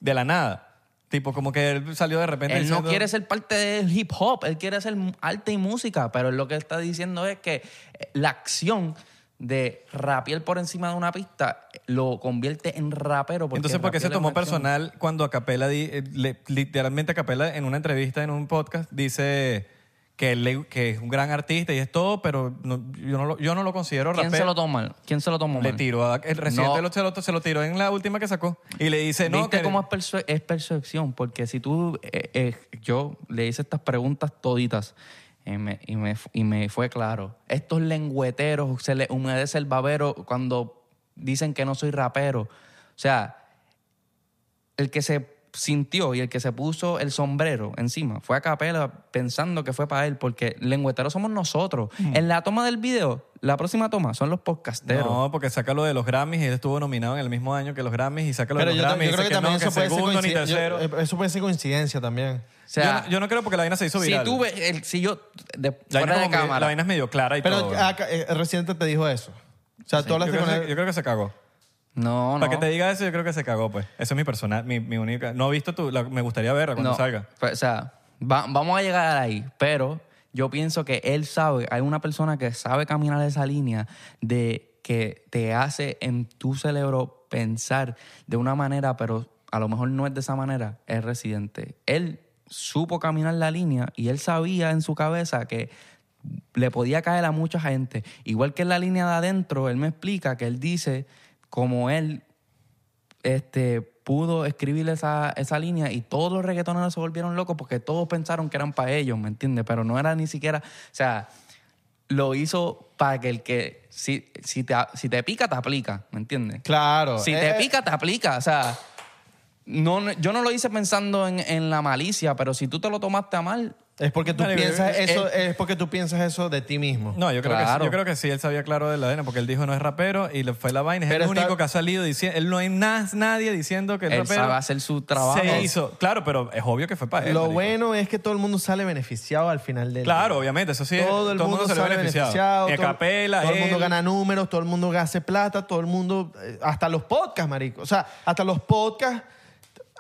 Speaker 1: De la nada. Tipo, como que él salió de repente
Speaker 3: Él no
Speaker 1: diciendo-
Speaker 3: quiere ser parte del hip hop, él quiere hacer arte y música, pero él lo que está diciendo es que eh, la acción de rapear por encima de una pista eh, lo convierte en rapero. Porque
Speaker 1: Entonces, ¿por qué se
Speaker 3: rapear es
Speaker 1: tomó
Speaker 3: una acción.
Speaker 1: personal cuando Acapela, di- eh, le- literalmente Acapela en una entrevista, en un podcast, dice que, él le- que es un gran artista y es todo, pero no- yo, no lo, yo no lo considero
Speaker 3: ¿Quién
Speaker 1: rapero?
Speaker 3: se lo toma? ¿Quién se lo tomó
Speaker 1: Le
Speaker 3: mal?
Speaker 1: tiró a- el reciente
Speaker 3: No.
Speaker 1: lo- se, lo, se lo tiró en la última que sacó y le dice, no,
Speaker 3: ¿Viste
Speaker 1: que...
Speaker 3: cómo es, perce- es percepción? Porque si tú, eh, eh, yo le hice estas preguntas toditas eh, me- y me, fu- y me fue claro. Estos lengüeteros se les humedece el babero cuando dicen que no soy rapero. O sea, el que se sintió y el que se puso el sombrero encima fue a capela pensando que fue para él porque lengüeteros somos nosotros.
Speaker 1: Hmm.
Speaker 3: En la toma del video, la próxima toma son los podcasteros.
Speaker 1: No, porque saca lo de los Grammys y él estuvo nominado en el mismo año que los Grammys y saca lo de
Speaker 2: Pero
Speaker 1: los
Speaker 2: yo, tam-
Speaker 1: Grammys
Speaker 2: yo
Speaker 1: y
Speaker 2: creo que
Speaker 1: dice que,
Speaker 2: también
Speaker 1: no, que
Speaker 2: eso, puede ser
Speaker 1: segundo ni
Speaker 2: coinciden- yo-
Speaker 1: tercero.
Speaker 2: eh, eso puede ser coincidencia también.
Speaker 3: O sea,
Speaker 1: yo, no, yo no creo porque la vaina se hizo
Speaker 3: si
Speaker 1: viral.
Speaker 3: tú ves, el- si yo, de,
Speaker 1: la vaina,
Speaker 3: fuera de
Speaker 1: como medio-
Speaker 3: cámara.
Speaker 1: la vaina es medio clara y todo.
Speaker 2: Pero
Speaker 1: ¿no?
Speaker 2: acá, eh, reciente te dijo eso. O sea, tú
Speaker 1: yo,
Speaker 2: hablaste
Speaker 1: creo
Speaker 2: con
Speaker 1: que,
Speaker 2: él.
Speaker 1: se- yo creo que se cagó.
Speaker 3: No, no.
Speaker 1: Para que te diga eso, yo creo que se cagó, pues. Eso es mi personal, mi, mi única. No he visto tu. la- me gustaría verla cuando
Speaker 3: No,
Speaker 1: salga.
Speaker 3: pues, O sea, va- vamos a llegar ahí, pero yo pienso que él sabe, hay una persona que sabe caminar esa línea de que te hace en tu cerebro pensar de una manera, pero a lo mejor no es de esa manera, es residente. Él supo caminar la línea y él sabía en su cabeza que le podía caer a mucha gente. Igual que en la línea de adentro, él me explica que él dice como él este, pudo escribir esa, esa línea y todos los reggaetoneros se volvieron locos porque todos pensaron que eran para ellos, ¿me entiendes? Pero no era ni siquiera, o sea, lo hizo para que el que, si, si, te, si te pica, te aplica, ¿me entiendes?
Speaker 2: Claro.
Speaker 3: Si
Speaker 2: Eh,
Speaker 3: te
Speaker 2: eh,
Speaker 3: pica, te aplica, o sea, no, no- yo no lo hice pensando en, en la malicia, pero si tú te lo tomaste a mal,
Speaker 2: Es porque tú
Speaker 1: Dale,
Speaker 2: piensas
Speaker 1: eh,
Speaker 2: eso, es porque tú piensas eso de ti mismo.
Speaker 1: No, yo creo, que, sí,
Speaker 3: Claro.
Speaker 1: yo creo que sí, él sabía claro de la vaina, porque él dijo no es rapero y le fue la vaina. Es
Speaker 2: Pero
Speaker 1: el
Speaker 2: está-
Speaker 1: único que ha salido diciendo. Él no hay na- nadie diciendo que es
Speaker 3: Él
Speaker 1: rapero.
Speaker 3: sabe hacer su trabajo.
Speaker 1: Se hizo. Claro, pero es obvio que fue para él.
Speaker 2: Lo
Speaker 1: marico.
Speaker 2: bueno es que todo el mundo sale beneficiado al final del
Speaker 1: Claro, obviamente, eso sí.
Speaker 2: todo el mundo,
Speaker 1: se
Speaker 2: sale beneficiado.
Speaker 1: Y a
Speaker 2: todo-
Speaker 1: capela,
Speaker 2: todo el mundo
Speaker 1: él.
Speaker 2: gana números, todo el mundo hace plata, todo el mundo, eh, hasta los podcasts, marico. O sea, hasta los podcasts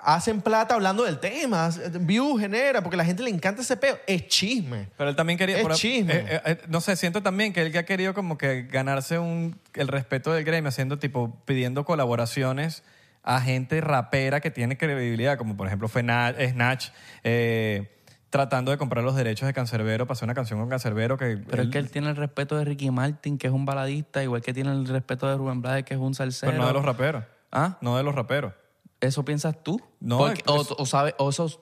Speaker 2: hacen plata hablando del tema, eh, views genera, porque a la gente le encanta ese peo. Es chisme.
Speaker 1: Pero él también quería.
Speaker 2: Es
Speaker 1: por-
Speaker 2: chisme.
Speaker 1: eh, eh, eh, no sé, siento también que él que ha querido como que ganarse un, el respeto del gremio, haciendo tipo, pidiendo colaboraciones a gente rapera que tiene credibilidad, como por ejemplo fue Na- Snatch, eh, tratando de comprar los derechos de Cancerbero, pasó una canción con Cancerbero que.
Speaker 3: Pero es que él tiene el respeto de Ricky Martin, que es un baladista, igual que tiene el respeto de Rubén Blades, que es un salsero.
Speaker 1: Pero Pues no de los raperos.
Speaker 3: ¿Ah?
Speaker 1: No de los raperos.
Speaker 3: ¿Eso piensas tú?
Speaker 1: No,
Speaker 3: Porque-
Speaker 1: es-
Speaker 3: o, o sabe- o eso, o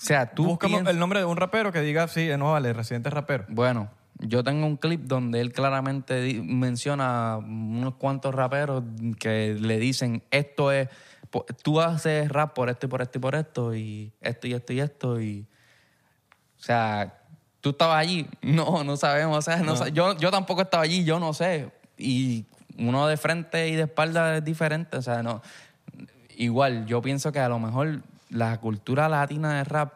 Speaker 3: sea, tú
Speaker 1: Busca
Speaker 3: piensas-
Speaker 1: el nombre de un rapero que diga, sí, no vale, residente es rapero.
Speaker 3: Bueno, yo tengo un clip donde él claramente di- menciona unos cuantos raperos que le dicen, esto es, po- tú haces rap por esto y por esto y por esto, y esto y esto y esto, y... O sea, tú estabas allí. No, no sabemos. O sea, no sa- yo, yo tampoco estaba allí, yo no sé. Y uno de frente y de espalda es diferente. O sea, no. Igual, yo pienso que a lo mejor la cultura latina de rap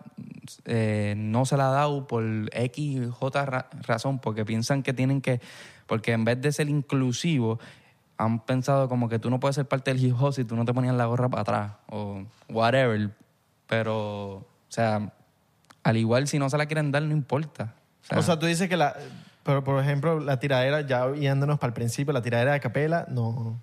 Speaker 3: eh, no se la ha dado por X, J ra- razón, porque piensan que tienen que. Porque en vez de ser inclusivo, han pensado como que tú no puedes ser parte del hip hop si tú no te ponías la gorra para atrás o whatever. Pero, o sea, al igual si no se la quieren dar, no importa. O sea,
Speaker 2: O sea, tú dices que la. Pero, por ejemplo, la tiradera, ya yéndonos para el principio, la tiradera de capela, no.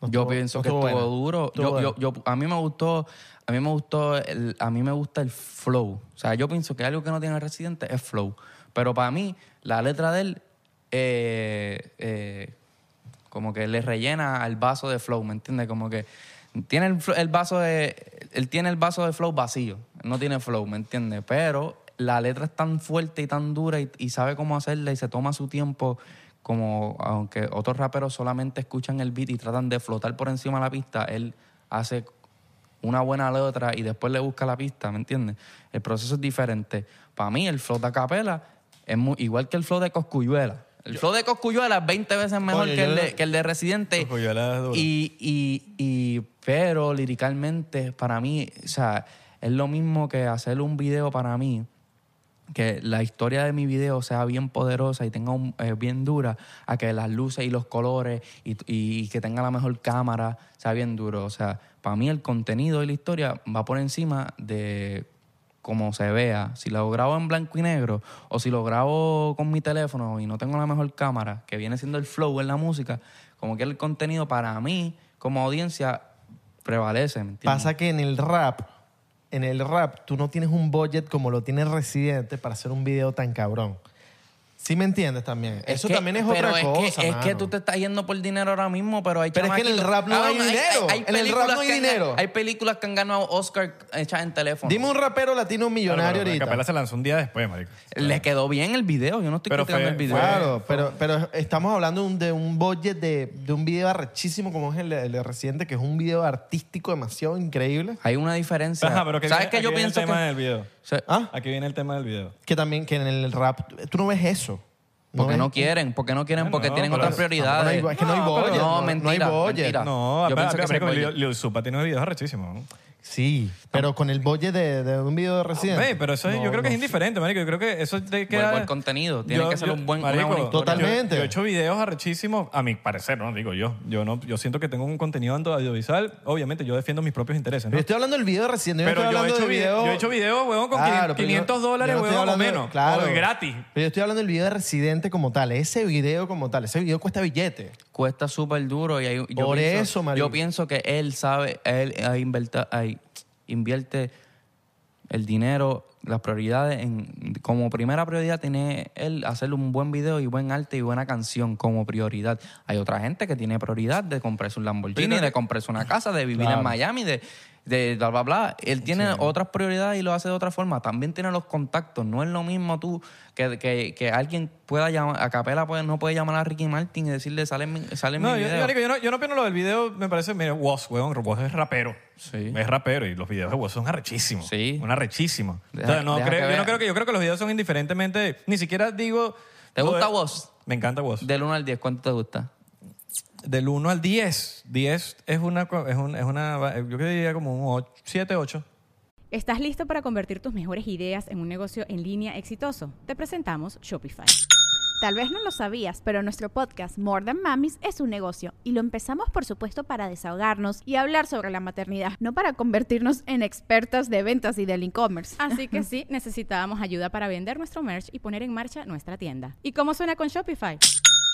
Speaker 2: no
Speaker 3: yo
Speaker 2: estuvo-
Speaker 3: pienso
Speaker 2: no
Speaker 3: que estuvo
Speaker 2: buena.
Speaker 3: duro.
Speaker 2: Estuvo
Speaker 3: yo,
Speaker 2: buena.
Speaker 3: yo, yo- a mí me gustó, a mí me gustó, el- a mí me gusta el flow. O sea, yo pienso que algo que no tiene Residente es flow. Pero para mí, la letra de él, eh, eh, como que le rellena al vaso de flow, ¿me entiendes? Como que tiene el, fl- el vaso de, él tiene el vaso de flow vacío, no tiene flow, ¿me entiendes? Pero la letra es tan fuerte y tan dura y, y sabe cómo hacerla y se toma su tiempo como aunque otros raperos solamente escuchan el beat y tratan de flotar por encima de la pista, él hace una buena letra y después le busca la pista, ¿me entiendes? El proceso es diferente. Para mí, el flow de acapela es mu- igual que el flow de Coscuyuela. El flow de Coscuyuela es 20 veces mejor
Speaker 1: Coño,
Speaker 3: que,
Speaker 1: yo
Speaker 3: el
Speaker 1: le-
Speaker 3: de, que el de Residente.
Speaker 1: Coscuyuela es duro.
Speaker 3: Y, y, y, pero liricalmente, para mí, o sea, es lo mismo que hacer un video para mí que la historia de mi video sea bien poderosa y tenga un- eh, bien dura, a que las luces y los colores y, t- y que tenga la mejor cámara sea bien duro. O sea, para mí el contenido y la historia va por encima de cómo se vea. Si lo grabo en blanco y negro o si lo grabo con mi teléfono y no tengo la mejor cámara, que viene siendo el flow en la música, como que el contenido para mí como audiencia prevalece. ¿me entiendes?
Speaker 2: Pasa que en el rap, en el rap, tú no tienes un budget como lo tiene Residente para hacer un video tan cabrón. ¿Sí me entiendes también?
Speaker 3: Es
Speaker 2: Eso
Speaker 3: que-
Speaker 2: también es
Speaker 3: pero
Speaker 2: otra
Speaker 3: es
Speaker 2: cosa.
Speaker 3: Que, es que
Speaker 2: mano.
Speaker 3: tú te estás yendo por dinero ahora mismo, pero hay
Speaker 2: Pero es que en el
Speaker 3: chamaquitos- Ah,
Speaker 2: rap no hay dinero. En el rap
Speaker 3: películas
Speaker 2: no hay
Speaker 3: que han-
Speaker 2: dinero.
Speaker 3: Hay películas que han ganado Oscar hechas en teléfono.
Speaker 2: Dime un rapero latino millonario
Speaker 1: Claro, pero
Speaker 2: ahorita.
Speaker 1: Capela se lanzó un día después, marico.
Speaker 3: Le quedó bien el video. Yo no estoy
Speaker 1: Pero
Speaker 3: criticando
Speaker 1: fue-
Speaker 3: el video.
Speaker 2: Claro, pero, pero estamos hablando de un, de un budget de, de un video arrechísimo como es el, de- el de Residente, que es un video artístico demasiado increíble.
Speaker 3: Hay una diferencia.
Speaker 1: Ajá, pero que viene-
Speaker 3: ¿Sabes qué
Speaker 1: aquí
Speaker 3: yo
Speaker 1: viene
Speaker 3: pienso
Speaker 1: el tema
Speaker 3: que-
Speaker 1: del video.
Speaker 3: O sea,
Speaker 2: ¿Ah?
Speaker 1: Aquí viene el tema del video.
Speaker 2: Que también, que en el rap, tú no ves eso.
Speaker 3: Porque
Speaker 2: ves-
Speaker 3: no quieren, porque no quieren, porque
Speaker 1: no,
Speaker 3: tienen
Speaker 1: pero-
Speaker 3: otras
Speaker 2: no
Speaker 3: prioridades.
Speaker 2: hay- es que no hay
Speaker 3: pero
Speaker 2: budget, no-
Speaker 3: No,
Speaker 2: no
Speaker 3: mentira.
Speaker 2: hay budget.
Speaker 3: mentira.
Speaker 1: No,
Speaker 3: yo
Speaker 1: pero,
Speaker 3: pienso que se
Speaker 1: pero,
Speaker 3: puede.
Speaker 1: Lil Supa tiene videos arrechísimos. ¿no?
Speaker 2: Sí, pero con el budget de, de un video de Residente.
Speaker 1: Ey, pero eso es- yo creo que es indiferente, marico. Yo creo que eso te queda...
Speaker 3: Vuelvo al contenido. Tiene que ser un buen- una
Speaker 1: marico,
Speaker 3: buena historia.
Speaker 2: Totalmente.
Speaker 1: Yo, yo he hecho videos arrechísimos, a mi parecer, ¿no? Digo yo. Yo, no, yo siento que tengo un contenido audiovisual. Obviamente, yo defiendo mis propios intereses,
Speaker 2: Yo
Speaker 1: ¿no?
Speaker 2: estoy hablando del video de Residente. Yo no
Speaker 1: Pero
Speaker 2: estoy
Speaker 1: yo he
Speaker 2: hablando
Speaker 1: hecho
Speaker 2: del
Speaker 1: video-
Speaker 2: video...
Speaker 1: yo he hecho video, huevón, con 500
Speaker 2: pero yo-
Speaker 1: dólares,
Speaker 2: yo no estoy
Speaker 1: huevón, o
Speaker 2: hablando de-
Speaker 1: menos.
Speaker 2: Claro.
Speaker 1: O gratis.
Speaker 2: Pero yo estoy hablando del video de Residente como tal. Ese video como tal. Ese video cuesta billete. Eh,
Speaker 3: cuesta súper duro y hay, yo
Speaker 2: Por
Speaker 3: pienso,
Speaker 2: eso, marico.
Speaker 3: yo pienso que él sabe él ha inverta- ay, invierte el dinero las prioridades en como primera prioridad tiene él hacer un buen video y buen arte y buena canción como prioridad hay otra gente que tiene prioridad de comprarse un Lamborghini de comprarse una casa de vivir en Miami de de bla bla bla él tiene otras prioridades y lo hace de otra forma también tiene los contactos no es lo mismo tú que, que, que alguien pueda llamar a capela pues, no puede llamar a Ricky Martin y decirle sale en mi, sale en
Speaker 1: No,
Speaker 3: mi
Speaker 1: yo,
Speaker 3: video
Speaker 1: marico, yo no, yo no opino lo del video, me parece, mira, Woz, weón, Woz es rapero.
Speaker 3: Sí.
Speaker 1: Es rapero y los videos de Woz son arrechísimos.
Speaker 3: Sí.
Speaker 1: Una arrechísima.
Speaker 3: Deja-
Speaker 1: O sea, no
Speaker 3: deja
Speaker 1: creo-
Speaker 3: que
Speaker 1: yo no
Speaker 3: vea.
Speaker 1: creo que, yo creo que los videos son indiferentemente, ni siquiera digo...
Speaker 3: ¿Te
Speaker 1: lo
Speaker 3: gusta
Speaker 1: de-
Speaker 3: Woz?
Speaker 1: Me encanta Woz.
Speaker 3: Del 1 al 10, ¿cuánto te gusta?
Speaker 1: del 1 al 10. 10 es una, co- es un- es una yo diría como un 7, 8.
Speaker 5: ¿Estás listo para convertir tus mejores ideas en un negocio en línea exitoso? Te presentamos Shopify.
Speaker 6: Tal vez no lo sabías, pero nuestro podcast More Than Mamis es un negocio y lo empezamos por supuesto para desahogarnos y hablar sobre la maternidad, no para convertirnos en expertas de ventas y del e-commerce.
Speaker 5: Así que sí, necesitábamos ayuda para vender nuestro merch y poner en marcha nuestra tienda. ¿Y cómo suena con Shopify?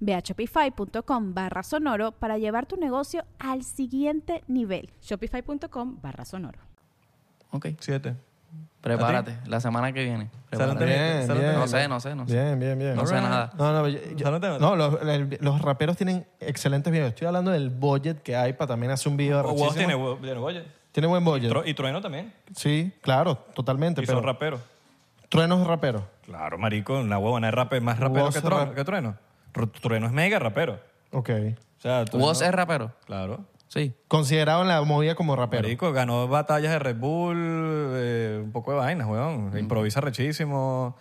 Speaker 6: Ve a shopify.com barra sonoro para llevar tu negocio al siguiente nivel.
Speaker 5: Shopify.com barra sonoro.
Speaker 3: Ok.
Speaker 1: 7.
Speaker 3: Prepárate. La semana que viene.
Speaker 1: Sale un
Speaker 3: Prepárate.
Speaker 1: tema.
Speaker 2: Bien,
Speaker 1: Sale un
Speaker 2: bien.
Speaker 1: tema.
Speaker 3: No sé, no sé, no sé.
Speaker 2: Bien, bien, bien.
Speaker 3: No sé nada.
Speaker 2: No, no, yo- yo-
Speaker 1: No te-
Speaker 2: no, los, el- los raperos tienen excelentes videos. Estoy hablando del budget que hay para también hacer un video
Speaker 1: O Woz Oh, tiene,
Speaker 2: arrechísimo.
Speaker 1: Woz tiene budget.
Speaker 2: Tiene buen budget.
Speaker 1: Tru- Y Trueno también.
Speaker 2: Sí, claro, totalmente.
Speaker 1: Y
Speaker 2: pero
Speaker 1: son raperos.
Speaker 2: Truenos es rapero.
Speaker 1: Claro, marico, una huevona es rap, más rapero
Speaker 2: Woz
Speaker 1: que
Speaker 2: es
Speaker 1: Trueno.
Speaker 2: rap-
Speaker 1: que Trueno. Ru- Trueno es mega rapero.
Speaker 2: Ok.
Speaker 1: O sea, tú-
Speaker 3: Woz es rapero.
Speaker 1: Claro.
Speaker 3: Sí.
Speaker 2: Considerado en la movida como rapero.
Speaker 1: Marico ganó batallas de Red Bull, eh, un poco de vainas, weón. Improvisa rechísimo. O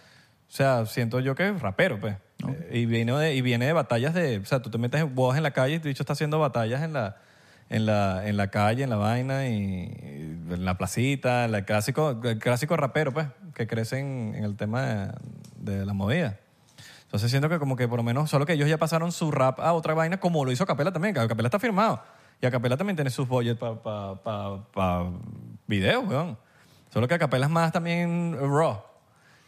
Speaker 1: sea, siento yo que es rapero, pues. Eh, y, vino de, y viene de batallas de... O sea, tú te metes en voz en la calle y el bicho está haciendo batallas en la, en la, en la calle, en la vaina, y, y en la placita, en la clásico, el clásico rapero, pues, que crece en, en el tema de, de la movida. Entonces siento que como que por lo menos, solo que ellos ya pasaron su rap a otra vaina, como lo hizo Capela también. que Capela está firmado. Y Capela también tiene sus budgets para pa, pa- pa videos, weón. Solo que Capela es más también raw.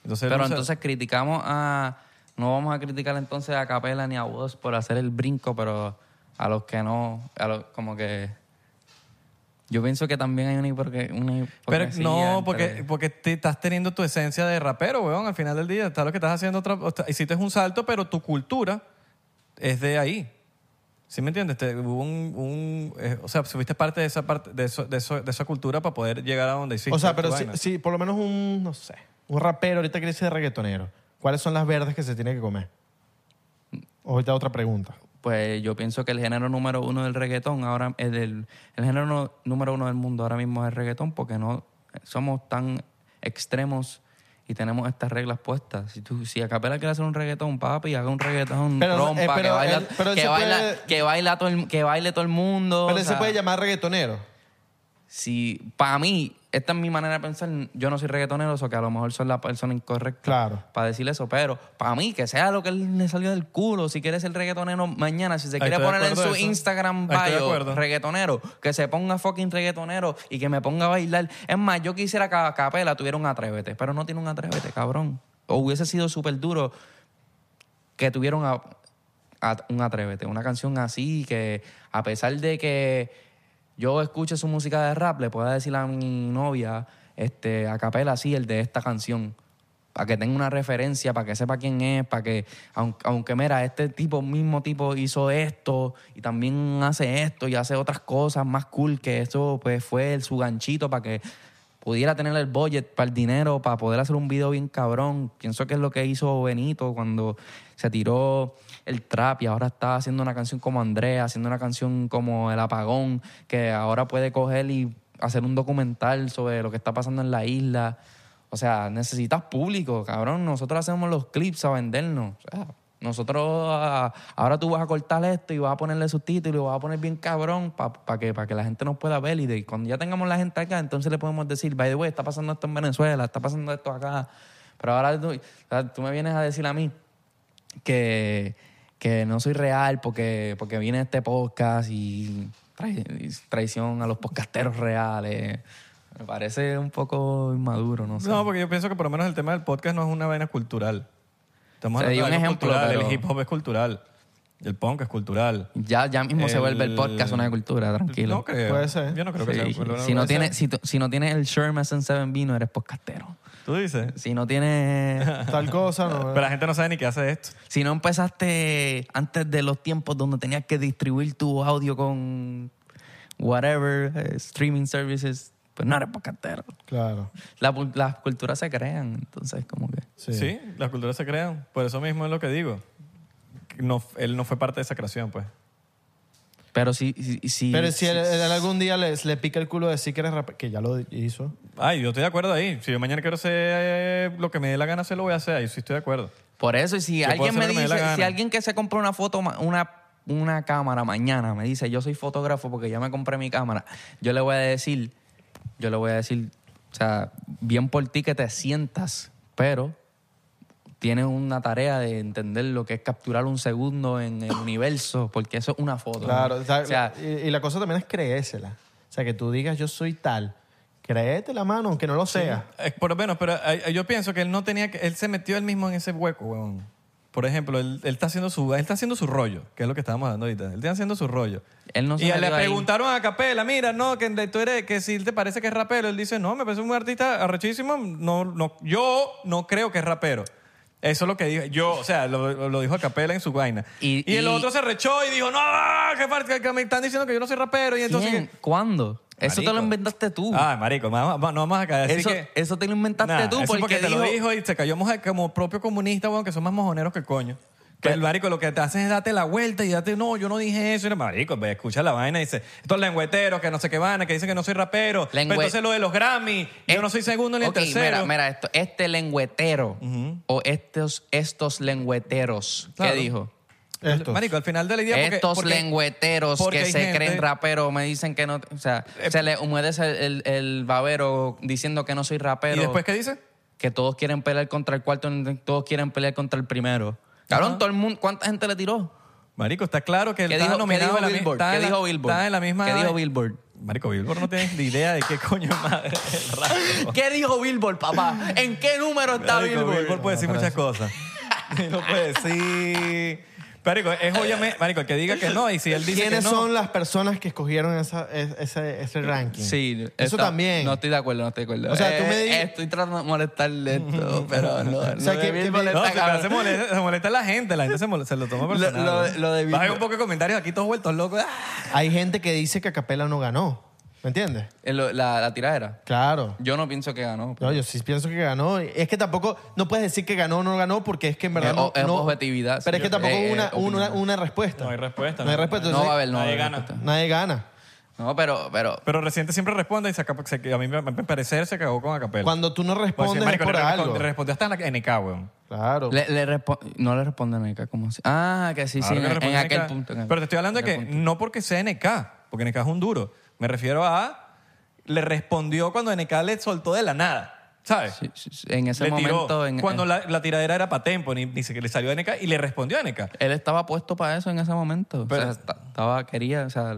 Speaker 1: Entonces,
Speaker 3: Pero
Speaker 1: no sé-
Speaker 3: entonces criticamos a. No vamos a criticar entonces a Capela ni a Woz por hacer el brinco, pero a los que no. A los, como que. Yo pienso que también hay una, hipoque- una
Speaker 1: Pero
Speaker 3: hipocresía
Speaker 1: no,
Speaker 3: entre-
Speaker 1: porque, porque te estás teniendo tu esencia de rapero, weón. Al final del día, está lo que estás haciendo. Otra, o sea, hiciste un salto, pero tu cultura es de ahí. ¿Sí me entiendes? Te- hubo un, un- eh, o sea, fuiste parte de esa, parte, de, eso- de, eso- de esa cultura para poder llegar a donde hiciste.
Speaker 2: O sea,
Speaker 1: tu
Speaker 2: pero si,
Speaker 1: vaina.
Speaker 2: si por lo menos un, no sé, un rapero ahorita quiere ser reggaetonero, ¿cuáles son las verdes que se tiene que comer?
Speaker 3: Mm.
Speaker 2: Ahorita otra pregunta.
Speaker 3: Pues yo pienso que el género número uno del reggaetón ahora es del- el género no- número uno del mundo ahora mismo es el reggaetón porque no somos tan extremos y tenemos estas reglas puestas. Si tú si Acapela quiere hacer un reggaetón, papi, haga un reggaetón
Speaker 2: Pero,
Speaker 3: rompa
Speaker 2: eh,
Speaker 3: que
Speaker 2: pero
Speaker 3: baila
Speaker 2: él- pero él
Speaker 3: que
Speaker 2: se
Speaker 3: baila
Speaker 2: puede-
Speaker 3: que baila todo el, que baile todo el mundo.
Speaker 2: Pero
Speaker 3: o
Speaker 2: él se
Speaker 3: sea,
Speaker 2: puede llamar reggaetonero.
Speaker 3: si para mí esta es mi manera de pensar, yo no soy reggaetonero, o que a lo mejor soy la persona incorrecta
Speaker 2: Claro.
Speaker 3: para decir eso, pero para mí, que sea lo que él le salió del culo. Si quiere ser reggaetonero mañana, si se
Speaker 1: Ahí
Speaker 3: quiere
Speaker 1: estoy de
Speaker 3: poner en
Speaker 1: acuerdo
Speaker 3: su
Speaker 1: de eso.
Speaker 3: Instagram
Speaker 1: Ahí estoy de
Speaker 3: bio
Speaker 1: acuerdo.
Speaker 3: reggaetonero, que se ponga fucking reggaetonero y que me ponga a bailar. Es más, yo quisiera que a Capela tuviera un atrévete, pero no tiene un atrévete, cabrón. O hubiese sido súper duro que tuviera una- a- un atrévete, una canción así que a pesar de que yo escuche su música de rap, le pueda decir a mi novia este, a capela así el de esta canción. Para que tenga una referencia, para que sepa quién es, para que, aunque, aunque mira, este tipo, mismo tipo hizo esto y también hace esto y hace otras cosas más cool que eso, pues fue el- su ganchito para que pudiera tener el budget para el dinero, para poder hacer un video bien cabrón. Pienso que es lo que hizo Benito cuando se tiró el trap y ahora está haciendo una canción como Andrea, haciendo una canción como El Apagón, que ahora puede coger y hacer un documental sobre lo que está pasando en la isla. O sea, necesitas público, cabrón. Nosotros hacemos los clips a vendernos. O sea, nosotros ah, ahora tú vas a cortar esto y vas a ponerle subtítulos y vas a poner bien cabrón para que, pa' que la gente nos pueda ver y de- cuando ya tengamos la gente acá, entonces le podemos decir, by the way, está pasando esto en Venezuela, está pasando esto acá. Pero ahora tú, o sea, tú me vienes a decir a mí que, que no soy real porque, porque viene este podcast y, trai- y traición a los podcasteros reales. Me parece un poco inmaduro, no sé.
Speaker 1: No, porque yo pienso que por lo menos el tema del podcast no es una vaina cultural. Estamos
Speaker 3: Se dio
Speaker 1: hablando de
Speaker 3: un
Speaker 1: algo
Speaker 3: ejemplo,
Speaker 1: cultural.
Speaker 3: pero-
Speaker 1: El hip hop es cultural. El punk es cultural.
Speaker 3: Ya, ya mismo se
Speaker 1: El-
Speaker 3: vuelve el podcast una cultura, tranquilo.
Speaker 1: No creo.
Speaker 2: Puede ser.
Speaker 1: Yo no creo
Speaker 3: Sí,
Speaker 1: que sea.
Speaker 3: si, no
Speaker 1: puede ser.
Speaker 3: tienes, si, tú- si no tienes el Sherman 7 B, no eres podcastero.
Speaker 1: Tú dices.
Speaker 3: Si no tienes...
Speaker 2: Tal cosa, no.
Speaker 1: Pero la gente no sabe ni qué hace esto.
Speaker 3: si no empezaste antes de los tiempos donde tenías que distribuir tu audio con whatever, eh, streaming services, pues no eres podcastero.
Speaker 2: Claro.
Speaker 3: La pul- las culturas se crean, entonces como que...
Speaker 2: Sí.
Speaker 1: Sí. las culturas se crean. Por eso mismo es lo que digo. No, él no fue parte de esa creación, pues.
Speaker 3: Pero si... si, si-
Speaker 2: Pero si
Speaker 3: si-
Speaker 2: él, él algún día les, le pica el culo de sí que eres rapero, que ya lo hizo.
Speaker 1: Ay, yo estoy de acuerdo ahí. Si yo mañana quiero hacer eh, lo que me dé la gana, se lo voy a hacer. Ahí sí estoy de acuerdo.
Speaker 3: Por eso, y si
Speaker 1: Yo puedo
Speaker 3: alguien
Speaker 1: hacer lo que me
Speaker 3: me
Speaker 1: dé
Speaker 3: dice,
Speaker 1: la gana.
Speaker 3: si alguien que se compra una foto, ma- una, una cámara mañana, me dice, yo soy fotógrafo porque ya me compré mi cámara, yo le voy a decir, yo le voy a decir, o sea, bien por ti que te sientas, pero tienes una tarea de entender lo que es capturar un segundo en el universo, porque eso es una foto. ¿no?
Speaker 2: Claro. o sea,
Speaker 3: O sea,
Speaker 2: y, y la cosa también es creérsela. O sea, que tú digas yo soy tal. Créete la mano, aunque no lo sea.
Speaker 1: Eh, por lo menos, pero eh, yo pienso que él no tenía que. Él se metió él mismo en ese hueco, weón. Por ejemplo, él, él está haciendo su, él está haciendo su rollo, que es lo que estábamos hablando ahorita. Él está haciendo su rollo.
Speaker 3: Él no se
Speaker 1: y le
Speaker 3: metió ahí.
Speaker 1: preguntaron a Capela, mira, no, que tú eres, que si te parece que es rapero. Él dice, no, me parece un artista arrechísimo. No, no, yo no creo que es rapero. Eso es lo que dijo. Yo, o sea, lo, lo dijo a Capela en su vaina.
Speaker 3: Y-
Speaker 1: Y, el
Speaker 3: y-
Speaker 1: otro se rechó y dijo, no, que, par- que- que me están diciendo que yo no soy rapero. Y entonces.
Speaker 3: ¿quién?
Speaker 1: que-
Speaker 3: ¿Cuándo? Eso te lo
Speaker 1: Marico.
Speaker 3: inventaste tú.
Speaker 1: Ay, marico, vamos- vamos- no vamos a caer. Ah, así
Speaker 3: eso,
Speaker 1: que-
Speaker 3: eso te lo inventaste
Speaker 1: Nah,
Speaker 3: tú
Speaker 1: eso
Speaker 3: porque,
Speaker 1: te lo
Speaker 3: dijo-
Speaker 1: dijo y se cayó moja- como propio comunista, weón, que son más mojoneros que el coño. Que
Speaker 3: Pues-
Speaker 1: el marico lo que te hace es date la vuelta y date, no, yo no dije eso. Y el marico, pues, escucha la vaina y dice, estos lengüeteros que no sé qué van, que dicen que no soy rapero. Pero
Speaker 3: Lengüe-
Speaker 1: entonces lo de los Grammy,
Speaker 3: Eh,
Speaker 1: yo no soy segundo ni
Speaker 3: ok,
Speaker 1: el tercero.
Speaker 3: Mira, mira esto. Este lengüetero o estos, estos lengüeteros.
Speaker 1: Claro.
Speaker 3: ¿Qué dijo?
Speaker 2: Esto.
Speaker 1: Marico, al final del día, porque-
Speaker 3: estos
Speaker 1: porque-
Speaker 3: lengüeteros
Speaker 1: porque
Speaker 3: que
Speaker 1: hay
Speaker 3: se
Speaker 1: gente- Eh,
Speaker 3: creen raperos me dicen que no. O sea, se le humedece el, el babero diciendo que no soy rapero.
Speaker 1: ¿Y después qué dice?
Speaker 3: Que todos quieren pelear contra el cuarto, todos quieren pelear contra el primero. Cabrón, todo el mundo. ¿Cuánta gente le tiró?
Speaker 1: Marico, está claro que
Speaker 3: ¿Qué
Speaker 1: está
Speaker 3: dijo, qué
Speaker 1: nominado
Speaker 3: dijo
Speaker 1: en la mi-
Speaker 3: Billboard?
Speaker 1: está
Speaker 3: ¿Qué
Speaker 1: en la-
Speaker 3: dijo Billboard?
Speaker 1: Está en la misma.
Speaker 3: ¿Qué dijo Billboard?
Speaker 1: Marico, Billboard no tiene ni idea de qué coño es madre el rap.
Speaker 3: ¿Qué dijo Billboard, papá? ¿En qué número está
Speaker 1: Marico,
Speaker 3: Billboard?
Speaker 1: Billboard puede decir muchas cosas. no puede decir. Marico, es obviamente. Marico, el que diga que no, y si él dice que
Speaker 2: ¿Quiénes
Speaker 1: no.
Speaker 2: son las personas que escogieron esa- es- ese, ese ranking?
Speaker 3: Sí,
Speaker 2: Eso
Speaker 3: está-
Speaker 2: también.
Speaker 3: No estoy de acuerdo, no estoy de acuerdo. Eh,
Speaker 2: O sea, tú me dices-
Speaker 3: Estoy tratando de molestarle esto, pero no.
Speaker 2: O sea,
Speaker 3: lo
Speaker 2: que-
Speaker 3: de
Speaker 2: que-
Speaker 3: Billboard
Speaker 2: no,
Speaker 3: está
Speaker 1: No, se, pero
Speaker 3: cabrón.
Speaker 1: se molesta, se molesta la gente, la gente se, mol- se lo toma personal.
Speaker 3: Lo- lo- lo de
Speaker 1: Vas a ver
Speaker 3: Billboard.
Speaker 1: un poco de comentarios aquí todos vueltos locos. ¡Ah!
Speaker 2: Hay gente que dice que Acapela no ganó. ¿Me entiendes?
Speaker 3: Eh, lo- la, la tiradera.
Speaker 2: Claro.
Speaker 3: Yo no pienso que ganó.
Speaker 2: No, yo sí pienso que ganó. Es que tampoco, no puedes decir que ganó o no ganó porque es que en verdad
Speaker 3: Es-
Speaker 2: no,
Speaker 3: es
Speaker 2: no-
Speaker 3: objetividad,
Speaker 2: Pero es
Speaker 3: sí,
Speaker 2: que tampoco
Speaker 3: eh,
Speaker 2: hubo una,
Speaker 3: eh,
Speaker 2: hubo una,
Speaker 3: opinión.
Speaker 2: una respuesta.
Speaker 1: No hay respuesta,
Speaker 2: No hay
Speaker 1: no.
Speaker 2: respuesta.
Speaker 3: No
Speaker 2: entonces
Speaker 3: va a haber, no. va a
Speaker 1: Nadie
Speaker 3: haber
Speaker 1: gana.
Speaker 3: respuesta.
Speaker 2: Nadie gana.
Speaker 3: No, pero, pero
Speaker 1: Pero reciente siempre responde y se acaba- se- a mí me, me parecer se cagó con Acapela.
Speaker 2: Cuando tú no
Speaker 1: Pues sí,
Speaker 2: respondes es
Speaker 1: marico,
Speaker 2: por
Speaker 1: le respond-
Speaker 2: algo.
Speaker 1: le respondió hasta en la en NK, weón.
Speaker 2: Claro.
Speaker 3: le, le respo- no le responde NK como así. Ah, que sí,
Speaker 1: Claro que
Speaker 3: sí, en, en
Speaker 1: respondió
Speaker 3: aquel
Speaker 1: NK.
Speaker 3: punto. en aquel-
Speaker 1: Pero te estoy hablando de
Speaker 3: en
Speaker 1: que
Speaker 3: aquel punto.
Speaker 1: no porque sea NK, porque NK es un duro. Me refiero a. Le respondió cuando NK le soltó de la nada, ¿sabes?
Speaker 3: Sí, sí, sí, en ese
Speaker 1: le tiró.
Speaker 3: momento. en-
Speaker 1: cuando
Speaker 3: en-
Speaker 1: la, la tiradera era para tempo, ni, ni se le salió a NK y le respondió a NK.
Speaker 3: Él estaba puesto para eso en ese momento.
Speaker 1: Pero-
Speaker 3: o sea, esta- estaba, quería, o sea,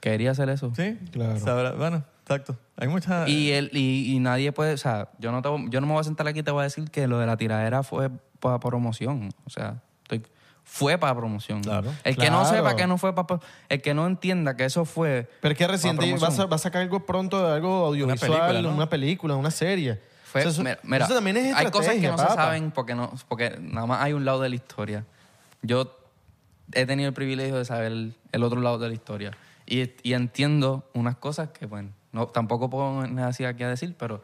Speaker 3: quería hacer eso.
Speaker 1: Sí,
Speaker 2: Claro.
Speaker 1: Sabrá- bueno, exacto. Hay muchas.
Speaker 3: Y, él, y, y nadie puede, o sea, yo no, te voy- yo no me voy a sentar aquí y te voy a decir que lo de la tiradera fue para promoción. O sea, estoy- fue para promoción.
Speaker 1: Claro.
Speaker 3: el que no
Speaker 2: Claro.
Speaker 3: sepa que no fue para... El que no entienda que eso fue...
Speaker 2: Pero es que
Speaker 3: pa'
Speaker 2: reciente
Speaker 3: promoción.
Speaker 2: vas a, vas a sacar algo pronto de algo audiovisual, una
Speaker 1: película,
Speaker 2: película,
Speaker 1: ¿no?
Speaker 2: una, serie.
Speaker 3: Fue-
Speaker 2: O sea, eso,
Speaker 3: mira, mira,
Speaker 2: eso también es
Speaker 3: hay cosas que
Speaker 2: estrategia,
Speaker 3: no se
Speaker 2: papa.
Speaker 3: saben porque, no, porque nada más hay un lado de la historia. Yo he tenido el privilegio de saber el, el otro lado de la historia. Y, y entiendo unas cosas que, bueno, no, tampoco puedo venir así aquí a decir, pero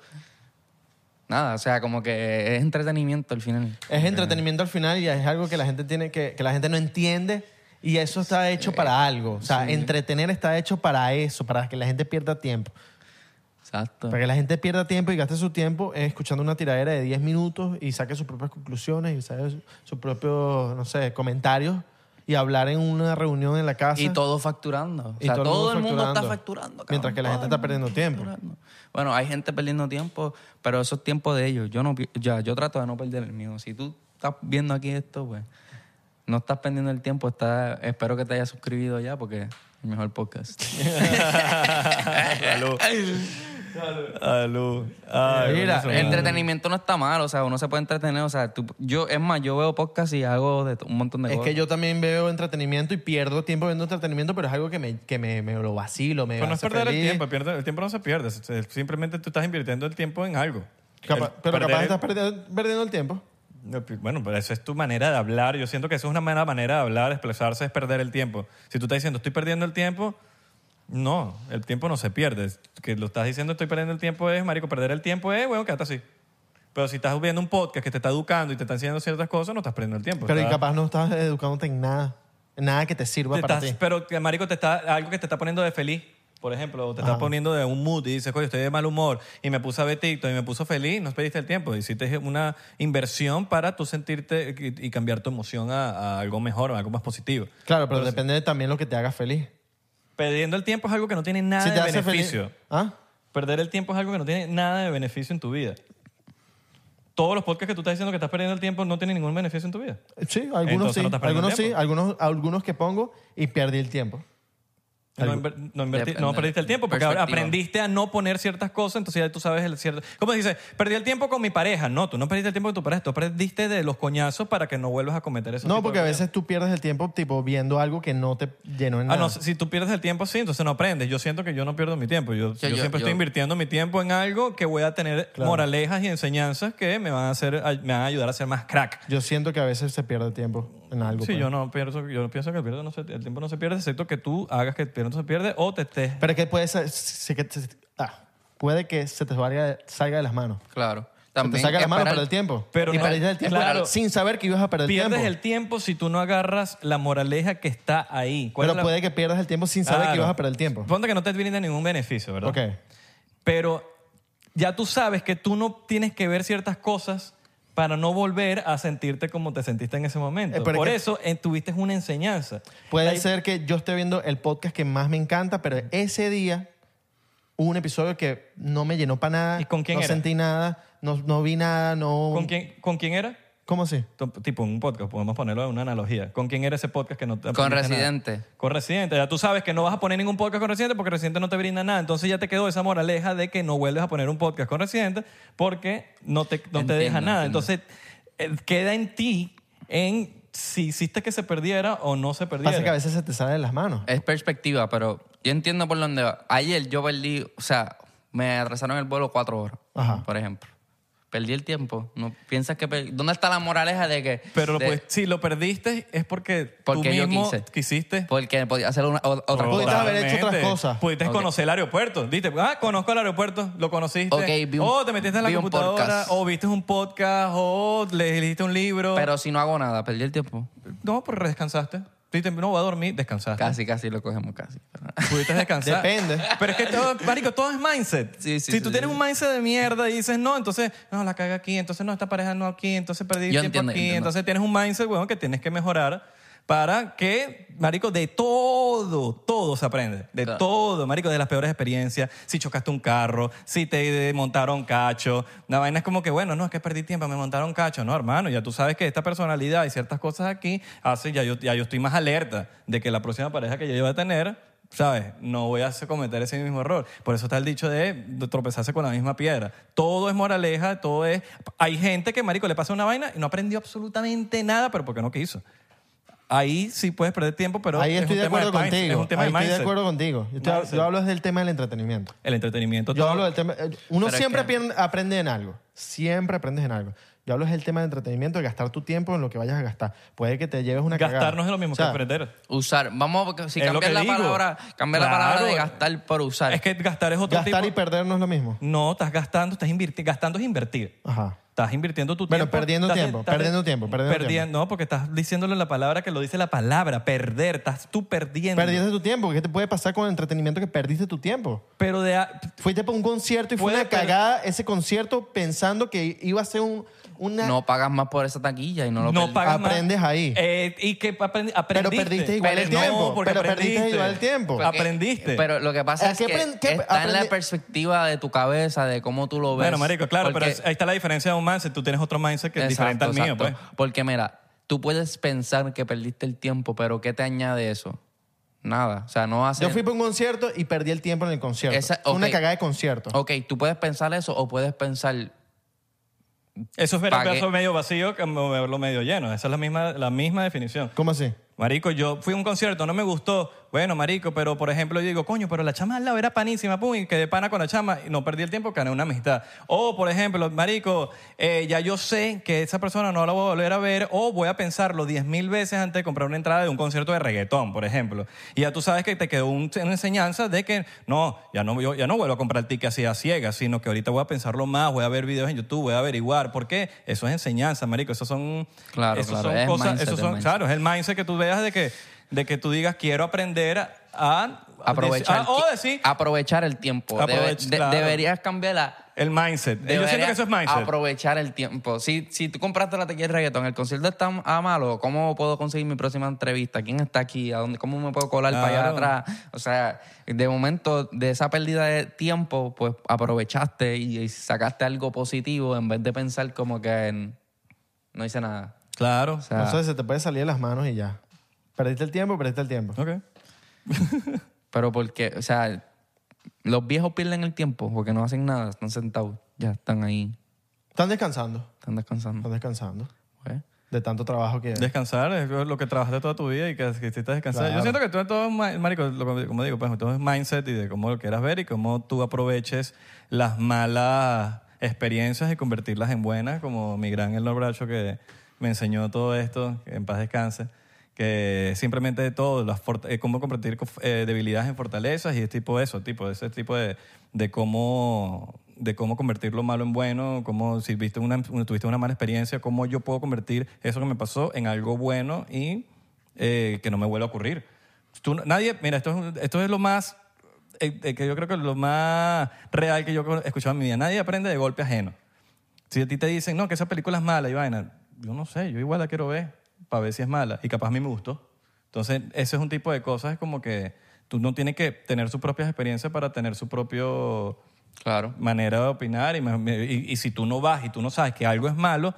Speaker 3: nada, o sea, como que es entretenimiento al final.
Speaker 2: Es entretenimiento al final y es algo que la gente tiene que, que la gente no entiende y eso está hecho para algo. O sea, entretener está hecho para eso, para que la gente pierda tiempo.
Speaker 3: Exacto.
Speaker 2: Para que la gente pierda tiempo y gaste su tiempo eh, escuchando una tiradera de 10 minutos y saque sus propias conclusiones y saque su- sus propios, no sé, comentarios y hablar en una reunión en la casa.
Speaker 3: Y todo facturando. O
Speaker 2: Y
Speaker 3: sea, todo,
Speaker 2: todo el mundo
Speaker 3: el mundo está
Speaker 2: facturando.
Speaker 3: facturando.
Speaker 2: Mientras que la
Speaker 3: todo
Speaker 2: gente
Speaker 3: el
Speaker 2: está
Speaker 3: mundo
Speaker 2: perdiendo tiempo.
Speaker 3: facturando. Bueno, hay gente perdiendo tiempo, pero eso es tiempo de ellos. Yo no pi- ya, yo trato de no perder el mío. Si tú estás viendo aquí esto, pues no estás perdiendo el tiempo. Está, espero que te hayas suscribido ya porque es el mejor podcast.
Speaker 1: Salud. Salud.
Speaker 2: Mira, eh,
Speaker 1: Ay, bueno, eso-
Speaker 3: El entretenimiento no está mal, o sea, uno se puede entretener, o sea, tú- yo es más, yo veo podcast y hago de to- un montón de
Speaker 2: Es
Speaker 3: cosas.
Speaker 2: que yo también veo entretenimiento y pierdo tiempo viendo entretenimiento, pero es algo que me, que me, me lo vacilo, me
Speaker 1: Pero pues no es
Speaker 2: hace
Speaker 1: perder el
Speaker 2: feliz.
Speaker 1: tiempo, pierde- el tiempo no se pierde. se- se- Simplemente tú estás invirtiendo el tiempo en algo.
Speaker 2: Capa-
Speaker 1: El
Speaker 2: pero
Speaker 1: perder
Speaker 2: capaz
Speaker 1: el-
Speaker 2: estás perdiendo, perdiendo el tiempo.
Speaker 1: No, pi- Bueno, pero eso es tu manera de hablar. Yo siento que eso es una mala manera de hablar, expresarse, es perder el tiempo. Si tú estás diciendo estoy perdiendo el tiempo, no, el tiempo no se pierde. Que lo estás diciendo estoy perdiendo el tiempo es, marico, perder el tiempo es, bueno, quédate así. Pero si estás viendo un podcast que te está educando y te está enseñando ciertas cosas, no estás perdiendo el tiempo.
Speaker 2: Pero y
Speaker 1: Estás-
Speaker 2: capaz no estás educándote en nada. Nada que te sirva
Speaker 1: te
Speaker 2: para
Speaker 1: estás-
Speaker 2: ti.
Speaker 1: Pero que, marico, te está, algo que te está poniendo de feliz, por ejemplo, o te está poniendo de un mood y dices, coño, estoy de mal humor y me puse a ver TikTok y me puso feliz, no pediste el tiempo. Hiciste una inversión para tú sentirte y, y cambiar tu emoción a, a algo mejor, a algo más positivo.
Speaker 2: Claro, pero, depende de también lo que te haga feliz.
Speaker 1: Perdiendo el tiempo es algo que no tiene nada
Speaker 2: Si te
Speaker 1: de
Speaker 2: hace
Speaker 1: beneficio.
Speaker 2: feliz. ¿Ah?
Speaker 1: Perder el tiempo es algo que no tiene nada de beneficio en tu vida. Todos los podcasts que tú estás diciendo que estás perdiendo el tiempo no tienen ningún beneficio en tu vida.
Speaker 2: Sí, algunos
Speaker 1: Entonces no
Speaker 2: sí.
Speaker 1: estás perdiendo
Speaker 2: algunos sí,
Speaker 1: tiempo.
Speaker 2: algunos, algunos que pongo y perdí el tiemempo.
Speaker 1: No, inver- no inverti-
Speaker 3: Depende.
Speaker 1: no perdiste el tiempo porque ahora
Speaker 3: Perspectiva.
Speaker 1: aprendiste a no poner ciertas cosas, entonces ya tú sabes el cierto. ¿Cómo se dice? Perdí el tiempo con mi pareja. No, tú no perdiste el tiempo con tu pareja, tú perdiste de los coñazos para que no vuelvas a cometer esos
Speaker 2: No,
Speaker 1: tipos
Speaker 2: porque
Speaker 1: de
Speaker 2: a
Speaker 1: cosas.
Speaker 2: veces tú pierdes el tiempo tipo viendo algo que no te llenó en
Speaker 1: Ah,
Speaker 2: nada.
Speaker 1: no, si tú pierdes el tiempo, sí, entonces no aprendes. Yo siento que yo no pierdo mi tiempo. Yo, yo
Speaker 3: Yo- yo-
Speaker 1: siempre
Speaker 3: yo-
Speaker 1: estoy invirtiendo mi tiempo en algo que voy a tener moralejas y enseñanzas que me van a hacer, me van a ayudar a ser más crack.
Speaker 2: Yo siento que a veces se pierde tiempo en algo.
Speaker 1: Sí,
Speaker 2: pues.
Speaker 1: yo no pierdo, yo pienso que el, pierdo no se- el tiempo no se pierde, excepto que tú hagas que el tiempo no se pierde o te estés
Speaker 2: Pero es que puede ser- sí que te- ah, puede que se te salga, salga de las manos.
Speaker 3: Claro.
Speaker 2: Te
Speaker 3: también
Speaker 2: saca la mano
Speaker 3: esperar.
Speaker 2: para el tiempo.
Speaker 1: Pero
Speaker 2: y
Speaker 1: no-
Speaker 2: perdiste el tiempo
Speaker 1: claro.
Speaker 2: sin saber que ibas a perder
Speaker 1: Pierdes
Speaker 2: tiempo.
Speaker 1: el tiempo si tú no agarras la moraleja que está ahí. ¿Cuál
Speaker 2: Pero
Speaker 1: es la-
Speaker 2: puede que pierdas el tiempo sin saber que
Speaker 1: Claro.
Speaker 2: ibas a perder el tiempo.
Speaker 1: Ponte que no te brinda ningún beneficio, ¿verdad?
Speaker 2: Ok.
Speaker 1: Pero ya tú sabes que tú no tienes que ver ciertas cosas para no volver a sentirte como te sentiste en ese momento.
Speaker 2: Eh, pero
Speaker 1: Por
Speaker 2: que-
Speaker 1: eso eh, tuviste una enseñanza.
Speaker 2: Puede ser que yo esté viendo el podcast que más me encanta, pero ese día hubo un episodio que no me llenó para nada.
Speaker 1: ¿Y con quién
Speaker 2: No
Speaker 1: era?
Speaker 2: sentí nada, no, no vi nada, no...
Speaker 1: ¿Con quién, ¿Con quién era?
Speaker 2: ¿Cómo así?
Speaker 1: T- Tipo, un podcast, podemos ponerlo en una analogía. ¿Con quién era ese podcast que no te
Speaker 3: Con
Speaker 1: aprendiste nada?
Speaker 3: Residente.
Speaker 1: Con Residente. Ya tú sabes que no vas a poner ningún podcast con Residente porque Residente no te brinda nada. Entonces ya te quedó esa moraleja de que no vuelves a poner un podcast con Residente porque no te, no te
Speaker 3: Entiendo,
Speaker 1: deja nada.
Speaker 3: entiendo.
Speaker 1: Entonces eh, queda en ti en si hiciste que se perdiera o no se perdiera.
Speaker 2: Pasa que a veces se te sale de las manos.
Speaker 1: Eh,
Speaker 3: Es perspectiva, pero yo entiendo por dónde va. Ayer yo perdí, o sea, me atrasaron el vuelo cuatro horas,
Speaker 2: Ajá.
Speaker 3: por ejemplo. Perdí el tiempo. No, ¿Piensas que per- ¿Dónde está la moraleja de que...?
Speaker 1: Pero lo
Speaker 3: de-
Speaker 1: puedes- si lo perdiste es porque,
Speaker 3: Porque
Speaker 1: tú
Speaker 3: yo
Speaker 1: mismo
Speaker 3: quise.
Speaker 1: quisiste.
Speaker 3: Porque podía hacer una, o- otra
Speaker 2: Pudiste
Speaker 3: cosa.
Speaker 2: haber hecho otras
Speaker 1: Totalmente.
Speaker 2: cosas.
Speaker 1: Pudiste
Speaker 3: Ok.
Speaker 1: conocer el aeropuerto. Diste, ah, conozco el aeropuerto, lo conociste.
Speaker 3: Ok, vi un-
Speaker 1: o te metiste en la
Speaker 3: vi un
Speaker 1: computadora,
Speaker 3: podcast.
Speaker 1: o viste un podcast, o le- leíste un libro.
Speaker 3: Pero si no hago nada, perdí el tiempo.
Speaker 1: no, pero descansaste. Dijiste, no, voy a dormir, descansaste.
Speaker 3: Casi, casi lo cogemos, casi. pero-
Speaker 1: Pudiste descansar.
Speaker 2: Depende.
Speaker 1: Pero es que todo, marico, todo es mindset.
Speaker 3: Sí, sí,
Speaker 1: si
Speaker 3: sí,
Speaker 1: tú
Speaker 3: sí,
Speaker 1: tienes
Speaker 3: sí.
Speaker 1: un mindset de mierda y dices, no, entonces, no, la caga aquí, entonces, no, esta pareja no aquí, entonces perdí
Speaker 3: Yo
Speaker 1: tiempo
Speaker 3: entiendo,
Speaker 1: aquí.
Speaker 3: entiendo.
Speaker 1: Entonces tienes un mindset, weón, que tienes que mejorar para que, marico, de todo, todo se aprende. De
Speaker 3: Claro.
Speaker 1: todo, marico, de las peores experiencias. Si chocaste un carro, si te montaron cacho. La vaina es como que, bueno, no, es que perdí tiempo, me montaron cacho. No, hermano, ya tú sabes que esta personalidad y ciertas cosas aquí hace, ya yo, ya yo estoy más alerta de que la próxima pareja que yo iba a tener, ¿sabes? No voy a hacer- cometer ese mismo error. Por eso está el dicho de, de tropezarse con la misma piedra. Todo es moraleja, todo es... Hay gente que, marico, le pasa una vaina y no aprendió absolutamente nada, pero porque no quiso. Ahí sí puedes perder tiempo, pero
Speaker 2: Ahí
Speaker 1: es
Speaker 2: estoy
Speaker 1: un
Speaker 2: de
Speaker 1: tema
Speaker 2: acuerdo
Speaker 1: mindset,
Speaker 2: contigo.
Speaker 1: Es un tema
Speaker 2: Ahí
Speaker 1: de
Speaker 2: estoy de
Speaker 1: mindset.
Speaker 2: acuerdo contigo. Yo, estoy-
Speaker 1: Mindset.
Speaker 2: yo hablo desde el tema del entretenimiento.
Speaker 1: El entretenimiento.
Speaker 2: Yo
Speaker 1: todo-
Speaker 2: hablo del tema. eh, Uno
Speaker 3: Pero es
Speaker 2: siempre
Speaker 3: que-
Speaker 2: pier- aprende en algo. Siempre aprendes en algo. Yo hablo del tema de entretenimiento, de gastar tu tiempo en lo que vayas a gastar. Puede que te lleves una cagada.
Speaker 1: Gastarnos es lo mismo
Speaker 2: O sea,
Speaker 1: que aprender.
Speaker 3: Usar. Vamos, porque si
Speaker 1: Es lo
Speaker 3: cambias
Speaker 1: que
Speaker 3: la
Speaker 1: digo.
Speaker 3: palabra, cambiar la
Speaker 1: Claro.
Speaker 3: palabra de gastar por usar.
Speaker 1: Es que gastar es otro
Speaker 2: Gastar y
Speaker 1: tipo.
Speaker 2: perder no es lo mismo.
Speaker 1: No, estás gastando, estás invirtiendo. Gastando es invertir.
Speaker 2: Ajá.
Speaker 1: Estás invirtiendo tu
Speaker 2: Bueno,
Speaker 1: tiempo.
Speaker 2: perdiendo
Speaker 1: estás-
Speaker 2: tiempo,
Speaker 1: estás-
Speaker 2: perdiendo tiempo, perdiendo tiempo.
Speaker 1: No, porque estás diciéndole la palabra que lo dice la palabra, perder. Estás tú perdiendo.
Speaker 2: Perdiste tu tiempo. ¿Qué te puede pasar con el entretenimiento que perdiste tu tiempo?
Speaker 1: Pero de... a-
Speaker 2: Fuiste para un concierto y fue
Speaker 1: Puede
Speaker 2: una
Speaker 1: per-
Speaker 2: cagada ese concierto pensando que iba a ser un, una...
Speaker 3: No pagas más por esa taquilla y no lo
Speaker 1: no
Speaker 3: perdí.
Speaker 1: pagas más.
Speaker 2: Aprendes ahí.
Speaker 1: Eh, y que aprendi- aprendiste.
Speaker 2: Pero perdiste igual el
Speaker 1: no,
Speaker 2: tiempo,
Speaker 1: porque
Speaker 2: pero perdiste
Speaker 1: aprendiste.
Speaker 2: igual el tiempo.
Speaker 3: Porque-
Speaker 1: Aprendiste.
Speaker 3: Pero lo que pasa
Speaker 2: ¿A
Speaker 3: es
Speaker 2: Eh, qué
Speaker 3: que
Speaker 2: aprend- qué
Speaker 3: está en la
Speaker 2: aprende-
Speaker 3: perspectiva de tu cabeza, de cómo tú lo ves.
Speaker 1: bueno, marico, claro,
Speaker 3: pues, Porque-
Speaker 1: pero es- ahí está la diferencia de un mindset. Tú tienes otro mindset que es diferente
Speaker 3: Exacto,
Speaker 1: al mío,
Speaker 3: exacto.
Speaker 1: pues.
Speaker 3: Porque mira, tú puedes pensar que perdiste el tiempo, pero ¿qué te añade eso? Nada. O sea, no hace...
Speaker 2: Yo fui para un concierto y perdí el tiempo en el concierto.
Speaker 3: Esa-
Speaker 2: Fue Una
Speaker 3: ok.
Speaker 2: cagada de concierto.
Speaker 3: Ok, tú puedes pensar eso o puedes pensar...
Speaker 1: pues. Eso es ver el
Speaker 3: Pagué.
Speaker 1: vaso medio vacío que verlo medio lleno. Esa es la misma, la misma definición.
Speaker 2: ¿Cómo así?
Speaker 1: Marico, yo fui a un concierto, no me gustó. Bueno, marico, pero por ejemplo, yo digo, coño, pero la chama al lado era panísima, pum, y quedé pana con la chama y no perdí el tiempo, gané una amistad. O, por ejemplo, marico, eh, ya yo sé que esa persona no la voy a volver a ver o voy a pensarlo 10.000 veces antes de comprar una entrada de un concierto de reggaetón, por ejemplo. Y ya tú sabes que te quedó un- una enseñanza de que no, ya no, yo, ya no vuelvo a comprar el ticket así a ciegas, sino que ahorita voy a pensarlo más, voy a ver videos en YouTube, voy a averiguar. ¿Por qué? Eso es enseñanza, marico. Eso son...
Speaker 3: Claro,
Speaker 1: eso
Speaker 3: claro,
Speaker 1: son
Speaker 3: es
Speaker 1: cosas-
Speaker 3: mindset,
Speaker 1: eso
Speaker 3: es
Speaker 1: son-
Speaker 3: mindset.
Speaker 1: claro, Claro, es el mindset que tú veas de que, de que tú digas, quiero aprender a... a-
Speaker 3: Aprovechar,
Speaker 1: a- o
Speaker 3: el ti-
Speaker 1: decir,
Speaker 3: aprovechar el tiempo. Debe-
Speaker 1: Ah, oh, Aprovech-
Speaker 3: de-
Speaker 1: claro.
Speaker 3: Deberías cambiar la...
Speaker 1: el mindset. Eh, Yo siento
Speaker 3: deberías
Speaker 1: que eso es mindset.
Speaker 3: Aprovechar el tiempo. Si, si tú compraste la taquilla de reggaetón, el concierto está a malo, ¿cómo puedo conseguir mi próxima entrevista? ¿Quién está aquí? ¿A dónde, ¿Cómo me puedo colar para allá
Speaker 1: Claro.
Speaker 3: atrás? O sea, de momento, de esa pérdida de tiempo, pues aprovechaste y, y sacaste algo positivo en vez de pensar como que en- no hice nada.
Speaker 1: Claro.
Speaker 3: O sea,
Speaker 2: Entonces se te puede salir de las manos y ya. Perdiste el tiempo, perdiste el tiempo.
Speaker 1: Ok.
Speaker 3: Pero porque, o sea, los viejos pierden el tiempo porque no hacen nada, están sentados, ya están ahí,
Speaker 2: Están descansando.
Speaker 3: están descansando.
Speaker 2: Están descansando.
Speaker 3: Pues,
Speaker 2: De tanto trabajo que...
Speaker 1: Descansar es lo que trabajaste toda tu vida y que que hiciste descansar.
Speaker 2: Claro.
Speaker 1: Yo siento que tú todo, es ma- marico, lo- como digo, pues todo es mindset y de cómo lo quieras ver y cómo tú aproveches las malas experiencias y convertirlas en buenas, como mi gran El Bracho que me enseñó todo esto, que en paz descanse, que simplemente de todo, las for- eh, cómo convertir co- eh, debilidades en fortalezas y es tipo eso, tipo ese tipo de, de cómo de cómo convertir lo malo en bueno, cómo si viste una, tuviste una mala experiencia, cómo yo puedo convertir eso que me pasó en algo bueno y eh, que no me vuelva a ocurrir. Tú, nadie, mira, esto es, un- esto es lo más, eh, eh, que yo creo que es lo más real que yo he escuchado en mi vida. Nadie aprende de golpe ajeno. Si a ti te dicen, no, que esa película es mala, y vaina, yo no sé, yo igual la quiero ver para ver si es mala. Y capaz a mí me gustó. Entonces, ese es un tipo de cosas, es como que tú no tienes que tener sus propias experiencias para tener su propio
Speaker 7: Claro.
Speaker 1: manera de opinar y, me- me- y- y si tú no vas y tú no sabes que algo es malo,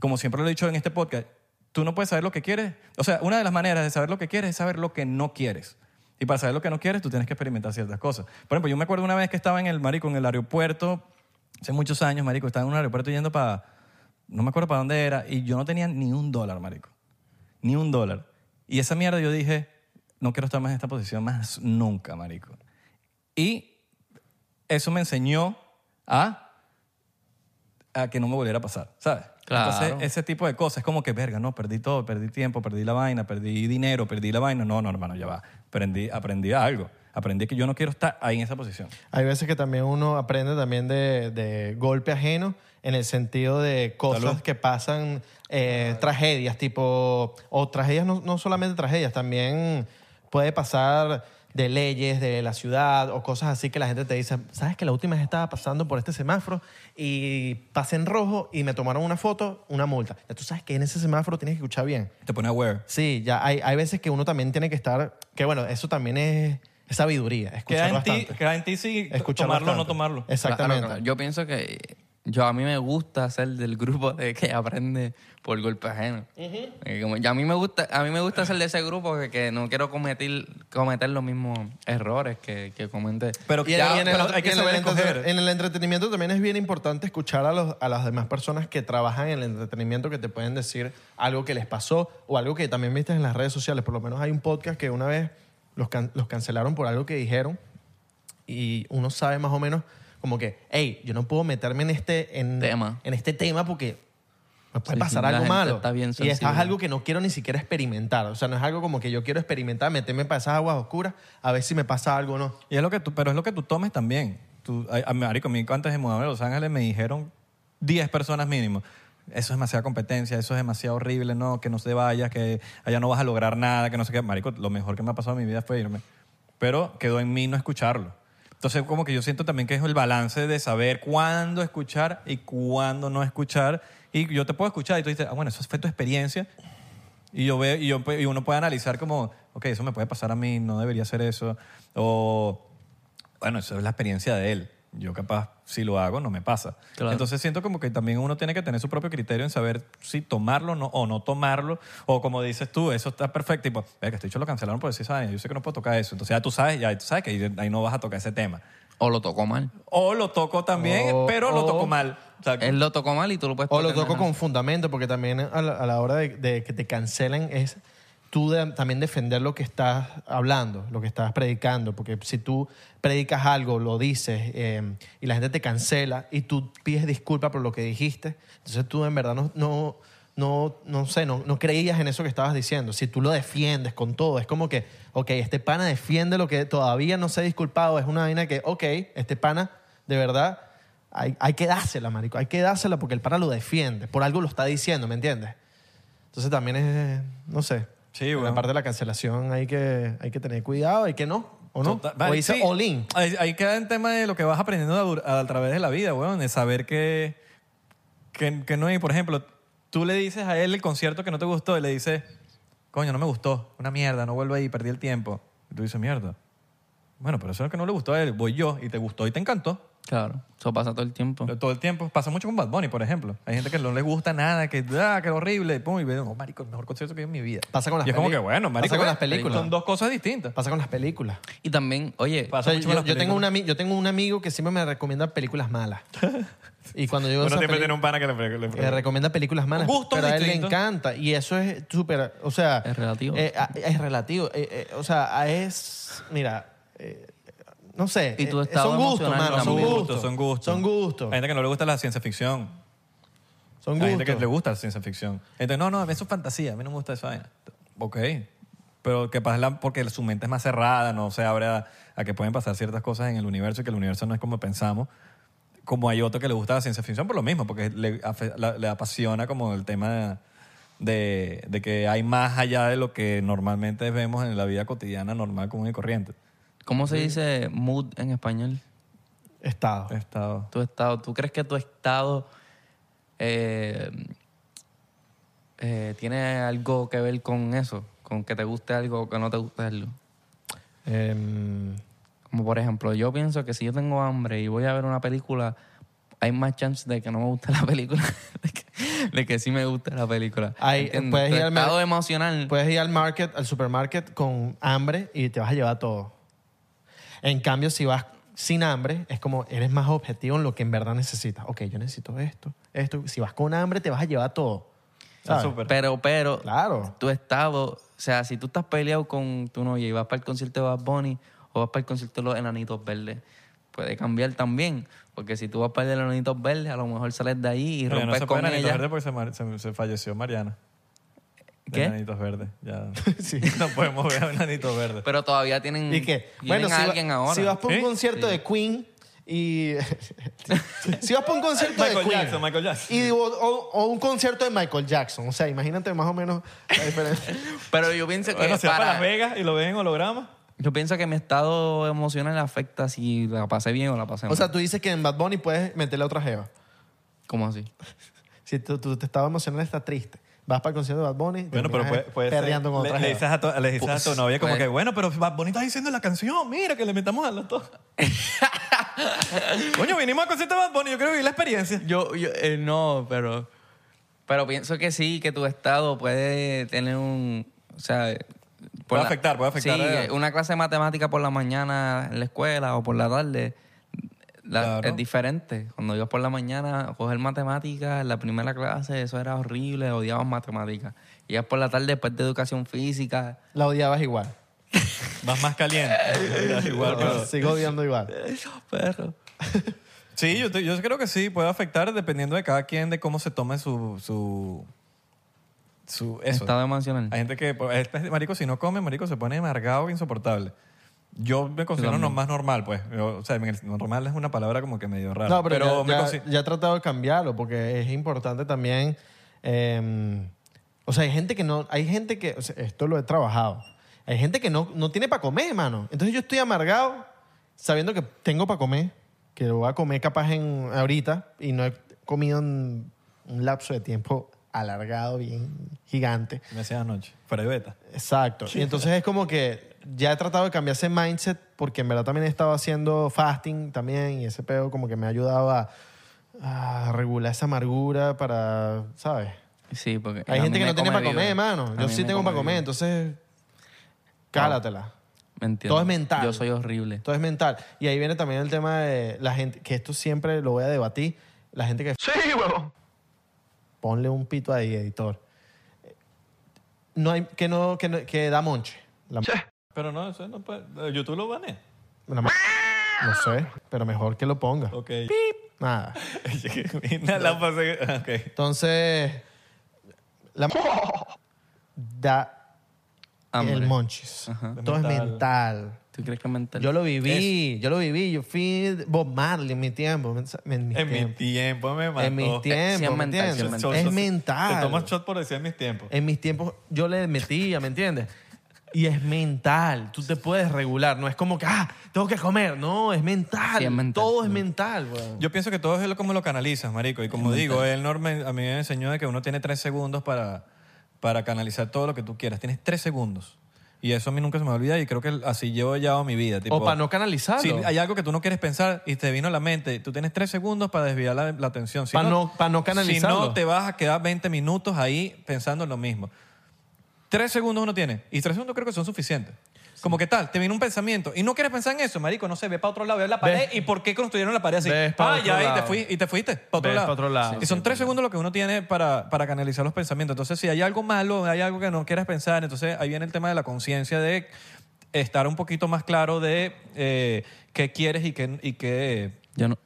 Speaker 1: como siempre lo he dicho en este podcast, tú no puedes saber lo que quieres. O sea, una de las maneras de saber lo que quieres es saber lo que no quieres. Y para saber lo que no quieres, tú tienes que experimentar ciertas cosas. Por ejemplo, yo me acuerdo una vez que estaba en el marico, en el aeropuerto, hace muchos años, marico, estaba en un aeropuerto yendo para, no me acuerdo para dónde era, y yo no tenía ni un dólar, marico ni un dólar. Y esa mierda yo dije, no quiero estar más en esta posición más nunca, marico. Y eso me enseñó a, a que no me volviera a pasar, ¿sabes?
Speaker 7: Claro.
Speaker 1: Entonces, ese tipo de cosas, es como que, verga, no, perdí todo, perdí tiempo, perdí la vaina, perdí dinero, perdí la vaina. No, no, hermano, ya va. Aprendí, aprendí algo. Aprendí que yo no quiero estar ahí en esa posición.
Speaker 2: Hay veces que también uno aprende también de, de golpe ajeno en el sentido de cosas
Speaker 1: Salud.
Speaker 2: que pasan, eh, tragedias tipo, o tragedias, no, no solamente tragedias, también puede pasar de leyes de la ciudad o cosas así que la gente te dice, ¿sabes que la última vez estaba pasando por este semáforo y pasé en rojo y me tomaron una foto, una multa? Ya tú sabes que en ese semáforo tienes que escuchar bien.
Speaker 1: Te pone aware.
Speaker 2: Sí, ya hay, hay veces que uno también tiene que estar, que bueno, eso también es, es sabiduría,
Speaker 1: Queda
Speaker 2: escuchar
Speaker 1: en, ti,
Speaker 2: bastante.
Speaker 1: queda en ti si
Speaker 2: Escuchar
Speaker 1: tomarlo o no
Speaker 2: bastante.
Speaker 1: tomarlo.
Speaker 2: Exactamente.
Speaker 7: Claro, yo pienso que yo a mí me gusta ser del grupo de que aprende por golpe ajeno. Eh, como- y a mí me gusta, a mí me gusta ser de ese grupo que, que no quiero cometer, cometer los mismos errores que, que comete.
Speaker 1: Pero,
Speaker 2: Y en-
Speaker 1: ya-
Speaker 2: y en el-
Speaker 1: pero hay
Speaker 2: y
Speaker 1: que
Speaker 2: en el
Speaker 1: saber
Speaker 2: entreten-
Speaker 1: escoger.
Speaker 2: En el entretenimiento también es bien importante escuchar a, los, a las demás personas que trabajan en el entretenimiento que te pueden decir algo que les pasó o algo que también viste en las redes sociales. Por lo menos hay un podcast que una vez los, can- los cancelaron por algo que dijeron y uno sabe más o menos como que, hey, yo no puedo meterme en este, en,
Speaker 7: Tema.
Speaker 2: en este tema porque me
Speaker 7: Sí,
Speaker 2: puede
Speaker 7: sí,
Speaker 2: pasar
Speaker 7: la
Speaker 2: algo
Speaker 7: gente
Speaker 2: malo.
Speaker 7: está bien
Speaker 2: y es, es
Speaker 7: sensible.
Speaker 2: algo que no quiero ni siquiera experimentar. O sea, no es algo como que yo quiero experimentar, meterme para esas aguas oscuras a ver si me pasa algo o no.
Speaker 1: Y es lo que tú, pero es lo que tú tomes también. Tú, a, a- marico, a mí antes de mudarme a Los Ángeles me dijeron 10 personas mínimo. Eso es demasiada competencia, eso es demasiado horrible, no, que no te vayas, que allá no vas a lograr nada, que no sé qué. Marico, lo mejor que me ha pasado en mi vida fue irme. Pero quedó en mí no escucharlo. Entonces, como que yo siento también que es el balance de saber cuándo escuchar y cuándo no escuchar. Y yo te puedo escuchar y tú dices, ah, bueno, eso fue tu experiencia, y, yo veo, y, yo, y uno puede analizar como, ok, eso me puede pasar a mí, no debería hacer eso. O, bueno, eso es la experiencia de él. Yo capaz, si lo hago, no me pasa.
Speaker 7: Claro.
Speaker 1: Entonces siento como que también uno tiene que tener su propio criterio en saber si tomarlo no, o no tomarlo. O como dices tú, eso está perfecto. Tipo, que estoy hecho lo cancelaron por decir, "Ay, yo sé que no puedo tocar eso. Entonces ya tú sabes, ya tú sabes que ahí, ahí no vas a tocar ese tema.
Speaker 7: O lo tocó mal.
Speaker 1: O lo toco también,
Speaker 2: O-
Speaker 1: pero lo
Speaker 2: o-
Speaker 1: toco mal. O sea,
Speaker 7: Él lo tocó mal y tú lo puedes
Speaker 2: O lo
Speaker 7: pretender,
Speaker 2: toco
Speaker 7: ¿no?
Speaker 2: con fundamento, porque también a la, a la hora de, de que te cancelen es tú de- también defender lo que estás hablando, lo que estás predicando, porque si tú predicas algo, lo dices eh, y la gente te cancela y tú pides disculpas por lo que dijiste, entonces tú en verdad no, no, no, no sé, no, no creías en eso que estabas diciendo. Si tú lo defiendes con todo, es como que, ok, este pana defiende lo que todavía no se ha disculpado, es una vaina que, ok, este pana de verdad hay, hay que dársela, marico. Hay que dársela porque el pana lo defiende. Por algo lo está diciendo, ¿me entiendes? Entonces también es, no sé.
Speaker 1: Sí,
Speaker 2: En
Speaker 1: bueno.
Speaker 2: La parte de la cancelación hay que, hay que tener cuidado, hay que no, ¿o no?
Speaker 1: Total-
Speaker 2: o
Speaker 1: vale,
Speaker 2: dice
Speaker 1: sí.
Speaker 2: all in.
Speaker 1: Ahí, ahí queda el tema de lo que vas aprendiendo a, dur- a través de la vida, weón. De saber que, que, que no. Y por ejemplo, tú le dices a él el concierto que no te gustó y le dices, coño, no me gustó, una mierda, no vuelvo ahí, perdí el tiempo. Y tú dices, mierda. Bueno, pero eso es lo que no le gustó a él. Voy yo y te gustó y te encantó.
Speaker 7: Claro. Eso pasa todo el
Speaker 2: Oh.
Speaker 7: tiempo.
Speaker 1: Todo el tiempo. Pasa mucho con Bad Bunny, por ejemplo. Hay gente que no le gusta nada, que, ah, que horrible. Y pum, y ve, no, marico, el mejor concierto que he ido en mi vida.
Speaker 2: Pasa con las
Speaker 1: y es como
Speaker 2: peli-
Speaker 1: que, bueno, marico,
Speaker 2: pasa con
Speaker 1: ve,
Speaker 2: las películas.
Speaker 1: Son dos cosas distintas.
Speaker 2: Pasa con las películas.
Speaker 7: Y también, oye,
Speaker 1: Pasa
Speaker 2: O sea,
Speaker 1: mucho
Speaker 2: yo,
Speaker 1: con las
Speaker 2: yo tengo
Speaker 1: películas.
Speaker 2: un ami- yo tengo un amigo que siempre me recomienda películas malas. y cuando yo
Speaker 1: Uno siempre
Speaker 2: peli-
Speaker 1: tiene un pana que le, le- le-
Speaker 2: Eh, recomienda películas malas.
Speaker 1: Gustos
Speaker 2: pero a él
Speaker 1: distintos.
Speaker 2: le encanta. Y eso es súper. O sea.
Speaker 7: Es relativo.
Speaker 2: eh, a- es relativo. eh, eh, o sea, a- es. Mira. eh, no sé.
Speaker 7: Y tu
Speaker 2: eh,
Speaker 7: estado
Speaker 2: son gustos,
Speaker 7: emocional
Speaker 2: mano. Son
Speaker 7: también.
Speaker 2: gustos.
Speaker 1: Son gustos.
Speaker 2: Son gustos.
Speaker 1: Hay gente que no le gusta la ciencia ficción.
Speaker 2: Son
Speaker 1: Hay gente que le
Speaker 2: gustos.
Speaker 1: gusta la ciencia ficción. Entonces, no, no, eso es fantasía. A mí no me gusta esa vaina. Ok. Pero que pasa la- porque su mente es más cerrada, no se abre a, a que pueden pasar ciertas cosas en el universo y que el universo no es como pensamos. como hay otro que le gusta la ciencia ficción por lo mismo, porque le, afe- la- le apasiona como el tema de, de que hay más allá de lo que normalmente vemos en la vida cotidiana normal, común y corriente.
Speaker 3: ¿Cómo se dice mood en español?
Speaker 2: Estado.
Speaker 1: Estado.
Speaker 3: Tu estado. ¿Tú crees que tu estado eh, eh, tiene algo que ver con eso? Con que te guste algo o que no te guste algo.
Speaker 2: Em,
Speaker 3: Como por ejemplo, yo pienso que si yo tengo hambre y voy a ver una película, hay más chance de que no me guste la película, de, que, de que sí me guste la película.
Speaker 2: Ay,
Speaker 3: ¿Entiendes?
Speaker 2: puedes
Speaker 3: Tu
Speaker 2: ir al mer-
Speaker 3: estado emocional.
Speaker 2: puedes ir al market, al supermarket con hambre y te vas a llevar todo. En cambio, si vas sin hambre, es como eres más objetivo en lo que en verdad necesitas. Ok, yo necesito esto, esto. Si vas con hambre, te vas a llevar todo.
Speaker 1: Está
Speaker 2: ¿sabes?
Speaker 1: súper.
Speaker 3: pero, pero,
Speaker 2: Claro.
Speaker 3: tu estado, o sea, si tú estás peleado con tu novia y vas para el concierto de Bad Bunny o vas para el concierto de los Enanitos Verdes, puede cambiar también. Porque si tú vas para el de los Enanitos Verdes, a lo mejor sales de ahí y
Speaker 1: Oye, no
Speaker 3: rompes
Speaker 1: se
Speaker 3: con
Speaker 1: pueden Enanitos
Speaker 3: ella.
Speaker 1: Verdes porque se, mar- se- se falleció Mariana. De
Speaker 3: ¿Qué?
Speaker 1: Enanitos Verdes. Ya.
Speaker 2: Sí.
Speaker 1: No podemos ver a Enanitos Verdes.
Speaker 3: Pero todavía tienen,
Speaker 2: ¿Y qué?
Speaker 3: tienen
Speaker 2: si,
Speaker 3: Mm. a
Speaker 2: va-
Speaker 3: alguien ahora.
Speaker 2: si vas por un
Speaker 1: ¿Eh? ¿Sí?
Speaker 2: concierto de Queen y... si vas por un concierto de
Speaker 1: Michael
Speaker 2: Queen...
Speaker 1: Jackson, Michael Jackson.
Speaker 2: Y, o, o- o un concierto de Michael Jackson. O sea, imagínate más o menos la diferencia.
Speaker 3: Pero yo pienso que
Speaker 1: Bueno, se va para Las
Speaker 3: eh, para,
Speaker 1: Vegas y lo ven en holograma.
Speaker 3: yo pienso que mi estado emocional afecta si la pasé bien o la pasé mal.
Speaker 2: o sea, tú dices que en Bad Bunny puedes meterle otra jeva.
Speaker 3: ¿Cómo así?
Speaker 2: Si tú, tú te estado emocional está triste. Vas para el concierto de Bad Bunny
Speaker 1: Bueno, pero puede,
Speaker 2: terminas
Speaker 1: puede ser.
Speaker 2: perreando con
Speaker 1: le,
Speaker 2: otra
Speaker 1: le dices
Speaker 2: jeva.
Speaker 1: a tu, le dices a tu novia como
Speaker 3: puede-
Speaker 1: que, bueno, pero Bad Bunny está diciendo en la canción, mira, que le metamos a los dos. Coño, vinimos a concierto de Bad Bunny, yo quiero vivir la experiencia.
Speaker 3: Yo, yo eh, no, pero. Pero pienso que sí, que tu estado puede tener un. O sea. por
Speaker 1: Puede afectar, puede afectar,
Speaker 3: Sí,
Speaker 1: eh.
Speaker 3: una clase de matemática por la mañana en la escuela o por la tarde la-
Speaker 1: Claro.
Speaker 3: es diferente. Cuando ibas por la mañana a coger matemáticas, en la primera clase, eso era horrible, odiabas matemáticas. Y ya por la tarde, después de educación física,
Speaker 2: La odiabas igual.
Speaker 1: Vas más caliente. Igual, pero-
Speaker 2: Sigo odiando igual.
Speaker 1: Ah,
Speaker 3: perro.
Speaker 1: Sí, yo, te- yo creo que sí, puede afectar dependiendo de cada quien, de cómo se tome su... su, su eso.
Speaker 3: Estado emocional.
Speaker 1: Hay gente que, pues, este, marico, si no come, marico, se pone amargado e insoportable. Yo me considero no más normal, pues. Yo, o sea, me- normal es una palabra como que medio rara.
Speaker 2: No, pero,
Speaker 1: me
Speaker 2: ya, ya-
Speaker 1: consi-
Speaker 2: ya he tratado de cambiarlo porque es importante también. eh, o sea, hay gente que no. Hay gente que. o sea, esto lo he trabajado. Hay gente que no, no tiene para comer, hermano. Entonces yo estoy amargado sabiendo que tengo para comer, que lo voy a comer capaz en, ahorita y no he comido en un lapso de tiempo alargado, bien gigante.
Speaker 1: Me hacía anoche, fuera de beta.
Speaker 2: Exacto. Y entonces es como que ya he tratado de cambiar ese mindset porque en verdad también he estado haciendo fasting también y ese pedo como que me ha ayudado a, a regular esa amargura para, ¿sabes?
Speaker 3: Sí, porque.
Speaker 2: Hay
Speaker 3: a
Speaker 2: gente que
Speaker 3: mí me
Speaker 2: no tiene
Speaker 3: come
Speaker 2: para comer,
Speaker 3: vivo.
Speaker 2: hermano.
Speaker 3: A
Speaker 2: Yo
Speaker 3: mí
Speaker 2: sí
Speaker 3: me
Speaker 2: tengo
Speaker 3: come
Speaker 2: para comer,
Speaker 3: vivo.
Speaker 2: entonces cálatela.
Speaker 3: ¿Me entiendes?
Speaker 2: Todo es mental.
Speaker 3: Yo soy horrible.
Speaker 2: Todo es mental. Y ahí viene también el tema de la gente, que esto siempre lo voy a debatir, la gente que... Sí, Ponle un pito ahí, editor. No hay, que no, que no- que da monche. La-
Speaker 1: Pero no, eso no puede. eh, YouTube lo bané.
Speaker 2: La ma- No sé, pero mejor que lo ponga.
Speaker 1: Ok.
Speaker 2: Nada.
Speaker 1: la pasé. Ok.
Speaker 2: Entonces, la da
Speaker 3: Hambre.
Speaker 2: el monchis. Todo es
Speaker 1: Mental.
Speaker 2: mental.
Speaker 3: ¿Tú crees que es mental?
Speaker 2: Yo lo viví, yo lo viví. Yo fui Bob Marley en mi tiempo. En, en mis
Speaker 1: En mi
Speaker 2: tiempos.
Speaker 1: tiempo me mató.
Speaker 2: en mis
Speaker 3: sí
Speaker 2: tiempos,
Speaker 3: es
Speaker 2: ¿me
Speaker 3: mental, sí es
Speaker 2: entiendes?
Speaker 3: mental.
Speaker 2: Es
Speaker 1: Te tomas
Speaker 2: mental.
Speaker 1: shot por decir en mis tiempos.
Speaker 2: En mis tiempos yo le metía, ¿me entiendes? Y es mental. Tú te puedes regular. No es como que, ah, tengo que comer. No, es mental.
Speaker 3: Sí, es mental.
Speaker 2: Todo es mental, weón.
Speaker 1: Yo pienso que todo es lo- como lo canalizas, marico. Y como digo, él norme- a mí me enseñó de que uno tiene tres segundos para, para canalizar todo lo que tú quieras. Tienes tres segundos. Y eso a mí nunca se me olvida y creo que así llevo ya mi vida. Tipo,
Speaker 2: o para no canalizarlo.
Speaker 1: Si hay algo que tú no quieres pensar y te vino a la mente, tú tienes tres segundos para desviar la, la atención. Si
Speaker 2: Pa' no- pa' no
Speaker 1: Si
Speaker 2: canalizarlo.
Speaker 1: no, te vas a quedar 20 minutos ahí pensando en lo mismo. Tres segundos uno tiene. Y tres segundos creo que son suficientes. Como que tal, te viene un pensamiento y no quieres pensar en eso, marico, no sé, ve para otro lado, ve la pared y por qué construyeron la pared así.
Speaker 2: Ves pa'
Speaker 1: Ah,
Speaker 2: otro
Speaker 1: ya, y te,
Speaker 2: lado.
Speaker 1: fui- y te fuiste para otro,
Speaker 2: Ves
Speaker 1: lado.
Speaker 2: pa' otro lado.
Speaker 1: Y son tres segundos lo que uno tiene para, para canalizar los pensamientos. Entonces, si hay algo malo, hay algo que no quieras pensar, entonces ahí viene el tema de la conciencia de estar un poquito más claro de eh, qué quieres y qué, y qué
Speaker 3: Yo no.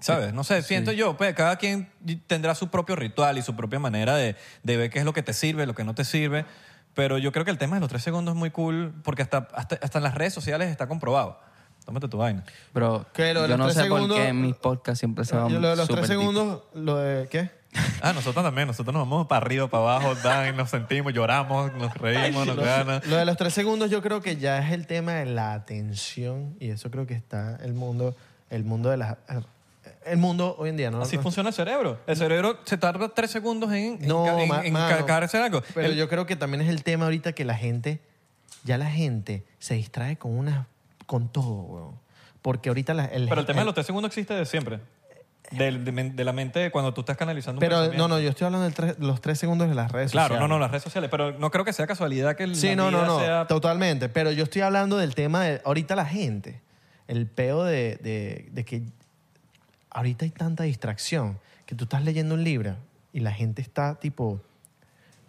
Speaker 1: ¿Sabes? No sé, siento yo, pues cada quien tendrá su propio ritual y su propia manera de, de ver qué es lo que te sirve, lo que no te sirve. Pero yo creo que el tema de los tres segundos es muy cool porque hasta, hasta, hasta en las redes sociales está comprobado. Tómate tu vaina.
Speaker 3: Pero
Speaker 2: Que lo de
Speaker 3: yo
Speaker 2: los
Speaker 3: no
Speaker 2: tres
Speaker 3: sé por
Speaker 2: segundos-
Speaker 3: qué en mis podcasts siempre se van
Speaker 2: Yo lo de los
Speaker 3: súper
Speaker 2: tres
Speaker 3: deep.
Speaker 2: segundos, lo de ¿qué?
Speaker 1: Ah, nosotros también. Nosotros nos vamos para arriba, para abajo, dan, nos sentimos, lloramos, nos reímos, nos ganas.
Speaker 2: Lo de los tres segundos yo creo que ya es el tema de la atención y eso creo que está el mundo, el mundo de las... El mundo hoy en día, ¿no?
Speaker 1: Así
Speaker 2: No-
Speaker 1: funciona el cerebro. El cerebro se tarda tres segundos en, en
Speaker 2: No,
Speaker 1: ca- en,
Speaker 2: ma-
Speaker 1: en
Speaker 2: mano,
Speaker 1: cargarse en algo.
Speaker 2: Pero
Speaker 1: El-
Speaker 2: yo creo que también es el tema ahorita que la gente, ya la gente se distrae con una, con todo, weón. Porque ahorita la, el,
Speaker 1: pero el tema de
Speaker 2: el-
Speaker 1: los tres segundos existe de siempre. Del- De, men- de la mente cuando tú estás canalizando un
Speaker 2: Pero
Speaker 1: pensamiento.
Speaker 2: no, no, yo estoy hablando de los tres segundos de las redes
Speaker 1: Claro,
Speaker 2: sociales.
Speaker 1: no, no, las redes sociales. Pero no creo que sea casualidad que el
Speaker 2: Sí,
Speaker 1: la
Speaker 2: no, no,
Speaker 1: vida
Speaker 2: no,
Speaker 1: sea-
Speaker 2: totalmente. Pero yo estoy hablando del tema de ahorita la gente. El peo de, de- de que ahorita hay tanta distracción que tú estás leyendo un libro y la gente está tipo,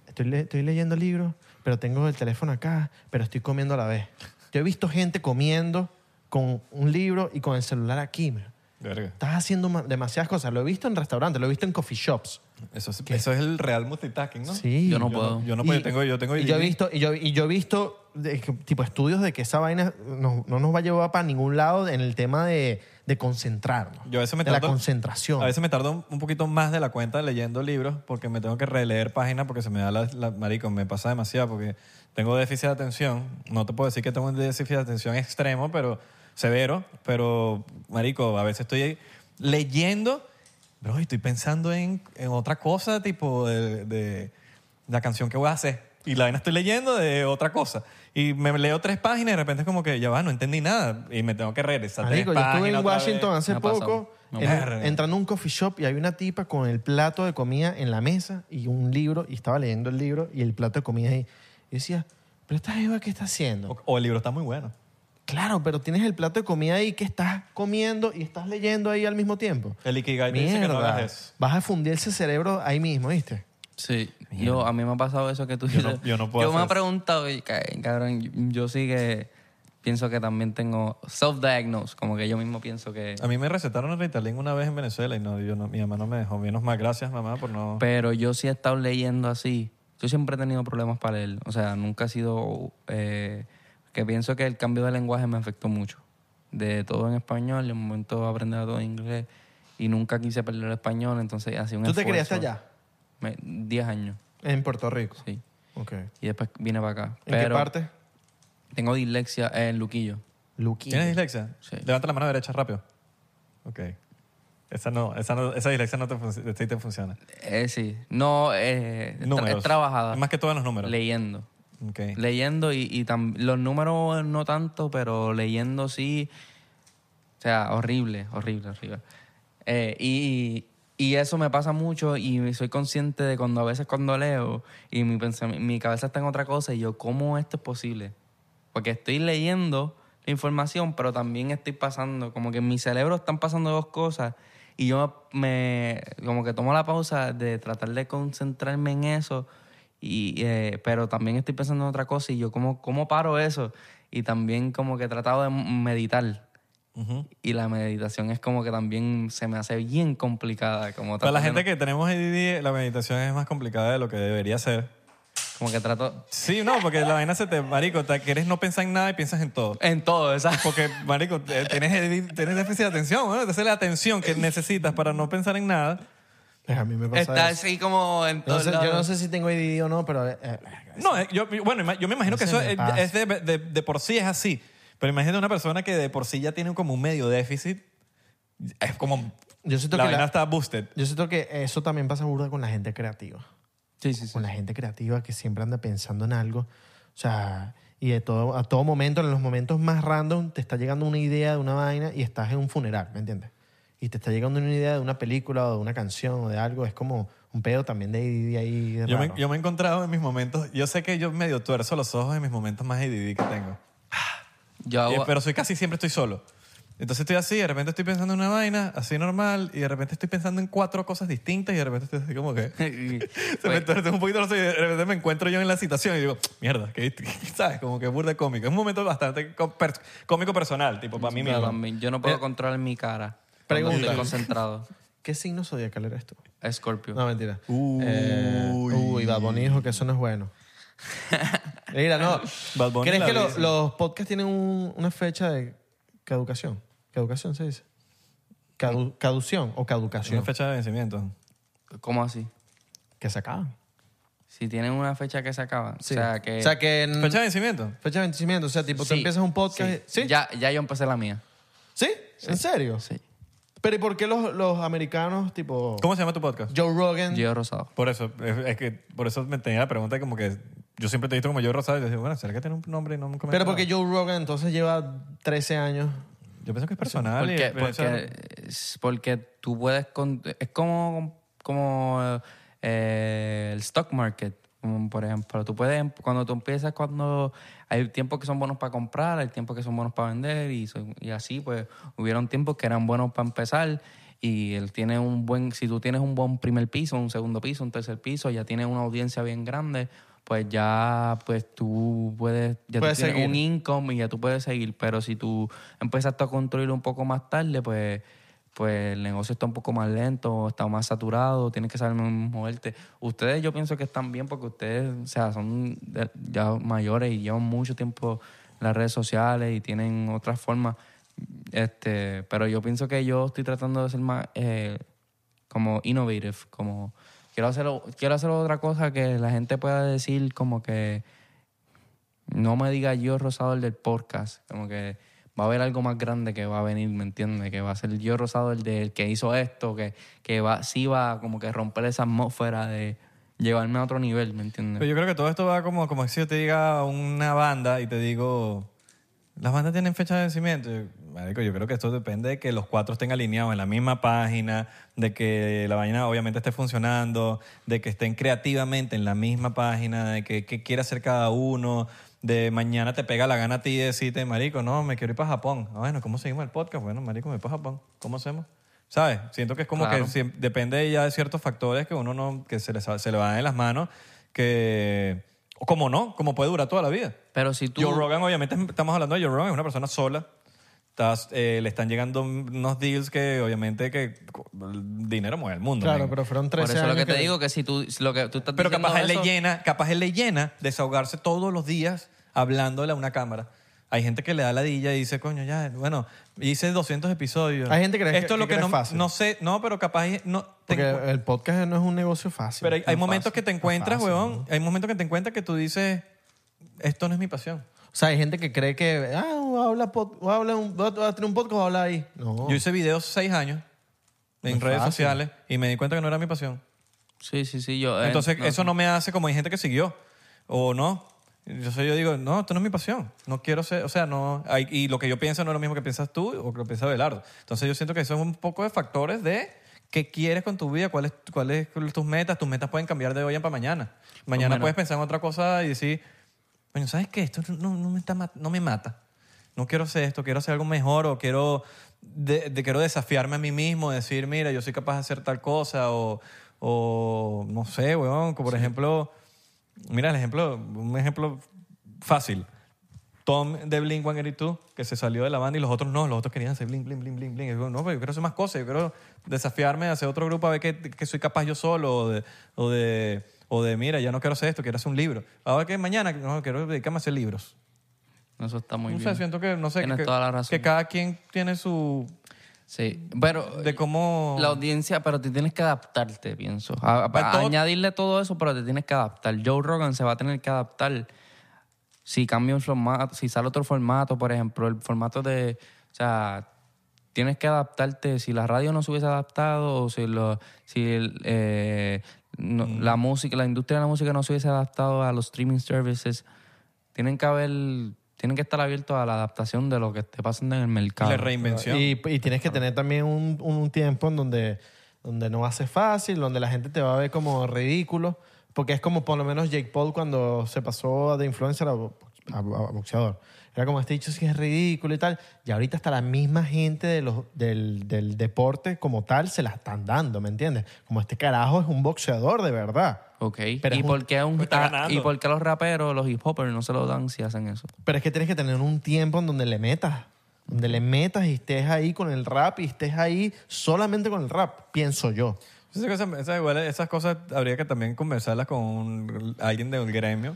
Speaker 2: estoy, le- estoy leyendo el libro, pero tengo el teléfono acá, pero estoy comiendo a la vez. Yo he visto gente comiendo con un libro y con el celular aquí. man.
Speaker 1: Verga.
Speaker 2: Estás haciendo ma- demasiadas cosas. Lo he visto en restaurantes, lo he visto en coffee shops.
Speaker 1: Eso es, eso es el real multitasking, ¿no?
Speaker 2: Sí.
Speaker 3: Yo no
Speaker 1: Yo
Speaker 3: puedo.
Speaker 1: no, yo no puedo,
Speaker 2: Y-
Speaker 1: yo tengo, yo tengo
Speaker 2: y yo he visto y yo, y yo he visto de que- tipo estudios de que esa vaina no, no nos va a llevar para ningún lado en el tema de, de concentrarnos
Speaker 1: Yo a veces me
Speaker 2: de la
Speaker 1: tardo-
Speaker 2: concentración
Speaker 1: A veces me tardo un- un poquito más de la cuenta leyendo libros porque me tengo que releer páginas porque se me da la, la- marico, me pasa demasiado porque tengo déficit de atención. No te puedo decir que tengo un déficit de atención extremo, pero severo, pero marico, a veces estoy leyendo, bro, y estoy pensando en, en otra cosa, tipo de, de la canción que voy a hacer. Y la vaina estoy leyendo de otra cosa. Y me leo tres páginas y de repente es como que ya va, no entendí nada. Y me tengo que regresar. tres
Speaker 2: Marico, yo estuve
Speaker 1: páginas
Speaker 2: en
Speaker 1: otra vez.
Speaker 2: Washington hace
Speaker 3: Me ha pasado.
Speaker 2: poco
Speaker 3: Me ha
Speaker 2: en-
Speaker 1: pasado.
Speaker 2: entrando a un coffee shop y hay una tipa con el plato de comida en la mesa y un libro y estaba leyendo el libro y el plato de comida ahí y decía pero esta jeva qué está haciendo
Speaker 1: O, o el libro está muy bueno.
Speaker 2: claro pero tienes el plato de comida ahí que estás comiendo y estás leyendo ahí al mismo tiempo
Speaker 1: El Ikigai te dice que no
Speaker 2: Mierda,
Speaker 1: hagas eso.
Speaker 2: vas a fundir ese cerebro ahí mismo, ¿viste?
Speaker 3: Sí, yo, a mí me ha pasado eso que tú
Speaker 1: Yo no-
Speaker 3: dices.
Speaker 1: yo no puedo
Speaker 3: me
Speaker 1: hacer
Speaker 3: he
Speaker 1: eso.
Speaker 3: preguntado, y, ca- cabrón, yo sí que pienso que también tengo self-diagnose, como que yo mismo pienso que...
Speaker 1: A mí me recetaron el Ritalin una vez en Venezuela y no, yo no- mi mamá no me dejó. Menos más gracias, mamá, por no...
Speaker 3: Pero yo sí he estado leyendo así. Yo siempre he tenido problemas para leer. O sea, nunca ha sido... eh, que pienso que el cambio de lenguaje me afectó mucho. De todo en español, en un momento aprender todo en inglés. Y nunca quise perder el español, entonces hacía un
Speaker 2: ¿Tú te
Speaker 3: esfuerzo.
Speaker 2: criaste allá?
Speaker 3: Me- 10 años,
Speaker 2: En Puerto Rico.
Speaker 3: sí.
Speaker 2: Ok. ¿En
Speaker 3: Y después vine para acá.
Speaker 2: qué
Speaker 3: Pero
Speaker 2: parte?
Speaker 3: Tengo dislexia eh, en Luquillo.
Speaker 2: Luquillo.
Speaker 1: ¿Tienes dislexia?
Speaker 3: Sí.
Speaker 1: Levanta la mano derecha rápido. Ok. Esa no, esa no, esa dislexia no te, func- sí te funciona.
Speaker 3: Eh, sí. No, eh, es tra-
Speaker 1: Números.
Speaker 3: es trabajada.
Speaker 1: Es más que todo en los números.
Speaker 3: Leyendo.
Speaker 1: Ok.
Speaker 3: Leyendo y, y tam- los números no tanto, pero leyendo sí. O sea, horrible, horrible, horrible. Eh, y, y eso me pasa mucho y soy consciente de cuando a veces cuando leo y mi, pensam- mi cabeza está en otra cosa y yo, ¿cómo esto es posible? Porque estoy leyendo la información, pero también estoy pasando, como que en mi cerebro están pasando dos cosas y yo me, como que tomo la pausa de tratar de concentrarme en eso, y, eh, pero también estoy pensando en otra cosa y yo, ¿cómo, cómo paro eso? Y también como que he tratado de meditar.
Speaker 1: Ujú.
Speaker 3: Y la meditación es como que también se me hace bien complicada. Como
Speaker 1: Para la
Speaker 3: tratar de-
Speaker 1: gente que tenemos ADD, la meditación es más complicada de lo que debería ser.
Speaker 3: Como que trato...
Speaker 1: Sí, no, porque la vaina se te... Marico, te quieres no pensar en nada y piensas en todo.
Speaker 3: En todo, ¿sabes?
Speaker 1: Porque, marico, te- tienes, ADD tienes déficit de atención, ¿no? Entonces la atención que necesitas para no pensar en nada...
Speaker 2: Pues a mí me pasa
Speaker 3: Está
Speaker 2: eso.
Speaker 3: así como en
Speaker 2: Yo no
Speaker 3: todos
Speaker 2: sé- yo no
Speaker 3: lados.
Speaker 2: sé si tengo ADD o no, pero... eh, eh,
Speaker 1: No, eh, yo, yo- bueno, ima- yo me imagino que
Speaker 2: Ese
Speaker 1: eso
Speaker 2: me
Speaker 1: es,
Speaker 2: pasa.
Speaker 1: es de, de- de por sí es así. Pero imagínate una persona que de por sí ya tiene como un medio déficit. Es como...
Speaker 2: yo, siento
Speaker 1: la
Speaker 2: que
Speaker 1: vaina
Speaker 2: la-
Speaker 1: está boosted.
Speaker 2: yo siento que eso también pasa burda con la gente creativa.
Speaker 3: Sí, sí, sí.
Speaker 2: Con la gente creativa que siempre anda pensando en algo. O sea, y de todo, a todo momento, en los momentos más random, te está llegando una idea de una vaina y estás en un funeral, ¿me entiendes? Y te está llegando una idea de una película o de una canción o de algo. Es como un pedo también de ADD ahí
Speaker 1: Yo me,
Speaker 2: raro.
Speaker 1: yo me he encontrado en mis momentos... Yo sé que yo medio tuerzo los ojos en mis momentos más ADD que tengo.
Speaker 3: Yo hago-
Speaker 1: Eh, pero soy casi siempre estoy solo. Entonces estoy así, de repente estoy pensando en una vaina, así normal, y de repente estoy pensando en cuatro cosas distintas y de repente estoy así como que... Se me
Speaker 3: Pues,
Speaker 1: tuerce un poquito los ojos y de repente me encuentro yo en la situación y digo, mierda, que, ¿sabes? Como que burda cómico. Es un momento bastante com- per- cómico personal, tipo, para mí
Speaker 3: yo
Speaker 1: mismo.
Speaker 3: también. Yo no puedo controlar mi cara. cuando
Speaker 2: Eh, pregunta.
Speaker 3: Estoy concentrado.
Speaker 2: ¿Qué signo zodiacal eres tú?
Speaker 3: Scorpio.
Speaker 2: No, mentira. Uy, uy Bad Bunny dijo que eso no es bueno. Mira, no.
Speaker 1: Bad Bunny
Speaker 2: ¿Crees
Speaker 1: la
Speaker 2: que lo-
Speaker 1: dice.
Speaker 2: los podcasts tienen un- una fecha de Caducación. Caducación se dice. Cadu- cadución o
Speaker 1: Una
Speaker 2: caducación.
Speaker 1: fecha de vencimiento.
Speaker 3: ¿Cómo así?
Speaker 2: Que se acaban.
Speaker 3: Si tienen una fecha que se acaba. O sea que.
Speaker 2: O sea que. en-
Speaker 1: Fecha de vencimiento.
Speaker 2: Fecha de vencimiento. O sea, tipo, tú
Speaker 3: Sí.
Speaker 2: empiezas un podcast. ¿Sí?
Speaker 3: Ya, ya yo empecé la mía.
Speaker 2: ¿Sí? ¿En serio?
Speaker 3: Sí.
Speaker 2: Pero ¿y por qué los, los americanos, tipo.
Speaker 1: ¿Cómo se llama tu podcast?
Speaker 2: Joe Rogan.
Speaker 3: Gio Rosado.
Speaker 1: Por eso, es, es que por eso me tenía la pregunta como que yo siempre te he visto como yo Rosado y yo decía, bueno, ¿será que tiene un nombre y no me comenta
Speaker 2: Pero porque
Speaker 1: nada?
Speaker 2: Joe Rogan entonces lleva 13 años.
Speaker 1: Yo pienso que es personal. y-
Speaker 3: Porque,
Speaker 1: pero, o sea,
Speaker 3: porque, es- porque tú puedes... con- es como, como eh, el stock market, como por ejemplo. Tú puedes, em, cuando tú empiezas, cuando hay tiempos que son buenos para comprar, hay tiempos que son buenos para vender y, son- y así, pues hubieron tiempos que eran buenos para empezar y él tiene un buen, si tú tienes un buen primer piso, un segundo piso, un tercer piso, ya tienes una audiencia bien grande, pues ya pues tú puedes, ya
Speaker 2: Puedes
Speaker 3: tú tienes
Speaker 2: seguir.
Speaker 3: un income y ya tú puedes seguir, pero si tú empezaste a construir un poco más tarde, pues pues el negocio está un poco más lento, está más saturado, tienes que saber moverte. Ustedes yo pienso que están bien porque ustedes, o sea, son de- ya mayores y llevan mucho tiempo en las redes sociales y tienen otras formas. Este, pero yo pienso que yo estoy tratando de ser más eh, como innovative, como quiero hacer, quiero hacer otra cosa que la gente pueda decir como que no me diga yo Rosado el del podcast, como que va a haber algo más grande que va a venir, ¿me entiendes? Que va a ser yo Rosado el del que hizo esto, que, que va, sí va como que romper esa atmósfera de llevarme a otro nivel, ¿me
Speaker 1: pero
Speaker 3: entiendes?
Speaker 1: yo creo que todo esto va como, como si yo te diga una banda y te digo, las bandas tienen fecha de vencimiento. Yo, marico, yo creo que esto depende de que los cuatro estén alineados en la misma página, de que la vaina obviamente esté funcionando, de que estén creativamente en la misma página, de que, que quiera hacer cada uno, de mañana te pega la gana a ti de decirte, marico, no, me quiero ir para Japón. Ah, Bueno, ¿cómo seguimos el podcast? Bueno, marico, me voy para Japón. ¿Cómo hacemos? ¿Sabes? Siento que es como
Speaker 3: Claro.
Speaker 1: que siem- depende ya de ciertos factores que uno no, que se le, sa- se le van en las manos, que, o como no, como puede durar toda la vida.
Speaker 3: Pero si tú...
Speaker 1: Joe Rogan, obviamente, estamos hablando de Joe Rogan, es una persona sola. Estás, eh, le están llegando unos deals que, obviamente, que el dinero mueve el mundo.
Speaker 2: Claro,
Speaker 1: men.
Speaker 2: pero fueron 13
Speaker 3: por eso
Speaker 2: años.
Speaker 3: lo que te digo, que si tú, lo que tú estás
Speaker 1: Pero
Speaker 3: diciendo
Speaker 1: capaz él, le
Speaker 3: eso-
Speaker 1: llena, capaz él le llena desahogarse todos los días hablándole a una cámara. Hay gente que le da la dilla y dice, coño, ya, bueno, hice 200 episodios.
Speaker 2: Hay gente que cree
Speaker 1: Esto
Speaker 2: que-
Speaker 1: es lo
Speaker 2: que
Speaker 1: que,
Speaker 2: cree
Speaker 1: no,
Speaker 2: es fácil.
Speaker 1: no sé, no, pero capaz no, te
Speaker 2: Porque
Speaker 1: encu-
Speaker 2: el podcast no es un negocio fácil.
Speaker 1: pero hay, hay
Speaker 2: No es
Speaker 1: momentos
Speaker 2: fácil,
Speaker 1: que te
Speaker 2: no es
Speaker 1: encuentras,
Speaker 2: fácil,
Speaker 1: huevón,
Speaker 2: ¿no?
Speaker 1: hay momentos que te encuentras que tú dices, esto no es mi pasión.
Speaker 2: O sea, hay gente que cree que, ah, voy a hablar, pod- voy a hablar un, voy a voy a tener un podcast, voy a hablar ahí. No.
Speaker 1: Yo hice videos seis años en
Speaker 2: Oh. es
Speaker 1: redes
Speaker 2: fácil.
Speaker 1: sociales y me di cuenta que no era mi pasión.
Speaker 3: Sí, sí, sí, yo... eh,
Speaker 1: Entonces,
Speaker 3: no,
Speaker 1: eso no me hace como hay gente que siguió o no. Entonces yo digo, no, esto no es mi pasión. No quiero ser, o sea, no. hay- y lo que yo pienso no es lo mismo que piensas tú o que lo piensa Belardo. Entonces yo siento que eso es un poco de factores de qué quieres con tu vida, cuáles cuáles son tus metas. Tus metas pueden cambiar de hoy para mañana. Mañana
Speaker 3: menos.
Speaker 1: puedes pensar en otra cosa y decir, bueno, ¿sabes qué? Esto no, no me, está ma- no me mata. No quiero hacer esto, quiero hacer algo mejor o quiero, de- de- quiero desafiarme a mí mismo, decir, mira, yo soy capaz de hacer tal cosa o, o no sé, weón, como por ejemplo, mira el ejemplo, un ejemplo fácil. Tom de Blink 182 que se salió de la banda y los otros no, los otros querían hacer Blink, Blink, Blink, Blink, Blink. Y yo, no, pero yo quiero hacer más cosas, yo quiero desafiarme a hacer otro grupo a ver qué, qué soy capaz yo solo o de, o de, o de, mira, ya no quiero hacer esto, quiero hacer un libro. Ahora que mañana, no, quiero dedicarme a hacer libros.
Speaker 3: Eso está muy
Speaker 1: No
Speaker 3: bien.
Speaker 1: sé, siento que, no sé,
Speaker 3: Tienes
Speaker 1: que,
Speaker 3: toda la razón.
Speaker 1: que cada quien tiene su...
Speaker 3: Sí, pero...
Speaker 1: de cómo...
Speaker 3: La audiencia, pero te tienes que adaptarte, pienso. A, a-
Speaker 1: Pero
Speaker 3: a
Speaker 1: todo-
Speaker 3: añadirle todo eso, pero te tienes que adaptar. Joe Rogan se va a tener que adaptar si cambia un formato, si sale otro formato, por ejemplo, el formato de... O sea, tienes que adaptarte. Si la radio no se hubiese adaptado, o si, lo- si el, eh, no- la música, la industria de la música no se hubiese adaptado a los streaming services, tienen que haber... Tienen que estar abiertos a la adaptación de lo que esté pasando en el mercado.
Speaker 1: la reinvención.
Speaker 2: Y, y tienes que tener también un, un- un tiempo en donde, donde no hace fácil, donde la gente te va a ver como ridículo, porque es como por lo menos Jake Paul cuando se pasó de influencer a, bo- a- a boxeador. Era como este dicho sí es ridículo y tal. Y ahorita hasta la misma gente de los, del, del deporte como tal se la están dando, ¿me entiendes? Como este carajo es un boxeador de verdad.
Speaker 3: Ok.
Speaker 2: Pero
Speaker 3: ¿Y,
Speaker 2: es
Speaker 3: por
Speaker 2: un-
Speaker 3: qué a un-
Speaker 1: pues está
Speaker 3: a-
Speaker 1: ganando.
Speaker 3: ¿Y por qué a los raperos, los hip hoppers, no se lo dan si hacen eso?
Speaker 2: Pero es que tienes que tener un tiempo en donde le metas. Donde le metas y estés ahí con el rap y estés ahí solamente con el rap, pienso yo.
Speaker 1: Esas cosas, esas, igual, esas cosas habría que también conversarlas con un- alguien del gremio.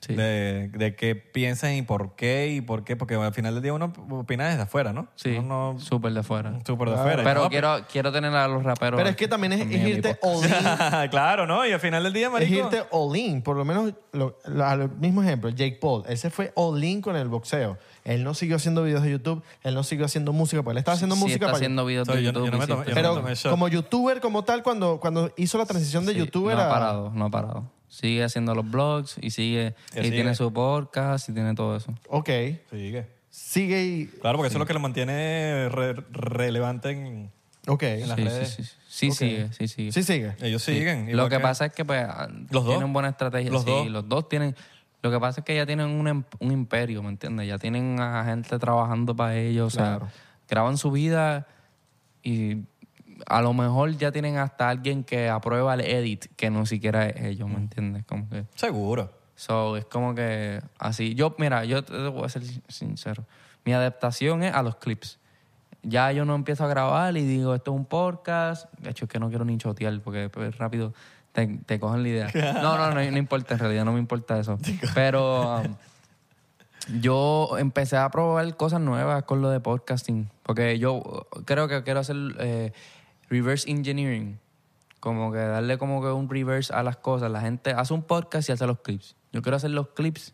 Speaker 3: Sí.
Speaker 1: De, de qué piensan y por qué y por qué, porque al final del día uno opina desde afuera, ¿no?
Speaker 3: Sí,
Speaker 1: Uno no-
Speaker 3: súper de fuera.
Speaker 1: súper de afuera.
Speaker 3: Pero
Speaker 1: No,
Speaker 3: quiero, quiero tener a los raperos.
Speaker 2: Pero es que también es, es
Speaker 3: conmigo en mi
Speaker 2: irte
Speaker 3: podcast.
Speaker 2: all in.
Speaker 1: pues, claro, ¿no? Y al final del día,
Speaker 2: Es
Speaker 1: marico...
Speaker 2: irte all in. Por lo menos, lo, lo- al mismo ejemplo, Jake Paul. Él se fue all in con el boxeo. Él no siguió haciendo videos de YouTube. Él no siguió haciendo música. Porque él estaba haciendo
Speaker 3: Sí,
Speaker 2: música
Speaker 3: está
Speaker 2: para
Speaker 3: haciendo videos
Speaker 1: Sorry,
Speaker 3: de
Speaker 1: yo no-
Speaker 3: YouTube.
Speaker 1: yo no me tomé-
Speaker 3: hiciste.
Speaker 1: yo no me
Speaker 2: Pero
Speaker 1: tomé el shot.
Speaker 2: como youtuber, como tal, cuando, cuando hizo la transición de
Speaker 3: Sí,
Speaker 2: youtuber
Speaker 3: No ha
Speaker 2: a-
Speaker 3: parado, no ha parado. Sigue haciendo los blogs y sigue.
Speaker 1: Y
Speaker 3: Y,
Speaker 1: sigue.
Speaker 3: tiene su podcast y tiene todo eso.
Speaker 2: Ok.
Speaker 1: Sí, ¿qué?
Speaker 2: Sigue y...
Speaker 1: Claro, porque eso es lo que lo mantiene re- relevante en...
Speaker 2: Ok.
Speaker 1: Las
Speaker 3: Sí, sí,
Speaker 1: redes.
Speaker 3: sí. Sí, Sí sigue, sí sigue.
Speaker 2: Sí sigue.
Speaker 1: Ellos
Speaker 3: Sí.
Speaker 1: siguen.
Speaker 3: Lo
Speaker 1: igual
Speaker 3: que pasa es que pues,
Speaker 1: dos?
Speaker 3: tienen buena estrategia.
Speaker 1: Los
Speaker 3: sí,
Speaker 1: dos.
Speaker 3: los dos tienen. Lo que pasa es que ya tienen un, em- un imperio, ¿me entiendes? Ya tienen a gente trabajando para ellos. O sea, graban su vida y a lo mejor ya tienen hasta alguien que aprueba el edit, que no siquiera es ellos,
Speaker 1: Mm.
Speaker 3: ¿me entiendes? Como que.
Speaker 1: Seguro.
Speaker 3: So, es como que así. Yo, mira, yo te voy a ser sincero. Mi adaptación es a los clips. Ya yo no empiezo a grabar y digo, esto es un podcast. De hecho, es que no quiero ni chotear porque pues, rápido te, te cogen la idea. No, no, no, no importa. En realidad no me importa eso. Pero um, yo empecé a probar cosas nuevas con lo de podcasting. Porque yo uh, creo que quiero hacer eh, reverse engineering. Como que darle como que un reverse a las cosas. La gente hace un podcast y hace los clips. Yo quiero hacer los clips,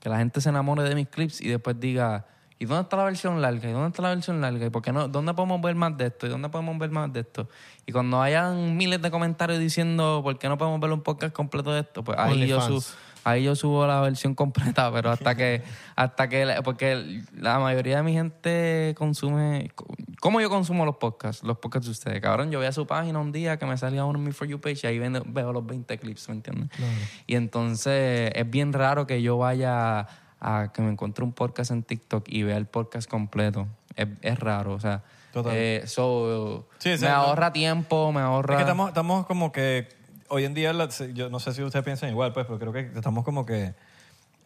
Speaker 3: que la gente se enamore de mis clips y después diga, ¿y dónde está la versión larga? ¿Y dónde está la versión larga? ¿Y por qué no? ¿Dónde podemos ver más de esto? ¿Y dónde podemos ver más de esto? Y cuando hayan miles de comentarios diciendo, ¿por qué no podemos ver un podcast completo de esto? Pues ahí yo,
Speaker 2: OnlyFans.
Speaker 3: su- ahí yo subo la versión completa, pero hasta que, hasta que, la- porque la mayoría de mi gente consume, ¿cómo yo consumo los podcasts? Los podcasts de ustedes, cabrón, yo voy a su página un día que me salga uno en mi For You page y ahí vendo- veo los 20 clips, ¿me entiendes? Y entonces es bien raro que yo vaya a que me encuentre un podcast en TikTok y vea el podcast completo. Es, es raro, o sea.
Speaker 1: Total.
Speaker 3: eh, so,
Speaker 1: Sí, o
Speaker 3: me
Speaker 1: sea, no-
Speaker 3: ahorra tiempo, me ahorra...
Speaker 1: Es que estamos, estamos como que hoy en día, la- se- yo no sé si ustedes piensan igual, pues, pero creo que estamos como que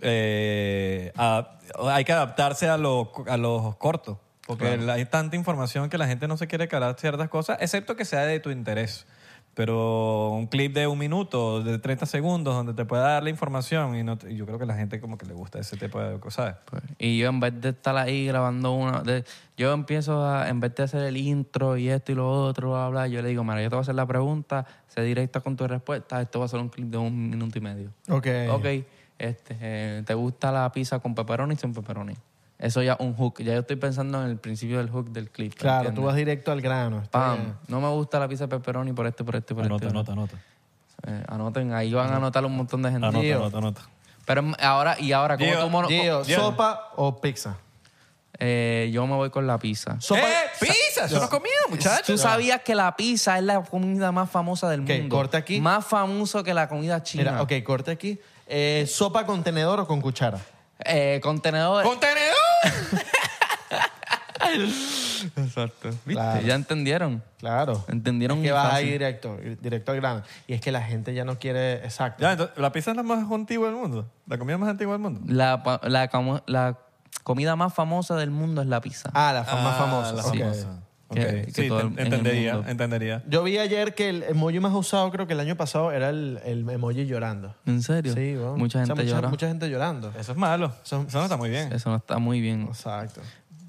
Speaker 1: eh, a- hay que adaptarse a, lo- a los cortos. Porque la- hay tanta información que la gente no se quiere calar ciertas cosas, excepto que sea de tu interés. Pero un clip de un minuto, de 30 segundos, donde te pueda dar la información, y no te- y yo creo que la gente como que le gusta ese tipo de cosas.
Speaker 3: Pues, Y yo en vez de estar ahí grabando una, de- yo empiezo a, en vez de hacer el intro y esto y lo otro, bla, bla, yo le digo, mira, yo te voy a hacer la pregunta, sé directa con tu respuesta, esto va a ser un clip de un minuto y medio.
Speaker 2: Ok.
Speaker 3: Ok, este, eh, ¿te gusta la pizza con pepperoni sin pepperoni? Eso ya es un hook, ya yo estoy pensando en el principio del hook del clip.
Speaker 2: Claro,
Speaker 3: ¿entiendes?
Speaker 2: tú vas directo al grano. Está bien.
Speaker 3: Pam, no me gusta la pizza de pepperoni por esto, por esto, por
Speaker 1: Anota,
Speaker 3: esto.
Speaker 1: anota, anota.
Speaker 3: Eh, anoten, ahí van a anotar un montón de gente.
Speaker 1: Anota,
Speaker 2: Gio.
Speaker 1: anota, anota.
Speaker 3: Pero mm, ahora, y ahora, ¿cómo
Speaker 1: Gio,
Speaker 3: tú mono-
Speaker 2: Gio,
Speaker 1: Gio.
Speaker 2: ¿sopa o pizza?
Speaker 3: Eh, yo me voy con la pizza.
Speaker 2: Sopa-
Speaker 1: ¡Eh, pizza! Eso no es comida, muchachos.
Speaker 3: Tú sabías que la pizza es la comida más famosa del
Speaker 2: Ok,
Speaker 3: mundo.
Speaker 2: corta aquí.
Speaker 3: Más famoso que la comida china.
Speaker 2: Mira, ok, corte aquí. Eh, ¿Sopa con tenedor o con cuchara?
Speaker 3: Eh, contenedor.
Speaker 1: ¡Contenedor!
Speaker 3: Exacto. ¿Viste?
Speaker 2: Claro.
Speaker 3: Ya entendieron.
Speaker 2: Claro.
Speaker 3: Entendieron
Speaker 2: Es que
Speaker 3: muy
Speaker 2: vas ahí
Speaker 3: fácil.
Speaker 2: directo, directo al grano. Y es que la gente ya no quiere... Exacto.
Speaker 1: Ya, entonces, la pizza es la más antigua del mundo. La comida más antigua del mundo.
Speaker 3: La, pa- la camo- la comida más famosa del mundo es la pizza.
Speaker 2: Ah, la fama famosa.
Speaker 1: La
Speaker 2: ok.
Speaker 1: famosa. Ok.
Speaker 3: Que- que
Speaker 1: sí,
Speaker 3: todo
Speaker 1: te-
Speaker 3: en el
Speaker 1: entendería,
Speaker 3: mundo.
Speaker 1: entendería.
Speaker 2: Yo vi ayer que el emoji más usado creo que el año pasado era el, el emoji llorando.
Speaker 3: ¿En serio?
Speaker 2: Sí, bueno.
Speaker 3: Mucha
Speaker 2: O sea,
Speaker 3: gente llora.
Speaker 2: Mucha gente llorando.
Speaker 1: Eso es malo. Eso,
Speaker 2: Son-
Speaker 1: no está muy bien.
Speaker 3: Eso no está muy bien.
Speaker 2: Exacto.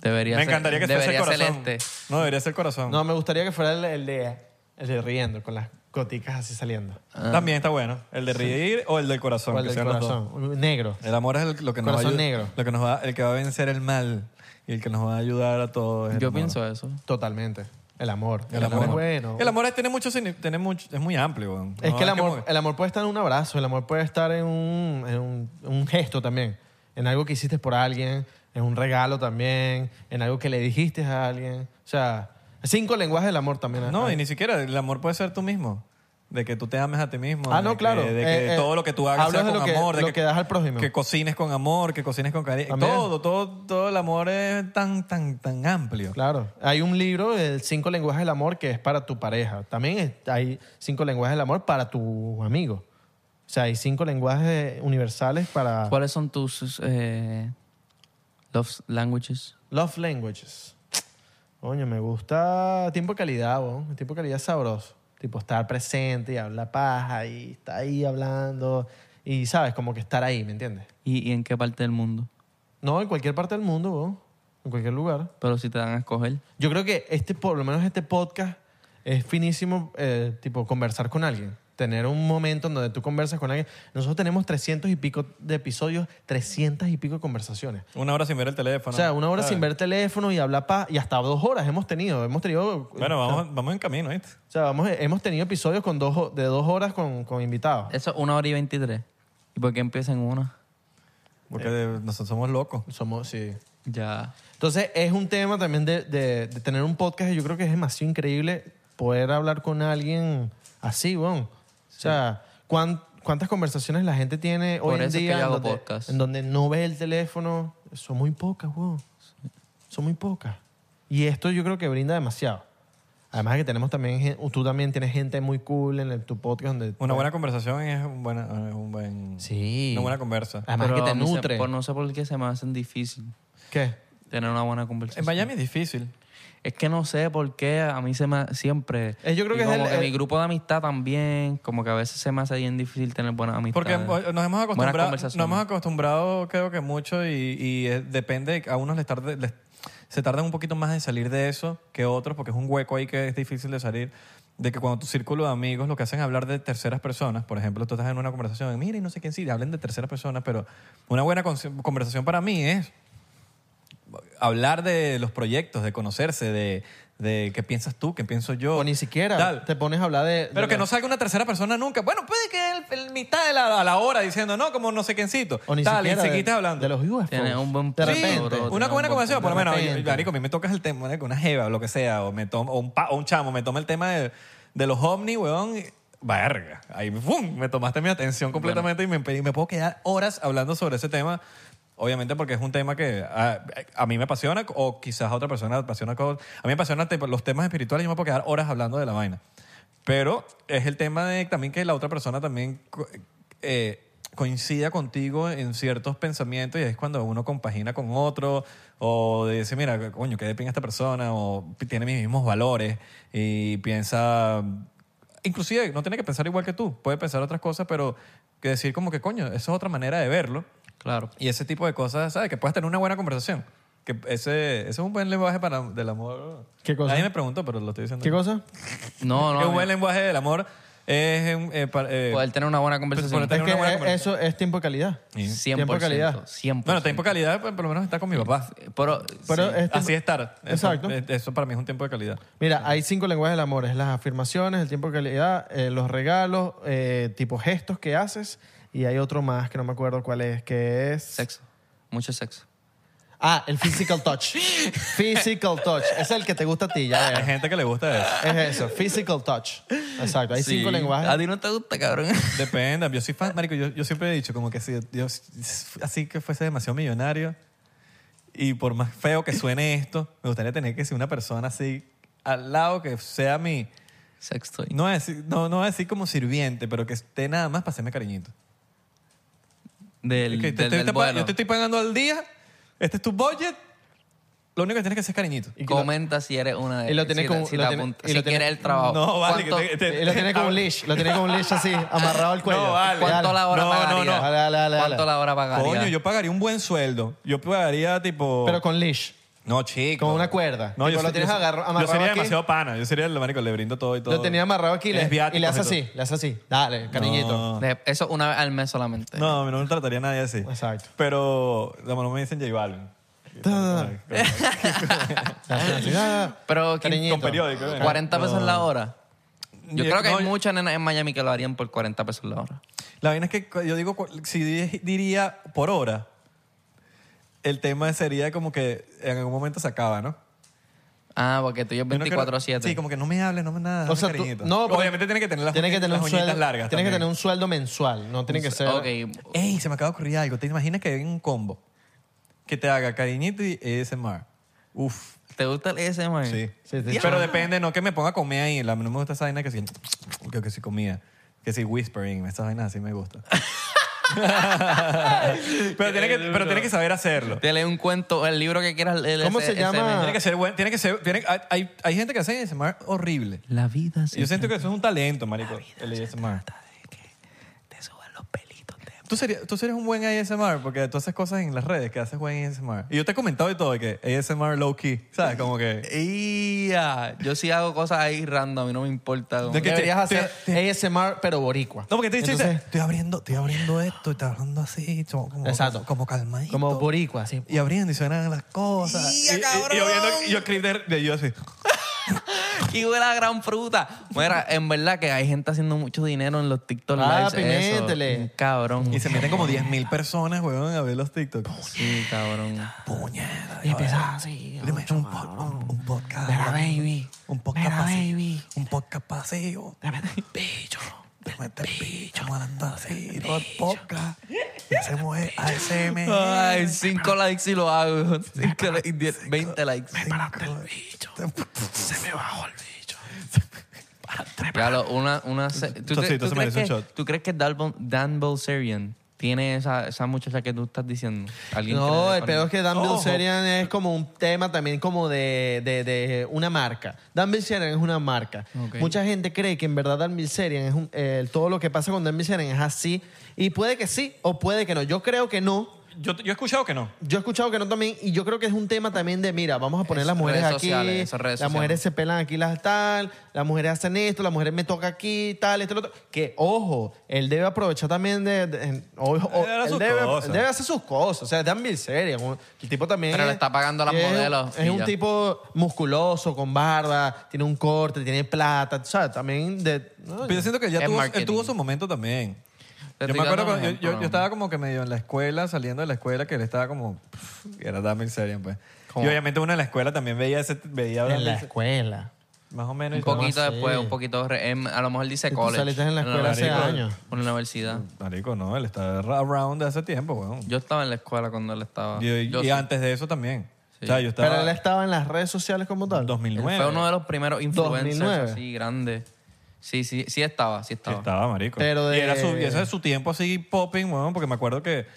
Speaker 3: Debería
Speaker 1: Me
Speaker 3: ser-
Speaker 1: encantaría que fuese el
Speaker 3: debería ser
Speaker 1: corazón.
Speaker 3: este.
Speaker 1: No, debería ser el corazón.
Speaker 2: No, me gustaría que fuera el, el de, el de riendo, con las goticas así saliendo.
Speaker 3: Ah.
Speaker 1: También está bueno. El de reír o el del corazón.
Speaker 2: O el
Speaker 1: que
Speaker 2: del
Speaker 1: sean los dos.
Speaker 2: corazón, un- negro.
Speaker 1: El amor es el- lo que nos
Speaker 2: Corazón
Speaker 1: va a ayu-
Speaker 2: negro.
Speaker 1: Lo que nos va, el que va a vencer el mal y el que nos va a ayudar a todos. es el
Speaker 3: Yo
Speaker 1: amor.
Speaker 3: pienso eso.
Speaker 2: Totalmente. El amor.
Speaker 1: El amor,
Speaker 2: es bueno.
Speaker 1: El amor es- tiene mucho, signi- tiene mucho- es muy amplio. weón.
Speaker 2: es
Speaker 1: No,
Speaker 2: que el amor,
Speaker 1: como-
Speaker 2: el amor puede estar en un abrazo, el amor puede estar en un, en un, un gesto también, en algo que hiciste por alguien, en un regalo también, en algo que le dijiste a alguien. O sea, cinco lenguajes del amor también.
Speaker 1: No,
Speaker 2: Ah,
Speaker 1: y ni siquiera el amor puede ser tú mismo. De que tú te ames a ti mismo.
Speaker 2: Ah,
Speaker 1: de
Speaker 2: no,
Speaker 1: que-
Speaker 2: claro.
Speaker 1: de que
Speaker 2: Eh, eh,
Speaker 1: todo lo que tú hagas sea
Speaker 2: hablas de
Speaker 1: con
Speaker 2: lo que-
Speaker 1: amor. de
Speaker 2: lo que das al prójimo.
Speaker 1: Que cocines con amor, que cocines con cariño.
Speaker 2: También.
Speaker 1: Todo, todo, todo el amor es tan, tan, tan amplio.
Speaker 2: Claro. Hay un libro, el Cinco Lenguajes del Amor, que es para tu pareja. También es- hay Cinco Lenguajes del Amor para tu amigo. O sea, hay cinco lenguajes universales para
Speaker 3: ¿Cuáles son tus eh, love languages?
Speaker 2: love languages. Coño, me gusta tiempo de calidad, bo. tiempo de calidad es sabroso. Tipo estar presente y hablar paja y estar ahí hablando y, ¿sabes? Como que estar ahí, ¿me entiendes?
Speaker 7: ¿Y, y en qué parte del mundo?
Speaker 2: No, en cualquier parte del mundo, weón. En cualquier lugar.
Speaker 7: Pero si te dan a escoger.
Speaker 2: Yo creo que este, por lo menos este podcast es finísimo, eh, tipo, conversar con alguien. Tener un momento en donde tú conversas con alguien. Nosotros tenemos 300 y pico de episodios, 300 y pico de conversaciones.
Speaker 1: Una hora sin ver el teléfono.
Speaker 2: O sea, una hora
Speaker 1: ¿sabes?
Speaker 2: sin ver teléfono y hablar pa y hasta dos horas hemos tenido. Hemos tenido.
Speaker 1: Bueno, vamos, vamos en camino, ¿viste?
Speaker 2: O sea, vamos, hemos tenido episodios con dos, ho- de dos horas con, con invitados.
Speaker 7: Eso es una hora y veintitrés. ¿Y por qué empieza en una?
Speaker 1: Porque eh, nosotros somos locos.
Speaker 2: Somos, sí.
Speaker 7: Ya.
Speaker 2: Entonces, es un tema también de, de- de tener un podcast. y Yo creo que es demasiado increíble poder hablar con alguien así, weón. O sea, cuán- ¿cuántas conversaciones la gente tiene
Speaker 7: Por
Speaker 2: hoy en
Speaker 7: eso es que
Speaker 2: día
Speaker 7: yo
Speaker 2: en,
Speaker 7: hago
Speaker 2: donde,
Speaker 7: podcast.
Speaker 2: en donde no ves el teléfono? Son muy pocas, weón. Son muy pocas. Y esto yo creo que brinda demasiado. Además de que tenemos también, gen- tú también tienes gente muy cool en el- tu podcast donde...
Speaker 1: Una buena conversación es un, buena, es un buen...
Speaker 2: Sí. Ah,
Speaker 1: Una buena conversa.
Speaker 2: Además
Speaker 7: Pero
Speaker 2: que te
Speaker 7: a mí se-
Speaker 2: nutre.
Speaker 7: por- no sé por qué se me hacen difícil
Speaker 2: ¿Qué?
Speaker 7: tener una buena
Speaker 1: En
Speaker 7: conversación.
Speaker 1: Miami es difícil.
Speaker 7: Es que no sé por qué a mí se me siempre.
Speaker 2: Eh, yo creo
Speaker 7: y
Speaker 2: que es
Speaker 7: como
Speaker 2: el- el-
Speaker 7: mi grupo de amistad también, como que a veces se me hace bien difícil tener buenas
Speaker 1: Porque
Speaker 7: amistades.
Speaker 1: eh, nos hemos
Speaker 7: Buenas
Speaker 1: acostumbrado, nos
Speaker 7: conversaciones.
Speaker 1: hemos acostumbrado creo que mucho y, y, eh, depende, a unos les tarde, les- se tardan un poquito más en salir de eso que otros porque es un hueco ahí que es difícil de salir. De que cuando tu círculo de amigos lo que hacen es hablar de terceras personas, por ejemplo, tú estás en una conversación, mira, y no sé quién sí, hablen de terceras personas, pero una buena con- conversación para mí es hablar de los proyectos, de conocerse, de, de qué piensas tú, qué pienso yo.
Speaker 2: O ni siquiera
Speaker 1: tal.
Speaker 2: te pones a hablar de...
Speaker 1: Pero
Speaker 2: de
Speaker 1: que
Speaker 2: la-
Speaker 1: no salga una tercera persona nunca. Bueno, puede que el, el mitad de la, a la hora diciendo, no, como no sé quiéncito.
Speaker 2: O ni
Speaker 1: tal,
Speaker 2: siquiera
Speaker 1: y
Speaker 2: de-
Speaker 1: seguiste hablando.
Speaker 2: De los UFOs.
Speaker 7: Tienes un buen
Speaker 2: De
Speaker 7: punto,
Speaker 1: Sí,
Speaker 2: repente.
Speaker 7: bro.
Speaker 1: una
Speaker 7: Tienes
Speaker 1: buena
Speaker 7: un buen
Speaker 1: conversación, por lo menos,
Speaker 2: de repente.
Speaker 1: oye, marico, a mí me tocas el tema, marico, una jeva o lo que sea, o, me toma, o, un pa- o un chamo me toma el tema de, de los ovnis, weón, y- verga, ahí, ¡fum! me tomaste mi atención completamente y, me, y me puedo quedar horas hablando sobre ese tema, obviamente porque es un tema que a, a mí me apasiona o quizás a otra persona le apasiona, co- a mí me apasionan tipo, los temas espirituales y yo me puedo quedar horas hablando de la vaina. Pero es el tema de también que la otra persona también co- eh, coincida contigo en ciertos pensamientos y es cuando uno compagina con otro o dice, mira, coño, qué de pinga esta persona o tiene mis mismos valores y piensa... Inclusive no tiene que pensar igual que tú, puede pensar otras cosas, pero que decir como que, coño, esa es otra manera de verlo.
Speaker 7: Claro.
Speaker 1: Y ese tipo de cosas, ¿sabes? Que puedas tener una buena conversación. Que ese, ese es un buen lenguaje para, del amor.
Speaker 2: ¿Qué cosa?
Speaker 1: Nadie me preguntó, pero lo estoy diciendo.
Speaker 2: ¿Qué cosa?
Speaker 7: No,
Speaker 1: Que
Speaker 7: no.
Speaker 1: un buen lenguaje del amor es eh, eh, para, eh,
Speaker 7: Poder tener una buena conversación.
Speaker 1: Tener
Speaker 2: Es que
Speaker 1: una buena
Speaker 2: eh,
Speaker 1: conversación.
Speaker 2: eso es tiempo de calidad.
Speaker 1: Sí.
Speaker 7: 100%.
Speaker 2: tiempo de calidad.
Speaker 7: 100%.
Speaker 1: bueno, tiempo de calidad, pues, por lo menos estar con mi papá.
Speaker 7: Pero,
Speaker 2: Pero
Speaker 7: sí.
Speaker 2: es tiempo-
Speaker 1: Así estar. Eso,
Speaker 2: Exacto.
Speaker 1: eh, Eso para mí es un tiempo de calidad.
Speaker 2: Mira, hay cinco lenguajes del amor. Es las afirmaciones, el tiempo de calidad, eh, los regalos, eh, tipo gestos que haces. Y hay otro más que no me acuerdo cuál es, que es...
Speaker 7: sexo. Mucho sexo.
Speaker 2: Ah, el physical touch. physical touch. Es el que te gusta a ti, ya
Speaker 1: Hay
Speaker 2: ves.
Speaker 1: gente que le gusta eso.
Speaker 2: Es eso, physical touch. Exacto, hay
Speaker 7: Sí.
Speaker 2: cinco lenguajes.
Speaker 7: A ti no te gusta, cabrón.
Speaker 1: Depende. Yo soy fan, marico. Yo, yo siempre he dicho como que si yo, así que fuese demasiado millonario y por más feo que suene esto, me gustaría tener que ser una persona así al lado que sea mi...
Speaker 7: Sexto.
Speaker 1: No es no, no así como sirviente, pero que esté nada más para hacerme cariñito.
Speaker 7: Del,
Speaker 1: Que te
Speaker 7: del,
Speaker 1: estoy-
Speaker 7: del
Speaker 1: te pa-
Speaker 7: bueno.
Speaker 1: Yo te estoy pagando al día, este es tu budget, lo único que tienes que hacer es cariñito.
Speaker 7: Comenta si eres una de
Speaker 2: Y lo tienes
Speaker 7: si,
Speaker 2: con-
Speaker 7: si,
Speaker 2: lo
Speaker 7: te
Speaker 2: tienes-
Speaker 7: apunta-
Speaker 2: y lo
Speaker 7: si
Speaker 2: tienes-
Speaker 7: quieres el trabajo.
Speaker 1: No, vale, que
Speaker 7: ¿Cuánto-
Speaker 1: te- te-
Speaker 2: Y lo tiene con un leash, lo tiene con un leash así, amarrado al cuello.
Speaker 1: No, vale.
Speaker 7: ¿Cuánto la hora
Speaker 1: No, no,
Speaker 7: pagaría?
Speaker 1: no.
Speaker 2: Dale, dale, dale,
Speaker 7: ¿Cuánto
Speaker 2: dale.
Speaker 7: la hora pagaría?
Speaker 1: Coño, yo pagaría un buen sueldo. Yo pagaría tipo...
Speaker 2: Pero con leash.
Speaker 1: No, chico.
Speaker 2: Con una cuerda. Tipo, lo
Speaker 1: se-
Speaker 2: tienes
Speaker 1: se-
Speaker 2: agarra- amarrado
Speaker 1: Yo sería
Speaker 2: aquí.
Speaker 1: demasiado pana. Yo sería el marico, le brindo todo y todo.
Speaker 2: Lo tenía amarrado aquí y le,
Speaker 1: Es viáticos
Speaker 2: y le hace
Speaker 1: y todo.
Speaker 2: así, le hace así. Dale, cariñito.
Speaker 7: De- Eso una vez al mes solamente.
Speaker 1: No, a mí no me trataría a nadie así.
Speaker 2: Exacto.
Speaker 1: Pero, no, no me dicen J Balvin.
Speaker 2: Le hace así, ah,
Speaker 7: Pero ¿quién-
Speaker 2: cariñito.
Speaker 1: con periódico, ¿eh?
Speaker 7: 40 pesos la hora. Yo
Speaker 1: Yo-
Speaker 7: creo que
Speaker 1: no,
Speaker 7: hay
Speaker 1: yo-
Speaker 7: muchas nenas en Miami que lo harían por 40 pesos la hora.
Speaker 1: La vaina es que cu- yo digo, cu- si di- diría por hora, el tema sería como que en algún momento se acaba, ¿no?
Speaker 7: Ah, porque tú y yo
Speaker 1: Yo no quiero-
Speaker 7: 24-7.
Speaker 1: Sí, como que no me hables, no me
Speaker 2: O
Speaker 1: nada. dame
Speaker 2: sea, tú-
Speaker 1: cariñito.
Speaker 2: no, porque-
Speaker 1: Obviamente tiene que tener las,
Speaker 2: Tiene que
Speaker 1: uñitas-
Speaker 2: tener un
Speaker 1: las uñitas
Speaker 2: sueldo,
Speaker 1: largas.
Speaker 2: tiene que
Speaker 1: también.
Speaker 2: tener un sueldo mensual, no tiene que ser
Speaker 7: Ok.
Speaker 1: Ey, se me acaba de ocurrir algo. ¿Te imaginas que hay un combo que te haga cariñito y ASMR? Uf.
Speaker 7: ¿Te gusta el ASMR?
Speaker 1: Sí.
Speaker 2: Sí, sí, sí.
Speaker 1: Pero depende, no que me ponga a comer ahí. La, no me gusta esa vaina que si, que, que si comía. Que si whispering. Estas vainas así me gusta. pero, tiene que, pero tiene que saber hacerlo.
Speaker 7: Te lee un cuento, el libro que quieras leer.
Speaker 2: ¿Cómo se llama?
Speaker 1: Tiene que ser buen, tiene que ser, tiene, hay- hay, hay gente que hace ASMR horrible.
Speaker 7: La vida
Speaker 1: Yo siento que eso es un talento, marico. El ASMR.
Speaker 7: te suban los pelitos de
Speaker 1: Tú serías, tú serías un buen ASMR porque tú haces cosas en las redes que haces buen ASMR. Y yo te he comentado y todo de que ASMR low key, ¿sabes? Como que...
Speaker 3: Ia, Yo sí hago cosas ahí random, a mí no me importa. como
Speaker 1: De
Speaker 3: que-
Speaker 1: que-
Speaker 2: Deberías
Speaker 1: te-
Speaker 2: hacer ASMR, pero boricua.
Speaker 1: No, porque te dices,
Speaker 2: Entonces,
Speaker 1: estoy abriendo, estoy abriendo esto, estoy hablando así, como, como,
Speaker 2: Exacto.
Speaker 1: como calmadito.
Speaker 2: como boricua, así.
Speaker 1: y abriendo y suenan las cosas.
Speaker 3: Ia,
Speaker 1: Y- y- Y, yo
Speaker 3: cabrón.
Speaker 1: viendo, y yo clip de, de yo así.
Speaker 3: ¡Qué buena gran fruta! Mira, en verdad que hay gente haciendo mucho dinero en los TikTok Lives.
Speaker 2: Papi,
Speaker 3: eso.
Speaker 2: métele.
Speaker 3: Cabrón.
Speaker 1: Y se meten como 10.000 personas, weón, a ver los TikToks.
Speaker 3: Sí, cabrón.
Speaker 1: Puñeta.
Speaker 8: Y empezaba así,
Speaker 1: Le meto un,
Speaker 8: mucho,
Speaker 1: po-
Speaker 8: cabrón.
Speaker 1: un- un podcast.
Speaker 8: Mira, baby.
Speaker 1: Un podcast
Speaker 8: Mira,
Speaker 1: pasivo.
Speaker 8: baby.
Speaker 1: Un podcast pasivo. Te metes bicho. Vamos a andar así, todo el podcast. Y hacemos eh, ASMR.
Speaker 3: Ay, 5 likes y lo hago. 5 likes, 10, 20 likes.
Speaker 1: Se me bajó el bicho.
Speaker 3: Ya lo, una, una se- ¿tú,
Speaker 1: Entonces,
Speaker 3: te-
Speaker 1: entonces
Speaker 3: tú
Speaker 1: merece
Speaker 3: crees
Speaker 1: un
Speaker 3: que,
Speaker 1: shot.
Speaker 3: ¿Tú crees que Dalbon- Dan Bilzerian tiene esa, esa muchacha que tú estás diciendo? ¿Alguien que le
Speaker 2: No,
Speaker 3: dé
Speaker 2: el
Speaker 3: con-
Speaker 2: peor es que Dan
Speaker 1: Ojo.
Speaker 2: Bilzerian es como un tema también como de, de- de una marca. Dan Bilzerian es una marca.
Speaker 3: Ok.
Speaker 2: Mucha gente cree que en verdad Dan Bilzerian es un- eh, todo lo que pasa con Dan Bilzerian es así. Y puede que sí o puede que no. Yo creo que no.
Speaker 1: Yo, yo he escuchado que no.
Speaker 2: Yo he escuchado que no también, y yo creo que es un tema también de, mira, vamos a poner las mujeres
Speaker 3: redes
Speaker 2: aquí,
Speaker 3: sociales, eso, redes
Speaker 2: las
Speaker 3: sociales.
Speaker 2: mujeres se pelan aquí las tal, las mujeres hacen esto, las mujeres me toca aquí, tal, esto, lo otro. Que, ojo, él debe aprovechar también de... de- en- o- o-
Speaker 1: hará
Speaker 2: él,
Speaker 1: sus
Speaker 2: debe,
Speaker 1: cosas.
Speaker 2: él debe hacer sus cosas, o sea, Dan Bilzerian, un- el tipo también...
Speaker 3: Pero le
Speaker 2: es-
Speaker 3: está pagando a las
Speaker 2: es un-
Speaker 3: modelos
Speaker 2: Es
Speaker 3: y
Speaker 2: un
Speaker 3: ya.
Speaker 2: tipo musculoso, con barba, tiene un corte, tiene plata, ¿sabes? También de... no,
Speaker 1: Pero yo siento que ya
Speaker 3: Es
Speaker 1: tuvo, él
Speaker 3: marketing.
Speaker 1: tuvo su momento también.
Speaker 3: Te
Speaker 1: Yo
Speaker 3: estoy
Speaker 1: me acuerdo
Speaker 3: dando un
Speaker 1: cuando yo, yo-
Speaker 3: ejemplo,
Speaker 1: yo
Speaker 3: ¿no?
Speaker 1: estaba como que medio en la escuela, saliendo de la escuela, que él estaba como. pff, y era Damil Serian, pues.
Speaker 3: ¿Cómo?
Speaker 1: Y obviamente uno en la escuela también veía ese. Veía
Speaker 2: en la
Speaker 1: Damir-
Speaker 2: escuela.
Speaker 1: Más o menos.
Speaker 3: Un
Speaker 1: y todo.
Speaker 3: poquito
Speaker 2: así?
Speaker 3: después, un poquito. re- em, a lo mejor dice
Speaker 2: Ah, tú
Speaker 3: college.
Speaker 2: saliste en la escuela
Speaker 1: hace
Speaker 3: universidad,
Speaker 2: años.
Speaker 3: Una universidad.
Speaker 1: Marico, no, él estaba around de hace tiempo, weón.
Speaker 3: Yo estaba en la escuela cuando él estaba.
Speaker 1: Y, y-
Speaker 3: Yo
Speaker 1: y
Speaker 3: sí.
Speaker 1: antes de eso también.
Speaker 3: Sí.
Speaker 1: O sea, yo estaba.
Speaker 2: Pero él estaba en las redes sociales como tal.
Speaker 1: en
Speaker 3: Él
Speaker 1: 2009.
Speaker 3: fue uno de los primeros influencers
Speaker 2: 2009.
Speaker 3: así grandes. Sí, sí, sí estaba, sí
Speaker 1: Sí,
Speaker 3: estaba.
Speaker 1: estaba, marico.
Speaker 2: Pero de-
Speaker 1: Y era su, y ese es su tiempo así popping, weón, porque me acuerdo que.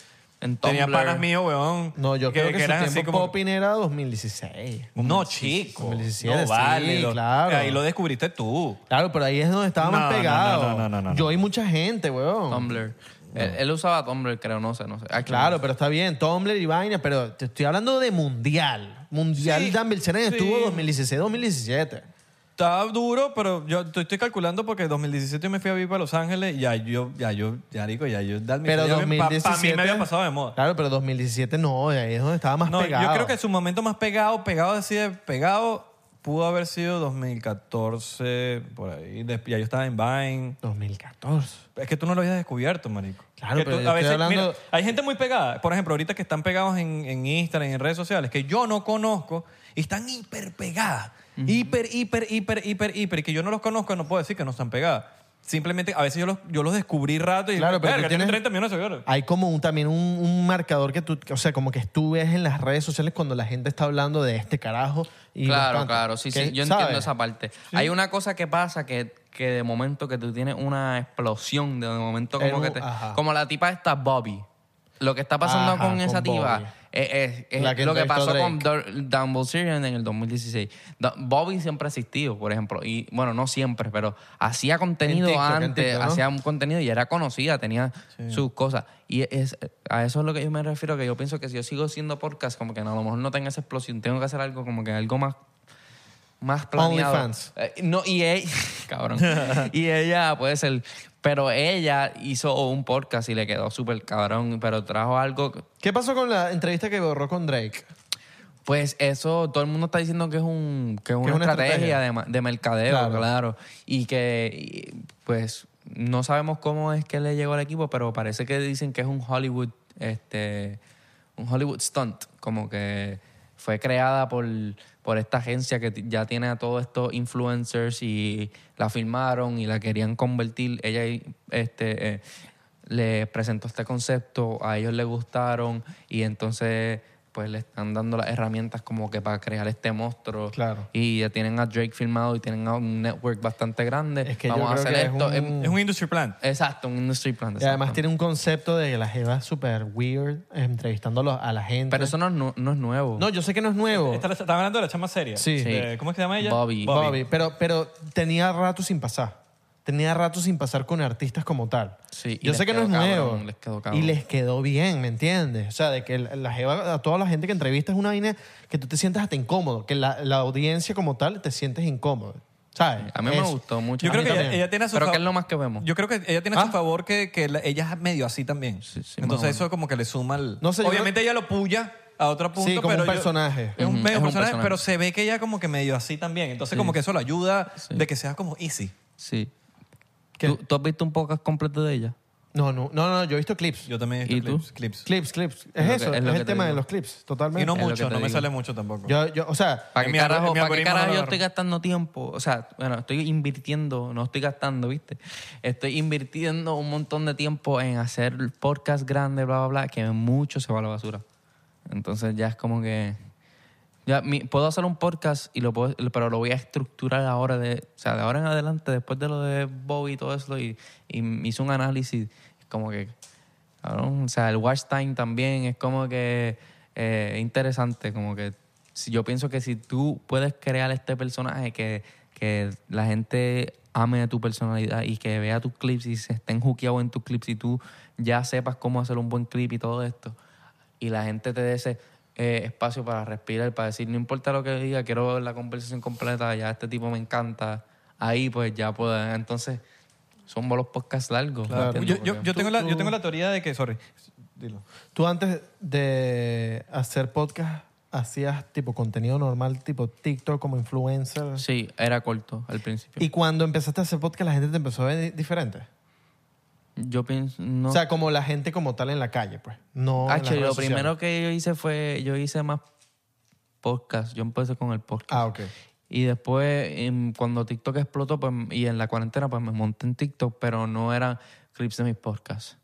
Speaker 3: En
Speaker 1: Tenía
Speaker 3: Tumblr.
Speaker 1: panas míos, weón.
Speaker 2: No, yo creo que,
Speaker 1: eran
Speaker 2: su
Speaker 1: así
Speaker 2: tiempo
Speaker 1: como-
Speaker 2: Popin era 2016.
Speaker 1: No, chico.
Speaker 2: 2017,
Speaker 1: no vale.
Speaker 2: sí,
Speaker 1: lo-
Speaker 2: claro.
Speaker 1: Ahí lo descubriste tú.
Speaker 2: Claro, pero ahí es donde estaba
Speaker 1: No,
Speaker 2: más
Speaker 1: no,
Speaker 2: pegado.
Speaker 1: no, no, no, no, no.
Speaker 2: Yo y mucha gente, weón.
Speaker 3: Tumblr. Él, él usaba Tumblr, creo, no sé, no sé. Ay,
Speaker 2: Claro, pero está bien, Tumblr y vaina, pero te estoy hablando de mundial. Mundial
Speaker 1: Sí,
Speaker 2: Dan Bilzerian
Speaker 1: sí.
Speaker 2: estuvo 2016-2017.
Speaker 1: Estaba duro, pero yo estoy, estoy calculando porque 2017 yo me fui a vivir para Los Ángeles y ya yo, ya yo, ya digo, ya yo, ya
Speaker 2: Pero
Speaker 1: Para
Speaker 2: 2017...
Speaker 1: mí me había pasado de moda.
Speaker 2: Claro, pero 2017 no, ahí es donde estaba más
Speaker 1: No,
Speaker 2: pegado.
Speaker 1: yo creo que su momento más pegado, pegado así de pegado, pudo haber sido 2014, por ahí. De- Ya yo estaba en Vine.
Speaker 2: 2014.
Speaker 1: Es que tú no lo habías descubierto, marico.
Speaker 2: Claro,
Speaker 1: Que
Speaker 2: pero
Speaker 1: tú-
Speaker 2: yo
Speaker 1: a
Speaker 2: estoy
Speaker 1: veces,
Speaker 2: hablando-
Speaker 1: mira, hay gente muy pegada. Por ejemplo, ahorita que están pegados en, en Instagram, en redes sociales, que yo no conozco, y están hiper pegadas. Hiper, hiper, hiper, hiper, hiper. Y que yo no los conozco, no puedo decir que no están pegadas. Simplemente, a veces yo los, yo los descubrí rato y
Speaker 2: Claro, pero
Speaker 1: "Verga,
Speaker 2: tú
Speaker 1: tiene
Speaker 2: tienes-
Speaker 1: 30 millones de seguidores.
Speaker 2: Hay como un, también un, un marcador que tú, o sea, como que tú ves en las redes sociales cuando la gente está hablando de este carajo. Y
Speaker 3: Claro,
Speaker 2: los cantos.
Speaker 3: claro, sí,
Speaker 2: Que,
Speaker 3: sí, yo
Speaker 2: ¿sabes?
Speaker 3: entiendo esa parte. Hay una cosa que pasa que, que de momento que tú tienes una explosión, de momento
Speaker 2: Era
Speaker 3: como
Speaker 2: un-
Speaker 3: que te,
Speaker 2: ajá.
Speaker 3: como la tipa esta Bobby. Lo que está pasando
Speaker 2: Ajá,
Speaker 3: con,
Speaker 2: con
Speaker 3: esa tipa
Speaker 2: Bobby.
Speaker 3: es, es- es
Speaker 2: La que
Speaker 3: lo que
Speaker 2: entrevistó
Speaker 3: pasó con Dar- Dan Bilzerian en el 2016. Da- Bobby siempre ha existido, por ejemplo, y bueno, no siempre, pero hacía contenido
Speaker 2: TikTok, en
Speaker 3: antes,
Speaker 2: TikTok, ¿no?
Speaker 3: hacía un contenido y era conocida, tenía sus cosas. Y es, a eso es lo que yo me refiero, que yo pienso que si yo sigo haciendo podcast, como que a lo mejor no tenga esa explosión, tengo que hacer algo como que algo más más planeado.
Speaker 2: OnlyFans.
Speaker 3: Eh, no, y ella, cabrón. y ella puede ser, pero ella hizo un podcast y le quedó súper cabrón, pero trajo algo. que-
Speaker 2: ¿Qué pasó con la entrevista que borró con Drake?
Speaker 3: Pues eso, todo el mundo está diciendo que es un que es una,
Speaker 2: es una
Speaker 3: estrategia,
Speaker 2: estrategia.
Speaker 3: De, ma- de mercadeo,
Speaker 2: Claro.
Speaker 3: claro. y que y, pues no sabemos cómo es que le llegó al equipo, pero parece que dicen que es un Hollywood este un Hollywood stunt, como que fue creada por, por esta agencia que t- ya tiene a todos estos influencers y la filmaron y la querían convertir. Ella y, este, eh, le presentó este concepto, a ellos les gustaron y entonces pues le están dando las herramientas como que para crear este monstruo.
Speaker 2: Claro.
Speaker 3: Y ya tienen a Drake filmado y tienen a un network bastante grande.
Speaker 2: Es que yo
Speaker 3: Vamos a
Speaker 2: creo
Speaker 3: hacer
Speaker 2: que es
Speaker 3: esto.
Speaker 2: un-
Speaker 1: Es un industry plan.
Speaker 3: Eh, Exacto, un industry plan.
Speaker 2: Y además
Speaker 3: exacto.
Speaker 2: tiene un concepto de que la jeva es súper weird entrevistando a los- a la gente.
Speaker 3: Pero eso no, es nu- no es nuevo.
Speaker 2: No, yo sé que no es nuevo.
Speaker 1: Esta- Estaba hablando de la chama seria.
Speaker 2: Sí.
Speaker 1: De- ¿Cómo es que se llama ella?
Speaker 3: Bobby.
Speaker 2: Bobby. Pero, pero tenía rato sin pasar. tenía rato sin pasar con artistas como tal.
Speaker 3: Sí, y
Speaker 2: Yo
Speaker 3: les
Speaker 2: sé que no es
Speaker 3: quedó
Speaker 2: nuevo.
Speaker 3: cabrón, les quedó
Speaker 2: y
Speaker 3: cabrón.
Speaker 2: les quedó bien, ¿me entiendes? O sea, de que la jeva, a toda la gente que entrevistas es una vaina que tú te sientas hasta incómodo, que la, la audiencia como tal te sientes incómodo. ¿Sabes?
Speaker 3: A mí me
Speaker 2: Eso.
Speaker 3: gustó
Speaker 2: A
Speaker 3: mucho.
Speaker 1: Yo creo
Speaker 2: mí
Speaker 1: que ella,
Speaker 2: también.
Speaker 1: ella tiene a su
Speaker 3: Pero
Speaker 1: fa-
Speaker 3: que es lo más que vemos. ¿Ah?
Speaker 1: Yo creo que ella tiene a su favor que, que la- ella es medio así también.
Speaker 3: sí, más o
Speaker 1: Entonces
Speaker 3: menos.
Speaker 1: eso como que le suma al...
Speaker 2: No sé, yo
Speaker 1: Obviamente ella lo puya a otro punto,
Speaker 2: Sí, como
Speaker 1: pero
Speaker 2: un
Speaker 1: yo-
Speaker 2: personaje.
Speaker 1: es un
Speaker 3: Ujú,
Speaker 1: medio
Speaker 3: es un
Speaker 1: personaje,
Speaker 3: personaje.
Speaker 1: pero se ve que ella como que medio así también. Entonces
Speaker 3: Sí.
Speaker 1: como que eso la ayuda
Speaker 3: Sí.
Speaker 1: de que sea como easy.
Speaker 3: Sí.
Speaker 2: ¿Qué?
Speaker 3: ¿Tú, tú has visto un podcast completo de ella?
Speaker 2: No, no, no, no, yo he visto clips.
Speaker 1: Yo también he
Speaker 3: ¿Y
Speaker 1: visto
Speaker 3: tú?
Speaker 1: clips, clips.
Speaker 2: Clips, clips. Es,
Speaker 3: Es lo que-
Speaker 2: eso,
Speaker 3: es
Speaker 2: es,
Speaker 3: lo que
Speaker 2: el
Speaker 3: te
Speaker 2: tema de
Speaker 3: digo.
Speaker 2: los clips, totalmente.
Speaker 1: Y no
Speaker 3: Es lo que
Speaker 1: mucho,
Speaker 3: te
Speaker 1: no me
Speaker 3: digo.
Speaker 1: sale mucho tampoco.
Speaker 2: Yo, yo, o sea,
Speaker 3: ¿Para
Speaker 1: Mi
Speaker 3: qué
Speaker 1: alg-
Speaker 3: carajo,
Speaker 1: mi
Speaker 3: ¿para qué
Speaker 1: algoritmo
Speaker 3: carajo
Speaker 1: no lo
Speaker 3: yo
Speaker 1: agarra.
Speaker 3: estoy gastando tiempo? O sea, bueno, estoy invirtiendo, no estoy gastando, ¿viste? Estoy invirtiendo un montón de tiempo en hacer podcast grande, bla, bla, bla, que mucho se va a la basura. Entonces ya es como que... Ya, mi- puedo hacer un podcast, y lo puedo- pero lo voy a estructurar ahora, de, o sea, de ahora en adelante, después de lo de Bobby y todo eso, y, y hice un análisis, como que... cabrón, o sea, el watch time también es como que eh, interesante, como que si, yo pienso que si tú puedes crear este personaje que, que la gente ame tu personalidad y que vea tus clips y se estén juqueados en tus clips y tú ya sepas cómo hacer un buen clip y todo esto, y la gente te dé ese eh, espacio para respirar, para decir, no importa lo que diga, quiero la conversación completa, ya este tipo me encanta, ahí pues ya pueden. Entonces, son los podcasts largos. ¿me
Speaker 1: Claro.
Speaker 3: entiendes?
Speaker 1: Ah, Yo- yo-
Speaker 3: Porque-
Speaker 1: yo tengo la- yo
Speaker 2: tú-
Speaker 1: tengo la teoría de que... Sorry. Dilo.
Speaker 2: tú antes de hacer podcast, hacías tipo contenido normal, tipo TikTok, como influencer.
Speaker 3: Sí, era corto al principio.
Speaker 2: Y cuando empezaste a hacer podcast, la gente te empezó a ver di- diferente.
Speaker 3: yo pienso, no.
Speaker 2: O sea, como la gente como tal en la calle, pues. No. en las
Speaker 3: Hacho,
Speaker 2: redes
Speaker 3: lo
Speaker 2: sociales.
Speaker 3: primero que yo hice fue, yo hice más podcast. Yo empecé con el podcast.
Speaker 2: Ah, ok.
Speaker 3: Y después, em, cuando TikTok explotó pues, y en la cuarentena, pues me monté en TikTok, pero no eran clips de mis podcasts.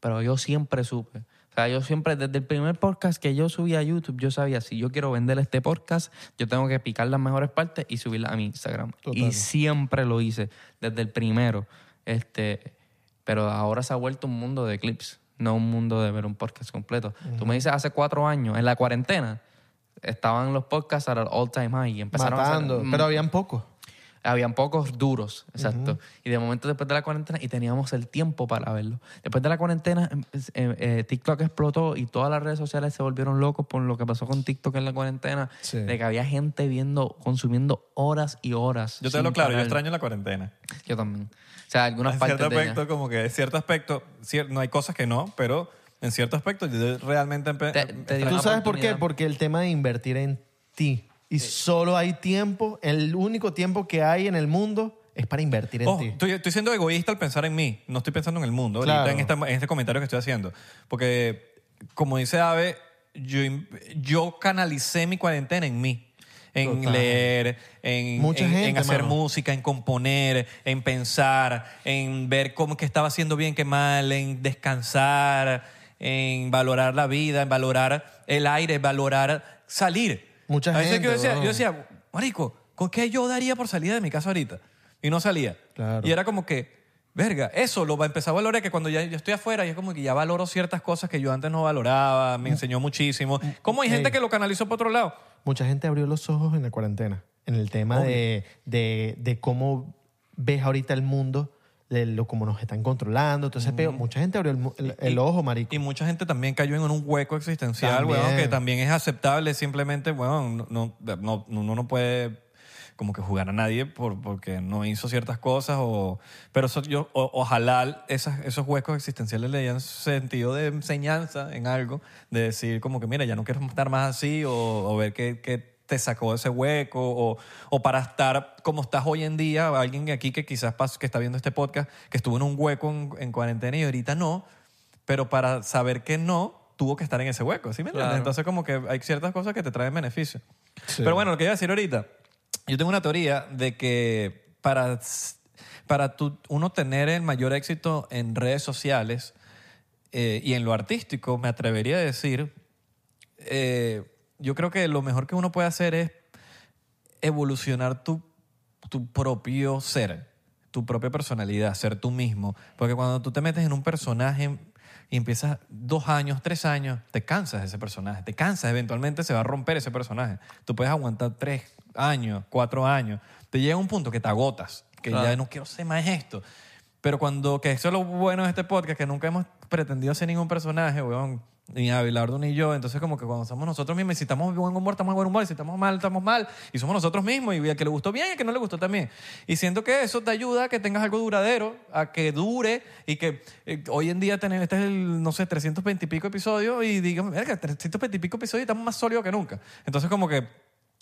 Speaker 3: Pero yo siempre supe. O sea, yo siempre, desde el primer podcast que yo subí a YouTube, yo sabía, si yo quiero vender este podcast, yo tengo que picar las mejores partes y subirlas a mi Instagram. Y siempre lo hice, desde el primero. Este, pero ahora se ha vuelto un mundo de clips, no un mundo de ver un podcast completo. Tú me dices, hace cuatro años, en la cuarentena, estaban los podcasts al all time high y empezaron a
Speaker 2: Matando.
Speaker 3: hacer- mm,
Speaker 2: Pero habían pocos.
Speaker 3: habían pocos duros, exacto. Y de momento después de la cuarentena, y teníamos el tiempo para verlo. Después de la cuarentena, em- eh, eh, TikTok explotó y todas las redes sociales se volvieron locos por lo que pasó con TikTok en la cuarentena,
Speaker 2: Sí.
Speaker 3: de que había gente viendo, consumiendo horas y horas.
Speaker 1: Yo te
Speaker 3: sin
Speaker 1: lo claro, yo
Speaker 3: parar.
Speaker 1: extraño la cuarentena.
Speaker 3: Yo también. O sea, algunas
Speaker 1: en
Speaker 3: partes
Speaker 1: cierto
Speaker 3: de
Speaker 1: aspecto,
Speaker 3: ella.
Speaker 1: como que en cierto aspecto, cier- no hay cosas que no, pero en cierto aspecto yo realmente empe-
Speaker 3: Te- te digo
Speaker 2: ¿Tú
Speaker 3: una
Speaker 2: sabes por qué?
Speaker 3: oportunidad.
Speaker 2: Porque el tema de invertir en ti. Y solo hay tiempo, el único tiempo que hay en el mundo es para invertir en
Speaker 3: Oh,
Speaker 1: Ojo,
Speaker 2: ti.
Speaker 1: Oh, estoy, estoy siendo egoísta al pensar en mí, no estoy pensando en el mundo, ahorita
Speaker 2: Claro.
Speaker 1: en, esta- en este comentario que estoy haciendo. Porque, como dice Ave, yo, im- yo canalicé mi cuarentena en mí. En leer, en,
Speaker 2: Mucha
Speaker 1: en- en
Speaker 2: gente,
Speaker 1: hacer
Speaker 2: mano.
Speaker 1: música, en componer, en pensar, en ver cómo que estaba haciendo bien, qué mal, en descansar, en valorar la vida, en valorar el aire, valorar salir.
Speaker 2: Mucha
Speaker 1: A veces
Speaker 2: gente,
Speaker 1: que yo decía,
Speaker 2: weón.
Speaker 1: yo decía, marico, ¿con qué yo daría por salida de mi casa ahorita? Y no salía.
Speaker 2: Claro.
Speaker 1: Y era como que, verga, eso lo va a empezar a valorar, que cuando ya yo estoy afuera y es como que ya valoro ciertas cosas que yo antes no valoraba, me enseñó muchísimo. ¿Cómo hay gente
Speaker 2: Ey.
Speaker 1: que lo canalizó para otro lado?
Speaker 2: Mucha gente abrió los ojos en la cuarentena, en el tema de, de- de cómo ves ahorita el mundo, de lo cómo nos están controlando, entonces pero Mucha gente abrió el, mu- el- el ojo, marico.
Speaker 1: Y mucha gente también cayó en un hueco existencial,
Speaker 2: También.
Speaker 1: weón, que también es aceptable. Simplemente, bueno, no, no, no- uno no puede como que jugar a nadie por, porque no hizo ciertas cosas. O, pero eso yo, o- ojalá esas, esos huecos existenciales le dieran sentido de enseñanza en algo, de decir como que, mira, ya no quiero estar más así o, o ver qué, qué te sacó de ese hueco o, o para estar como estás hoy en día, alguien aquí que quizás pas- que está viendo este podcast, que estuvo en un hueco en, en cuarentena y ahorita no, pero para saber que no, tuvo que estar en ese hueco, ¿sí me entiendes? Entonces como que hay ciertas cosas que te traen beneficio. Pero bueno, lo que iba a decir ahorita, yo tengo una teoría de que para, para tu- uno tener el mayor éxito en redes sociales eh, y en lo artístico, me atrevería a decir, eh, yo creo que lo mejor que uno puede hacer es evolucionar tu, tu propio ser, tu propia personalidad, ser tú mismo. Porque cuando tú te metes en un personaje y empiezas dos años, tres años, te cansas de ese personaje, te cansas, eventualmente se va a romper ese personaje. Tú puedes aguantar tres años, cuatro años, te llega un punto que te agotas, que ya no quiero ser más esto. Pero cuando, que eso es lo bueno de este podcast, que nunca hemos pretendido ser ningún personaje, weón, ni Abelardo ni yo. Entonces, como que cuando somos nosotros mismos, y si estamos buen humor, estamos de buen humor, y si estamos mal, estamos mal. Y somos nosotros mismos, y al que le gustó bien, y al que no le gustó también. Y siento que eso te ayuda a que tengas algo duradero, a que dure, y que eh, hoy en día tenemos, este es el, no sé, 320 y pico episodios, y digamos, verga, 320 y pico episodios, y estamos más sólidos que nunca. Entonces, como que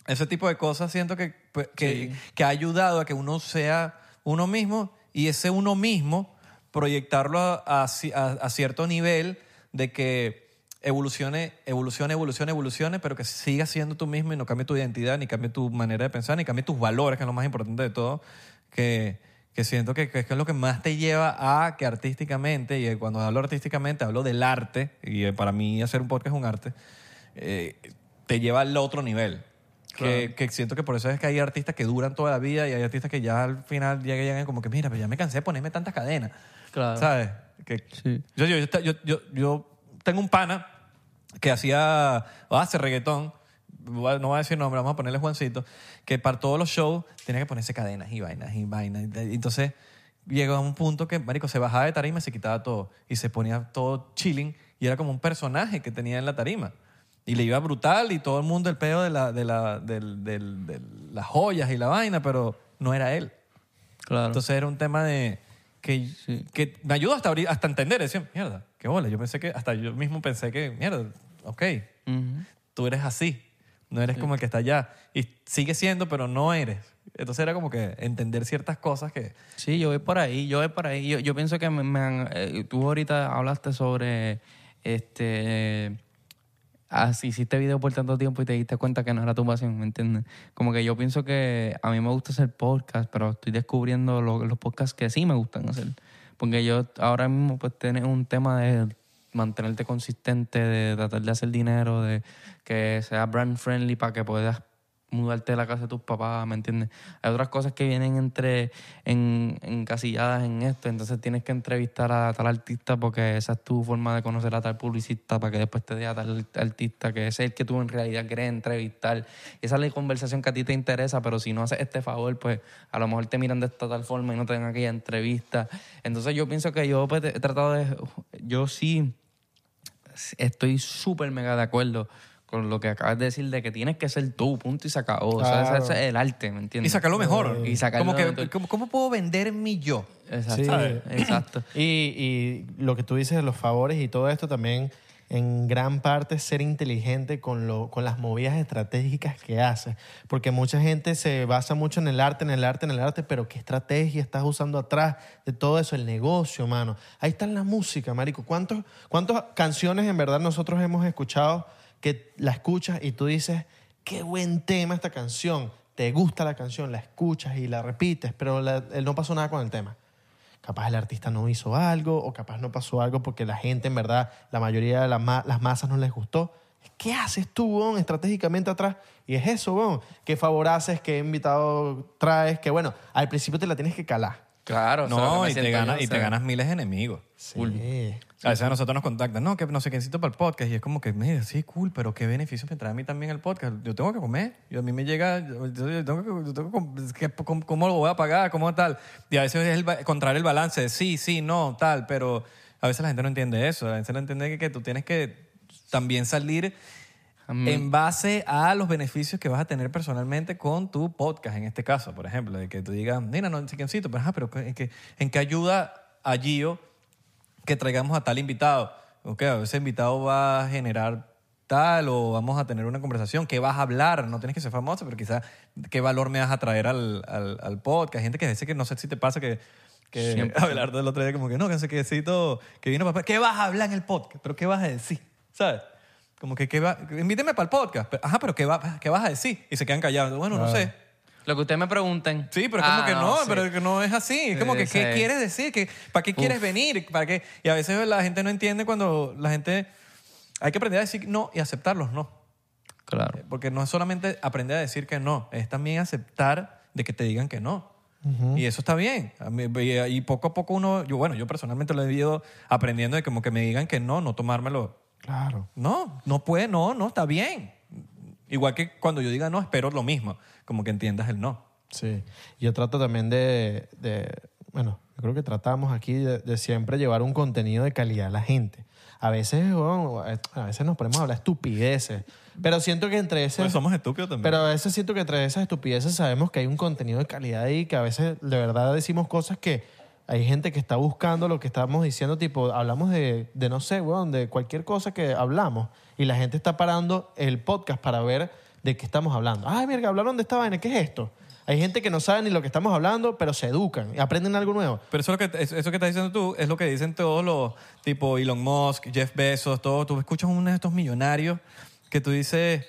Speaker 1: ese tipo de cosas siento que, pues, que, que ha ayudado a que uno sea uno mismo y ese uno mismo proyectarlo a, a ci- a- a cierto nivel de que evolucione, evolucione, evolucione, evolucione, pero que siga siendo tú mismo y no cambie tu identidad, ni cambie tu manera de pensar, ni cambie tus valores, que es lo más importante de todo, que, que siento que, que es lo que más te lleva a que artísticamente, y cuando hablo artísticamente hablo del arte, y eh, para mí hacer un podcast es un arte, eh, te lleva al otro nivel. Que, que siento que por eso es que hay artistas que duran toda la vida y hay artistas que ya al final ya llegan como que, mira, pero ya me cansé de ponerme tantas cadenas.
Speaker 3: Claro.
Speaker 1: ¿Sabes? Que, yo, yo, yo, yo- yo tengo un pana que hacía, o hace reggaetón, Voy a- no voy a decir nombre, vamos a ponerle Juancito, que para todos los shows tenía que ponerse cadenas y vainas y vainas. Y Entonces llegó a un punto que, marico, se bajaba de tarima y se quitaba todo. Y se ponía todo chilling y era como un personaje que tenía en la tarima. Y le iba brutal y todo el mundo el pedo de, la, de, la, del- del- del- las joyas y la vaina, pero no era él.
Speaker 3: Claro.
Speaker 1: Entonces era un tema de que, que me ayudó hasta, abrir- hasta entender. Decía, mierda, qué bola. Yo pensé que, hasta yo mismo pensé que, mierda, ok, tú eres así. No eres como el que está allá. Y sigue siendo, pero no eres. Entonces era como que entender ciertas cosas que...
Speaker 3: Sí, yo voy por ahí, yo voy por ahí. Yo, yo pienso que me, me han- eh, tú ahorita hablaste sobre este así hiciste video por tanto tiempo y te diste cuenta que no era tu pasión, ¿me entiendes? Como que yo pienso que a mí me gusta hacer podcast, pero estoy descubriendo lo- los podcasts que sí me gustan hacer. Porque yo ahora mismo pues tienes un tema de mantenerte consistente, de tratar de hacer dinero, de que sea brand friendly para que puedas mudarte de la casa de tus papás, ¿me entiendes? Hay otras cosas que vienen entre en, encasilladas en esto, entonces tienes que entrevistar a tal artista porque esa es tu forma de conocer a tal publicista para que después te dé a tal artista que es el que tú en realidad quieres entrevistar. Esa es la conversación que a ti te interesa, pero si no haces este favor, pues a lo mejor te miran de esta tal forma y no te dan aquella entrevista. Entonces yo pienso que yo pues, he tratado de... Yo sí estoy súper mega de acuerdo con lo que acabas de decir de que tienes que ser tú, punto y se acabó. O sea, ese- ese es el arte, ¿me entiendes?
Speaker 1: Y sacar lo mejor.
Speaker 3: Y sacar
Speaker 1: como
Speaker 3: lo
Speaker 1: que,
Speaker 3: mejor.
Speaker 1: ¿cómo, cómo puedo vender mi yo?
Speaker 3: Exacto.
Speaker 2: Sí.
Speaker 3: Exacto.
Speaker 2: Y, y lo que tú dices de los favores y todo esto también, en gran parte es ser inteligente con, lo, con las movidas estratégicas que haces. Porque mucha gente se basa mucho en el arte, en el arte, en el arte, pero ¿qué estrategia estás usando atrás de todo eso? El negocio, mano. Ahí está la música, marico. ¿Cuántos, ¿Cuántas canciones en verdad nosotros hemos escuchado que la escuchas y tú dices, qué buen tema esta canción? Te gusta la canción, la escuchas y la repites, pero la- no pasó nada con el tema capaz el artista no hizo algo o capaz no pasó algo porque la gente en verdad, la mayoría de la ma- las masas no les gustó. ¿Qué haces tú, weón, estratégicamente atrás? Y es eso, weón. ¿Qué favor haces? ¿Qué invitado traes? Que bueno, al principio te la tienes que calar.
Speaker 3: Claro. eso es lo que
Speaker 1: No,
Speaker 3: me
Speaker 1: y te,
Speaker 3: siento
Speaker 1: ganas,
Speaker 3: yo,
Speaker 1: y
Speaker 3: o
Speaker 1: te
Speaker 3: sea.
Speaker 1: ganas miles de enemigos.
Speaker 2: Sí.
Speaker 1: A veces a nosotros nos contactan, no, que no sé quiéncito para el podcast. Y es como que, mira, sí, cool, pero qué beneficio me trae a mí también el podcast. Yo tengo que comer. Yo, a mí me llega, yo, yo tengo que, yo tengo que com- es que, ¿cómo, cómo lo voy a pagar? ¿Cómo tal? Y a veces es el, ba- encontrar el balance de sí, sí, no, tal, pero a veces la gente no entiende eso. La gente no entiende que, que tú tienes que también salir en base a los beneficios que vas a tener personalmente con tu podcast, en este caso, por ejemplo, de que tú digas, mira, no sé quiéncito, pero, ajá, pero ¿en qué, ¿en qué ayuda a Gio que traigamos a tal invitado. Ok, ese invitado va a generar tal o vamos a tener una conversación. ¿Qué vas a hablar? No tienes que ser famoso, pero quizás qué valor me vas a traer al, al, al podcast. Gente que dice que no sé si te pasa que... que Abelardo el otro día como que no, que no sé qué decito, que vino papá. ¿Qué vas a hablar en el podcast? ¿Pero qué vas a decir? ¿Sabes? Como que, ¿qué va? invíteme para el podcast. Pero, ajá, pero ¿qué, va, ¿qué vas a decir? Y se quedan callados. Bueno, no sé.
Speaker 3: Lo que ustedes me pregunten.
Speaker 1: Sí, pero es como
Speaker 3: Ah,
Speaker 1: que no,
Speaker 3: sí.
Speaker 1: pero que no es así. Es
Speaker 3: Sí,
Speaker 1: como que, ¿qué
Speaker 3: sí.
Speaker 1: quieres decir? ¿Qué, ¿Para qué quieres venir? ¿Para qué? Y a veces la gente no entiende cuando la gente... Hay que aprender a decir no y aceptar los no.
Speaker 3: Claro.
Speaker 1: Porque no es solamente aprender a decir que no, es también aceptar de que te digan que no. Y eso está bien. A mí- Y y poco a poco uno, yo bueno, yo personalmente lo he ido aprendiendo de como que me digan que no, no tomármelo
Speaker 2: Claro.
Speaker 1: no, no puede, no, no, está bien. Igual que cuando yo diga no, espero lo mismo, como que entiendas el no.
Speaker 2: Sí. Yo trato también de, de- bueno, yo creo que tratamos aquí de, de siempre llevar un contenido de calidad a la gente. A veces, bueno, a veces nos ponemos a hablar estupideces, pero siento que entre ese...
Speaker 1: Pues somos estúpidos también.
Speaker 2: Pero a veces siento que entre esas estupideces sabemos que hay un contenido de calidad y que a veces de verdad decimos cosas que hay gente que está buscando lo que estamos diciendo, tipo, hablamos de, de no sé, weón, de cualquier cosa que hablamos y la gente está parando el podcast para ver de qué estamos hablando. Ay, mira, hablaron de esta vaina, ¿qué es esto? Hay gente que no sabe ni lo que estamos hablando, pero se educan y aprenden algo nuevo.
Speaker 1: Pero eso, es lo que, eso eso que estás diciendo tú es lo que dicen todos los, tipo Elon Musk, Jeff Bezos, todos. Tú escuchas uno de estos millonarios que tú dices,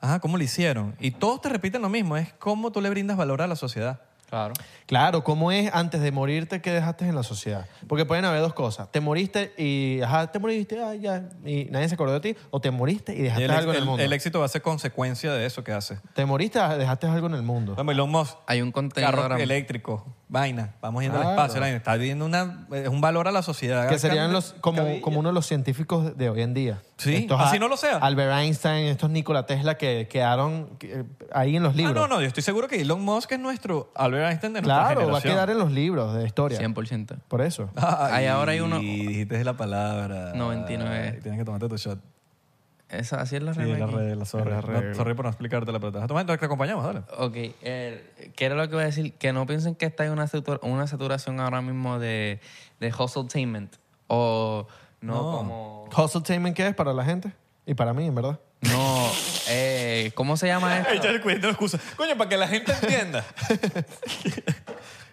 Speaker 1: ajá, ¿cómo lo hicieron? Y todos te repiten lo mismo, es cómo tú le brindas valor a la sociedad.
Speaker 3: Claro.
Speaker 2: Claro, ¿cómo es antes de morirte que dejaste en la sociedad? Porque pueden haber dos cosas. Te moriste y, ajá, te moriste, ay, ya, y nadie se acordó de ti. O te moriste y
Speaker 1: Y
Speaker 2: dejaste
Speaker 1: el, ex-
Speaker 2: algo en el
Speaker 1: el-
Speaker 2: mundo.
Speaker 1: el éxito va a ser consecuencia de eso que hace.
Speaker 2: Te moriste, ah, dejaste algo en el mundo.
Speaker 1: Vamos, Elon Musk,
Speaker 3: Hay un contenido
Speaker 1: carro
Speaker 3: ahora mismo.
Speaker 1: eléctrico, vaina, vamos yendo al
Speaker 2: Claro.
Speaker 1: espacio, la vaina. Está viendo una, es un valor a la sociedad.
Speaker 2: Que serían
Speaker 1: Cam-
Speaker 2: los, como,
Speaker 1: cabilla.
Speaker 2: como uno de los científicos de hoy en día.
Speaker 1: Sí,
Speaker 2: Estos
Speaker 1: así
Speaker 2: A-
Speaker 1: no lo sea.
Speaker 2: Albert Einstein, estos Nikola Tesla que quedaron que, eh, ahí en los
Speaker 1: Ah,
Speaker 2: libros.
Speaker 1: no, no, yo estoy seguro que Elon Musk es nuestro Albert Einstein de nuestra
Speaker 2: Claro, va a
Speaker 1: generación.
Speaker 2: quedar en los libros de historia.
Speaker 3: 100%.
Speaker 2: Por eso.
Speaker 3: Ay, ahora hay uno-
Speaker 1: Y dijiste la palabra.
Speaker 2: eh.
Speaker 3: 99.
Speaker 1: Tienes que tomarte tu shot.
Speaker 3: Esa, así es la
Speaker 1: Sí,
Speaker 3: regla.
Speaker 1: la
Speaker 3: aquí.
Speaker 1: regla, sorry.
Speaker 2: La regla.
Speaker 1: No, sorry por no explicártela, pero te vas a tomar, entonces te acompañamos, dale.
Speaker 3: Ok, eh, ¿qué era lo que iba a decir? Que no piensen que está en una, satura- una saturación ahora mismo de, de hustletainment o no,
Speaker 1: No.
Speaker 3: como...
Speaker 1: Ah.
Speaker 2: Hustletainment, ¿qué es para la gente? Y para mí, en verdad.
Speaker 3: No, eh, ¿cómo se llama esto?
Speaker 1: Ella cuenta excusa. Coño, para que la gente entienda.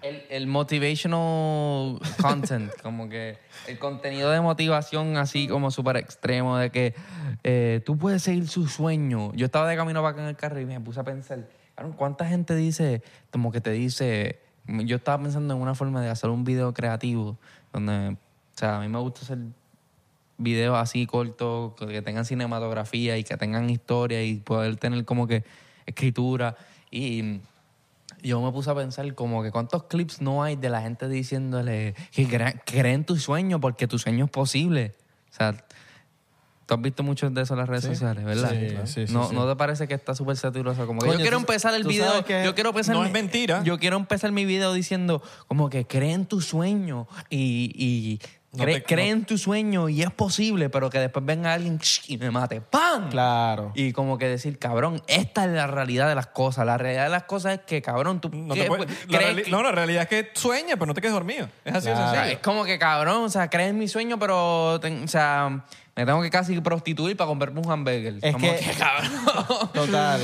Speaker 3: El, el motivational content, como que el contenido de motivación así como súper extremo, de que eh, tú puedes seguir su sueño. Yo estaba de camino para acá en el carro y me puse a pensar, cabrón, ¿cuánta gente dice, como que te dice, yo estaba pensando en una forma de hacer un video creativo, donde, o sea, a mí me gusta hacer videos así cortos, que tengan cinematografía y que tengan historia y poder tener como que escritura y yo me puse a pensar como que cuántos clips no hay de la gente diciéndole que crea- creen tu sueño porque tu sueño es posible. O sea, tú has visto muchos de eso en las redes sociales, ¿verdad?
Speaker 2: Sí, claro. sí, sí,
Speaker 3: no,
Speaker 2: sí.
Speaker 3: ¿No te parece que está súper saturoso? Como que
Speaker 2: Coño,
Speaker 3: yo quiero
Speaker 2: tú-
Speaker 3: empezar el
Speaker 2: tú
Speaker 3: video,
Speaker 2: sabes que
Speaker 3: yo quiero empezar...
Speaker 1: no
Speaker 3: mi-
Speaker 1: es mentira.
Speaker 3: Yo quiero empezar mi video diciendo como que creen tu sueño y... y
Speaker 1: No
Speaker 3: cre-
Speaker 1: te- no-
Speaker 3: creen tu sueño y es posible, pero que después venga alguien y me mate.
Speaker 1: Ah.
Speaker 3: ¡Pam!
Speaker 2: Claro.
Speaker 3: Y como que decir, cabrón, esta es la realidad de las cosas. La realidad de las cosas es que, cabrón, tú
Speaker 1: No,
Speaker 3: ¿qué-
Speaker 1: te puedes- la
Speaker 3: crees
Speaker 1: reali-
Speaker 3: que-
Speaker 1: no, la realidad es que sueña, pero no te quedes dormido. Es así de
Speaker 3: o sea,
Speaker 1: sencillo.
Speaker 3: es como que, cabrón, o sea, crees en mi sueño, pero, ten- o sea, me tengo que casi prostituir para comprarme un hamburger.
Speaker 2: Es
Speaker 3: como
Speaker 2: que-
Speaker 3: cabrón.
Speaker 2: Total.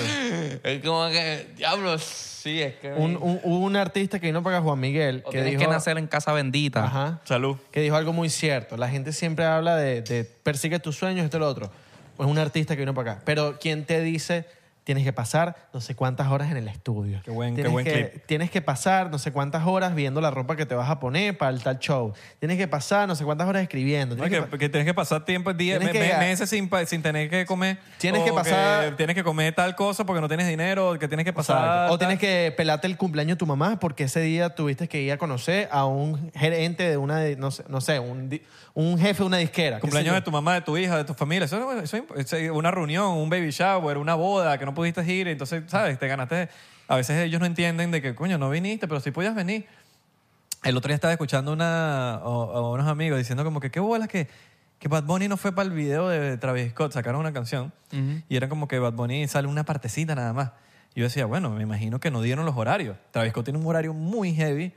Speaker 3: es como que, diablo, sí, es que...
Speaker 2: Un, un, hubo un artista que vino para acá, Juan Miguel,
Speaker 3: o
Speaker 2: que
Speaker 3: tienes
Speaker 2: dijo...
Speaker 3: que nacer en casa bendita.
Speaker 2: Ajá.
Speaker 1: Salud.
Speaker 2: que dijo algo muy cierto. La gente siempre habla de, de persigue tus sueños, esto y lo otro. Es un artista que vino para acá. Pero quien te dice, tienes que pasar no sé cuántas horas en el estudio.
Speaker 1: Qué buen- qué
Speaker 2: tienes
Speaker 1: buen
Speaker 2: que,
Speaker 1: clip.
Speaker 2: Tienes que pasar no sé cuántas horas viendo la ropa que te vas a poner para el tal show. Tienes que pasar no sé cuántas horas escribiendo.
Speaker 1: No,
Speaker 2: Tienes
Speaker 1: que,
Speaker 2: que pa-
Speaker 1: que tienes que pasar tiempo, días,
Speaker 2: Tienes
Speaker 1: me-
Speaker 2: que-
Speaker 1: me- meses sin, pa- sin tener que comer.
Speaker 2: Tienes
Speaker 1: o
Speaker 2: que pasar-
Speaker 1: tienes que comer tal cosa porque no tienes dinero, que tienes que pasar.
Speaker 2: Exacto. O
Speaker 1: tal-
Speaker 2: tienes que pelarte el cumpleaños de tu mamá porque ese día tuviste que ir a conocer a un gerente de una, de- no sé, no sé un, di- un jefe de una disquera. qué sé
Speaker 1: Cumpleaños
Speaker 2: yo.
Speaker 1: de tu mamá, de tu hija, de tu familia. Eso, eso- eso- una reunión, un baby shower, una boda que no pudiste ir. Entonces, ¿sabes? Te ganaste. A veces ellos no entienden de que, coño, no viniste, pero sí podías venir. El otro día estaba escuchando una, a, a unos amigos diciendo como que qué bolas que, que Bad Bunny no fue para el video de Travis Scott. Sacaron una canción y era como que Bad Bunny sale una partecita nada más. Y yo decía, bueno, me imagino que no dieron los horarios. Travis Scott tiene un horario muy heavy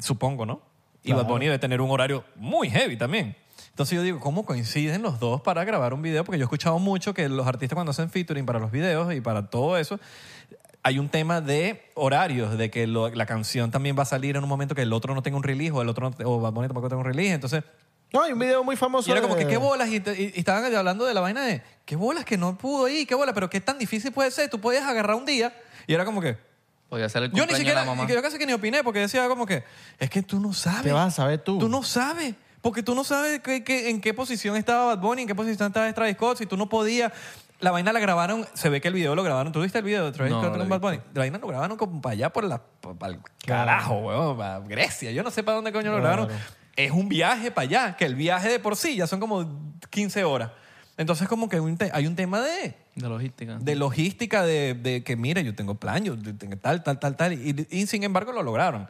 Speaker 1: supongo, ¿no? Y Bad Bunny debe tener un horario muy heavy también. Entonces yo digo, ¿cómo coinciden los dos para grabar un video? Porque yo he escuchado mucho que los artistas cuando hacen featuring para los videos y para todo eso, hay un tema de horarios, de que lo- la canción también va a salir en un momento que el otro no tenga un release o el otro no, te- o Bad Bunny tampoco tenga un release. Entonces,
Speaker 2: No, hay un video muy famoso.
Speaker 1: y era como que
Speaker 2: de-
Speaker 1: qué bolas y, te- y- y estaban hablando de la vaina de qué bolas que no pudo ir, qué bolas, pero qué tan difícil puede ser. Tú podías agarrar un día y era como que
Speaker 3: Podía ser el
Speaker 1: yo ni
Speaker 3: cumpleaños de
Speaker 1: siquiera,
Speaker 3: la mamá.
Speaker 1: yo casi que ni opiné porque decía como que, es que tú no sabes.
Speaker 2: ¿Qué vas a saber tú?
Speaker 1: Tú no sabes. Porque tú no sabes qué- qué- en qué posición estaba Bad Bunny, en qué posición estaba Travis Scott, si tú no podías. La vaina la grabaron, se ve que el video lo grabaron. ¿Tú viste el video de Travis
Speaker 3: No,
Speaker 1: Scott
Speaker 3: no lo
Speaker 1: con
Speaker 3: he
Speaker 1: Bad Bunny? La vaina lo grabaron como para allá, por la, para el carajo, weón, para Grecia. Yo no sé para dónde coño lo grabaron. Es un viaje para allá, que el viaje de por sí ya son como 15 horas. Entonces como que un te- hay un tema de,
Speaker 7: De logística.
Speaker 1: de logística, de, de que mira, yo tengo plan, yo tengo tal, tal, tal, tal, y, y sin embargo lo lograron.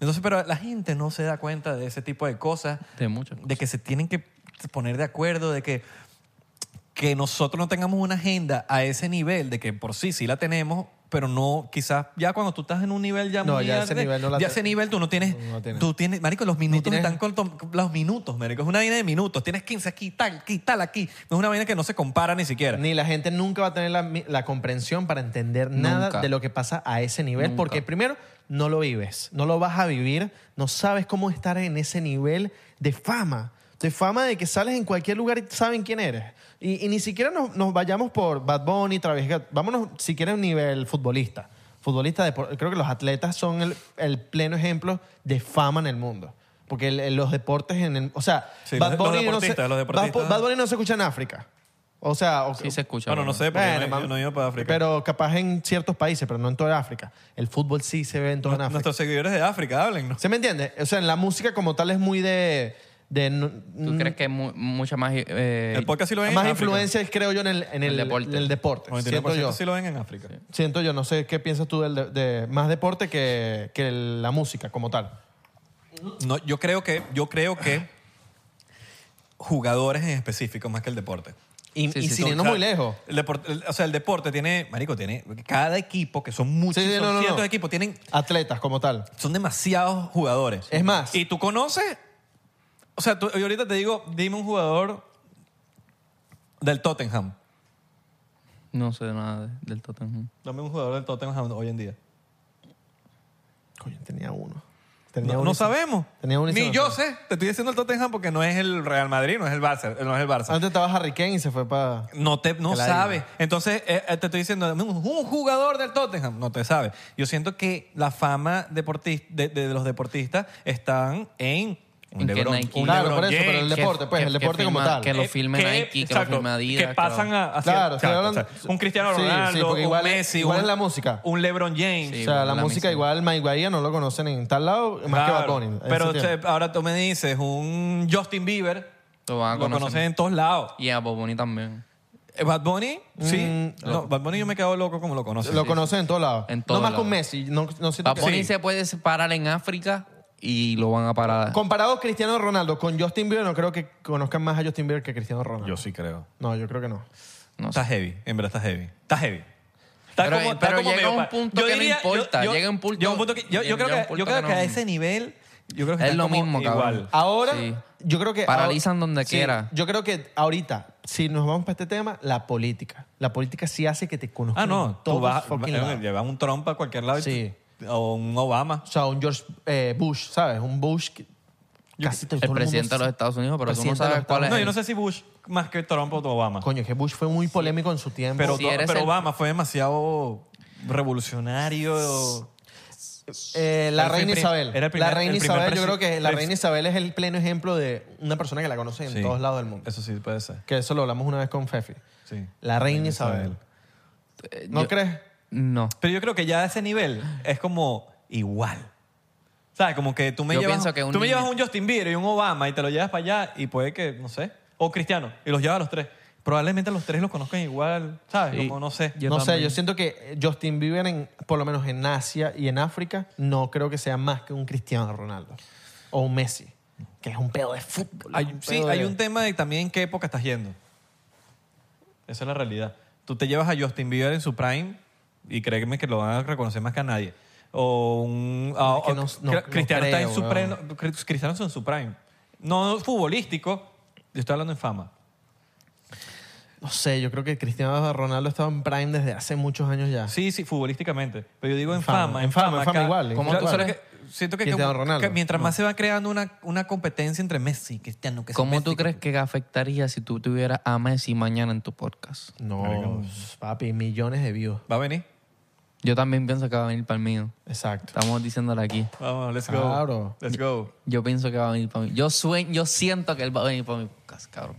Speaker 1: Entonces, pero la gente no se da cuenta de ese tipo de cosas,
Speaker 7: De pues. muchas cosas.
Speaker 1: de que se tienen que poner de acuerdo, de que, que nosotros no tengamos una agenda a ese nivel, de que por sí sí la tenemos, pero no, quizás ya cuando tú estás en un nivel ya
Speaker 2: No,
Speaker 1: muy
Speaker 2: ya ese
Speaker 1: arte,
Speaker 2: nivel no la
Speaker 1: ya
Speaker 2: te-
Speaker 1: ese nivel tú no tienes,
Speaker 2: No tienes.
Speaker 1: tú tienes, marico, los minutos
Speaker 2: tienes-
Speaker 1: están con tom- los minutos, marico, es una vaina de minutos, tienes 15 aquí, tal, aquí, tal, aquí, es una vaina que no se compara ni siquiera.
Speaker 2: Ni la gente nunca va a tener la, mi- la comprensión para entender nada
Speaker 7: Nunca.
Speaker 2: de lo que pasa a ese nivel,
Speaker 7: Nunca.
Speaker 2: porque primero no lo vives, no lo vas a vivir, no sabes cómo estar en ese nivel de fama, de fama de que sales en cualquier lugar y saben quién eres. Y, y ni siquiera nos, nos vayamos por Bad Bunny, Travis Scott, vámonos siquiera a un nivel futbolista. Futbolista, depor- creo que los atletas son el, el pleno ejemplo de fama en el mundo. Porque el- el- los deportes en el... O sea,
Speaker 1: Sí, los- los deportistas, los
Speaker 2: Bad Po-
Speaker 1: deportistas.
Speaker 2: Bad Bunny no se escucha en África. O sea, o-
Speaker 7: Sí se escucha.
Speaker 1: Bueno, no sé, porque
Speaker 2: Bueno,
Speaker 1: yo no,
Speaker 2: mam-
Speaker 1: yo no he ido para África.
Speaker 2: Pero capaz en ciertos países, pero no en toda África. El fútbol sí se ve en toda África.
Speaker 1: Nuestros seguidores de África hablen, ¿no?
Speaker 2: ¿Se me entiende? O sea, en la música como tal es muy de... de no-
Speaker 7: ¿Tú crees que es mu- mucha más... eh,
Speaker 1: El podcast sí lo ven
Speaker 2: más
Speaker 1: en África.
Speaker 2: influencias, creo yo, en el, en el,
Speaker 7: El deporte.
Speaker 2: en el deporte.
Speaker 1: 99%
Speaker 2: Siento yo.
Speaker 1: sí lo ven en África.
Speaker 2: Siento yo. No sé qué piensas tú del de, de- más deporte que, que la música como tal.
Speaker 1: No, yo creo que, yo creo que jugadores en específico más que el deporte.
Speaker 2: Y,
Speaker 7: Sí,
Speaker 2: y
Speaker 7: sí,
Speaker 2: sin
Speaker 7: sí.
Speaker 2: irnos
Speaker 1: O sea,
Speaker 2: muy lejos.
Speaker 1: El deporte, el- o sea, el deporte tiene, marico, tiene cada equipo que son muchos,
Speaker 2: Sí, sí, no,
Speaker 1: son
Speaker 2: no, no.
Speaker 1: cientos de equipos, tienen
Speaker 2: Atletas como tal.
Speaker 1: son demasiados jugadores.
Speaker 2: Es más.
Speaker 1: Y tú conoces, o sea, tú, yo ahorita te digo, dime un jugador del Tottenham.
Speaker 7: No sé nada de- del Tottenham.
Speaker 1: Dame un jugador del Tottenham hoy en día.
Speaker 2: Coño, tenía uno. Tenía
Speaker 1: No,
Speaker 2: uno
Speaker 1: no
Speaker 2: y se-
Speaker 1: sabemos.
Speaker 2: Tenía uno y se
Speaker 1: Ni
Speaker 2: me
Speaker 1: yo
Speaker 2: fue.
Speaker 1: sé. Te estoy diciendo el Tottenham porque no es el Real Madrid, no es el Barça. No es el Barça.
Speaker 2: Antes estaba Harry Kane y se fue para...
Speaker 1: No te no
Speaker 2: Que la
Speaker 1: sabes. Entonces, eh, eh, te estoy diciendo, un un jugador del Tottenham, no te sabe. Yo siento que la fama deportis- de, de- de los deportistas están en un
Speaker 7: En que
Speaker 1: LeBron,
Speaker 7: Nike-
Speaker 1: un
Speaker 2: Claro,
Speaker 1: LeBron
Speaker 2: por eso, pero el
Speaker 1: James,
Speaker 2: deporte, pues,
Speaker 7: que-
Speaker 2: el
Speaker 7: que
Speaker 2: deporte como
Speaker 7: firma-
Speaker 2: tal.
Speaker 7: que lo
Speaker 1: eh,
Speaker 7: firme Nike, que lo firma Adidas,
Speaker 1: Que pasan
Speaker 7: que lo-
Speaker 1: a, hacia-
Speaker 2: Claro, estoy
Speaker 1: exacto,
Speaker 2: hablando-
Speaker 1: o sea, un Cristiano
Speaker 2: sí, sí,
Speaker 1: Ronaldo,
Speaker 2: porque
Speaker 1: un
Speaker 2: igual es-
Speaker 1: Messi,
Speaker 2: igual
Speaker 1: un-
Speaker 2: es la música.
Speaker 1: un LeBron James.
Speaker 7: Sí,
Speaker 2: o sea, la,
Speaker 7: la
Speaker 2: música
Speaker 7: misma.
Speaker 2: igual, Mike Bahía no lo conocen en tal lado, más que Bad
Speaker 1: Claro,
Speaker 2: Bunny. Ese
Speaker 1: Pero
Speaker 2: tiene.
Speaker 1: che, ahora tú me dices, un Justin Bieber,
Speaker 7: Lo van a
Speaker 1: lo
Speaker 7: conocer.
Speaker 1: conoces en todos lados.
Speaker 7: Y a Boboni también.
Speaker 1: Eh, Bad Bunny, sí.
Speaker 2: Mm,
Speaker 1: No, Bad Bunny yo me quedo loco como lo conoces.
Speaker 2: lo conocen en todos lados.
Speaker 7: En
Speaker 2: no
Speaker 7: todos
Speaker 2: más
Speaker 7: lados.
Speaker 2: con Messi. No, no siento
Speaker 7: Bad
Speaker 2: que-
Speaker 7: Bunny
Speaker 2: Sí.
Speaker 7: se puede parar en África y lo van a parar.
Speaker 2: Comparado a Cristiano Ronaldo con Justin Bieber, no creo que conozcan más a Justin Bieber que a Cristiano Ronaldo.
Speaker 1: Yo sí creo.
Speaker 2: No, yo creo que no.
Speaker 7: No
Speaker 1: Está
Speaker 7: sé.
Speaker 1: heavy, en verdad está heavy. Está heavy. Está
Speaker 7: Pero-
Speaker 1: está
Speaker 7: pero llega
Speaker 1: medio
Speaker 7: un
Speaker 1: pa-
Speaker 7: punto que no importa, llega un punto-
Speaker 1: llega un punto que- yo, yo
Speaker 7: llega
Speaker 1: creo
Speaker 7: un
Speaker 1: que,
Speaker 7: punto
Speaker 1: yo creo
Speaker 7: que
Speaker 1: que a
Speaker 7: no-
Speaker 1: ese nivel yo creo que
Speaker 7: Es
Speaker 1: están
Speaker 7: lo
Speaker 1: como
Speaker 7: mismo,
Speaker 1: igual. Ah,
Speaker 7: cabrón.
Speaker 2: Ahora,
Speaker 7: Sí.
Speaker 2: yo creo que...
Speaker 7: Paralizan
Speaker 2: ahora-
Speaker 7: donde
Speaker 2: sí,
Speaker 7: quiera.
Speaker 2: Yo creo que ahorita, si nos vamos para este tema, la política. La política sí hace que te conozcan.
Speaker 1: Ah,
Speaker 2: en
Speaker 1: no, tú
Speaker 2: todos
Speaker 1: vas,
Speaker 2: fucking
Speaker 1: eh,
Speaker 2: lados.
Speaker 1: llevas un Trump a cualquier lado y
Speaker 2: Sí.
Speaker 1: tú- o un Obama.
Speaker 2: O sea, un George eh, Bush, ¿sabes? Un Bush que casi todo
Speaker 7: El
Speaker 2: mundo
Speaker 7: presidente de los
Speaker 2: sabe.
Speaker 7: Estados Unidos, pero tú no
Speaker 2: Presidente de
Speaker 7: sabes
Speaker 2: los
Speaker 7: cuál es.
Speaker 1: No, yo
Speaker 7: el-
Speaker 1: no sé si Bush más que Trump o Obama.
Speaker 2: Coño, que Bush fue muy polémico en su tiempo.
Speaker 1: Pero,
Speaker 7: Si
Speaker 1: to-
Speaker 7: eres
Speaker 1: pero
Speaker 7: el-
Speaker 1: Obama fue demasiado revolucionario.
Speaker 2: Eh, la
Speaker 1: Él fue
Speaker 2: reina
Speaker 1: el pri-
Speaker 2: Isabel.
Speaker 1: era el primer-
Speaker 2: la reina
Speaker 1: el primer
Speaker 2: Isabel, yo
Speaker 1: presi-
Speaker 2: creo que la
Speaker 1: presi-
Speaker 2: reina Isabel es el pleno ejemplo de una persona que la conoce en
Speaker 1: Sí.
Speaker 2: todos lados del mundo.
Speaker 1: Eso sí puede ser.
Speaker 2: Que eso lo hablamos una vez con Fefi.
Speaker 1: Sí.
Speaker 2: La reina Isabel.
Speaker 1: Isabel.
Speaker 7: Eh,
Speaker 2: ¿No
Speaker 7: yo-
Speaker 2: crees?
Speaker 7: No.
Speaker 1: Pero yo creo que ya a ese nivel es como igual. ¿Sabes? Como que tú me,
Speaker 7: Yo
Speaker 1: llevas,
Speaker 7: pienso que un
Speaker 1: tú me
Speaker 7: niño-
Speaker 1: llevas un Justin Bieber y un Obama y te lo llevas para allá y puede que, no sé, o Cristiano, y los llevas a los tres. Probablemente a los tres los conozcan igual, ¿sabes?
Speaker 7: Sí.
Speaker 1: Como no sé.
Speaker 7: Yo
Speaker 2: no sé,
Speaker 7: también.
Speaker 2: yo siento que Justin Bieber, en, por lo menos en Asia y en África, no creo que sea más que un Cristiano Ronaldo o un Messi, que es un pedo de fútbol.
Speaker 1: Hay-
Speaker 2: es un
Speaker 1: sí,
Speaker 2: pedo
Speaker 1: hay
Speaker 2: de-
Speaker 1: un tema de también en qué época estás yendo. Esa es la realidad. Tú te llevas a Justin Bieber en su prime y créeme que lo van a reconocer más que a nadie. O un... a-
Speaker 2: Es que
Speaker 1: o-
Speaker 2: no- no-
Speaker 1: Cri-
Speaker 2: no
Speaker 1: Cristiano está en
Speaker 2: creo,
Speaker 1: su
Speaker 2: weón.
Speaker 1: prime- Cri- Cristiano está en su prime. No futbolístico, yo estoy hablando en fama.
Speaker 2: No sé, yo creo que Cristiano Ronaldo estaba en Prime desde hace muchos años ya.
Speaker 1: Sí, sí, futbolísticamente. Pero yo digo en
Speaker 2: En fama,
Speaker 1: fama.
Speaker 2: en fama, en fama
Speaker 1: cada-
Speaker 2: igual,
Speaker 1: Como
Speaker 2: igual.
Speaker 1: tú sabes que- siento que,
Speaker 2: Cristiano
Speaker 1: que-
Speaker 2: Ronaldo.
Speaker 1: que mientras más se va creando una, una competencia entre Messi y Cristiano. Que si
Speaker 7: ¿Cómo
Speaker 1: Messi,
Speaker 7: tú
Speaker 1: que-
Speaker 7: crees que afectaría si tú tuvieras a Messi mañana en tu podcast?
Speaker 2: No, papi, millones de views.
Speaker 1: Va a venir.
Speaker 7: Yo también pienso que va a venir para el mío.
Speaker 2: Exacto.
Speaker 7: Estamos diciéndole aquí.
Speaker 1: Vamos, let's go.
Speaker 2: Claro.
Speaker 1: Let's go.
Speaker 7: Yo pienso que va a venir para mí. Yo sueño, yo siento que él va a venir para mi podcast, cabrón.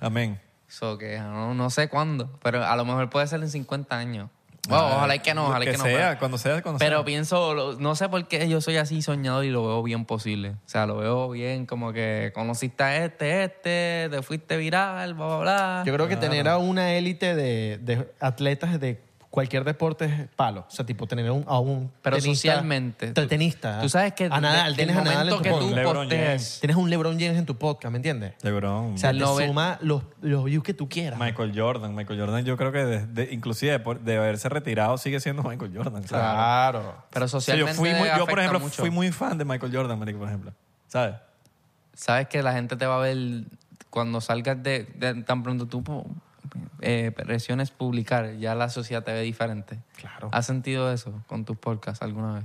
Speaker 1: Amén.
Speaker 7: So que no, no sé cuándo, pero a lo mejor puede ser en 50 años.
Speaker 3: Bueno, ojalá y que no, ojalá y
Speaker 1: Ah, que
Speaker 3: que no.
Speaker 1: sea,
Speaker 3: pero-
Speaker 1: cuando sea, cuando sea.
Speaker 3: Pero pienso, lo- no sé por qué yo soy así soñador y lo veo bien posible. O sea, lo veo bien como que conociste a este, este, te fuiste viral, bla, bla, bla.
Speaker 2: Yo creo que tener a una élite de, de atletas de cualquier deporte es palo. O sea, tipo, tener a un, a un
Speaker 3: Pero
Speaker 2: tenista-
Speaker 3: socialmente,
Speaker 2: te-
Speaker 3: tú-
Speaker 2: tenista.
Speaker 3: tú sabes que
Speaker 2: A Nadal,
Speaker 3: de- del
Speaker 2: tienes a Nadal en
Speaker 3: momento
Speaker 2: tu
Speaker 3: que tú
Speaker 2: podcast.
Speaker 1: LeBron
Speaker 3: postees-
Speaker 1: James.
Speaker 2: Tienes a un LeBron James en tu podcast, ¿me entiendes?
Speaker 1: LeBron.
Speaker 2: O sea,
Speaker 3: El
Speaker 2: te
Speaker 3: noven-
Speaker 2: suma los, los views que tú quieras.
Speaker 1: Michael Jordan. Michael Jordan yo creo que de- de- inclusive por- de haberse retirado sigue siendo Michael Jordan. ¿sabes?
Speaker 2: Claro.
Speaker 3: Pero
Speaker 1: O sea, yo,
Speaker 3: socialmente
Speaker 1: fui muy- yo, por
Speaker 3: afecta
Speaker 1: ejemplo,
Speaker 3: mucho.
Speaker 1: fui muy fan de Michael Jordan, marico, por ejemplo. ¿Sabes?
Speaker 3: Sabes que la gente te va a ver cuando salgas de, de- tan pronto tú pu- eh, presiones publicar, ya la sociedad te ve diferente.
Speaker 2: Claro.
Speaker 3: ¿Has sentido eso con tus podcasts alguna vez?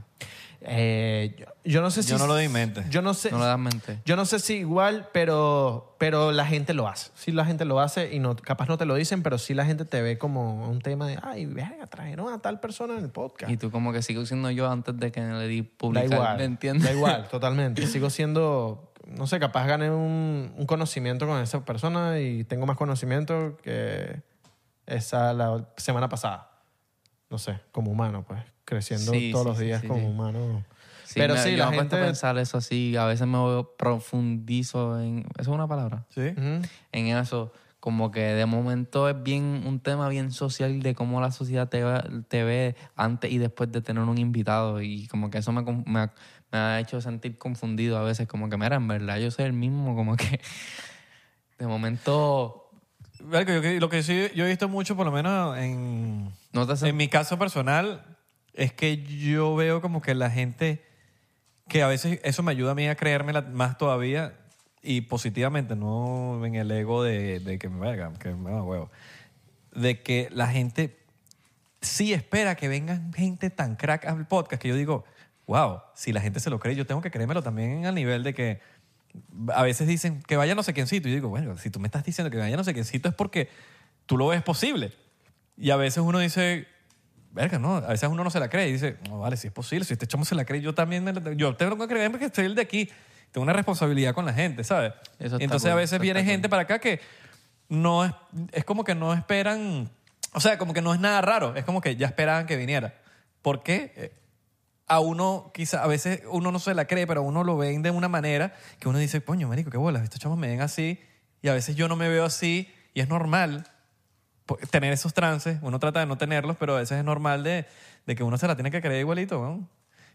Speaker 2: Eh, yo, yo no sé si...
Speaker 1: Yo no lo di en mente.
Speaker 2: Yo no sé...
Speaker 3: No lo das mente.
Speaker 2: Yo no sé si igual, pero, pero la gente lo hace. Sí, la gente lo hace y no, capaz no te lo dicen, pero sí la gente te ve como un tema de, ay, verga, trajeron a tal persona en el podcast.
Speaker 3: Y tú como que sigo siendo yo antes de que le di
Speaker 2: da
Speaker 3: publicar,
Speaker 2: igual.
Speaker 3: ¿me entiendes?
Speaker 2: Da igual, totalmente. Sigo siendo, no sé, capaz gané un, un conocimiento con esa persona y tengo más conocimiento que esa la semana pasada. No sé, como humano, pues, creciendo
Speaker 3: Sí,
Speaker 2: todos
Speaker 3: sí,
Speaker 2: los
Speaker 3: sí,
Speaker 2: días
Speaker 3: sí,
Speaker 2: como
Speaker 3: sí.
Speaker 2: humano.
Speaker 3: Sí,
Speaker 2: pero
Speaker 3: me-
Speaker 2: sí,
Speaker 3: yo
Speaker 2: la
Speaker 3: me he puesto
Speaker 2: gente...
Speaker 3: a pensar eso así, a veces me veo- profundizo en... ¿Eso es una palabra?
Speaker 1: Sí.
Speaker 2: Ujú.
Speaker 3: en eso. Como que de momento es bien un tema bien social de cómo la sociedad te, ve- te ve antes y después de tener un invitado. Y como que eso me, con- me ha, me ha hecho sentir confundido a veces. Como que, mira, en verdad yo soy el mismo. Como que de momento
Speaker 1: Marico, yo que- lo que sí yo he visto mucho, por lo menos en,
Speaker 3: no te
Speaker 1: en
Speaker 3: sen-
Speaker 1: mi caso personal, es que yo veo como que la gente, que a veces eso me ayuda a mí a creérmela más todavía y positivamente, no en el ego de, de que me verga, que me da huevo, de que la gente sí espera que vengan gente tan crack al podcast que yo digo, wow, si la gente se lo cree, yo tengo que creérmelo también al nivel de que a veces dicen que vaya no sé quiéncito. Y yo digo, bueno, si tú me estás diciendo que vaya no sé quiéncito es porque tú lo ves posible. Y a veces uno dice, verga, no, a veces uno no se la cree y dice, no, vale, si es posible, si este chamo se la cree, yo también me la- yo tengo que creer porque estoy el de aquí. Tengo una responsabilidad con la gente, ¿sabes?
Speaker 3: Eso está
Speaker 1: Entonces a
Speaker 3: cool,
Speaker 1: veces
Speaker 3: eso
Speaker 1: viene
Speaker 3: está cool.
Speaker 1: gente para acá que no es, es como que no esperan, o sea, como que no es nada raro, es como que ya esperaban que viniera. ¿Por qué? Eh, a uno, quizá a veces uno no se la cree, pero a uno lo ven de una manera que uno dice, coño, marico, qué bolas, estos chamos me ven así y a veces yo no me veo así y es normal po- tener esos trances, uno trata de no tenerlos, pero a veces es normal de, de que uno se la tiene que creer igualito, weón.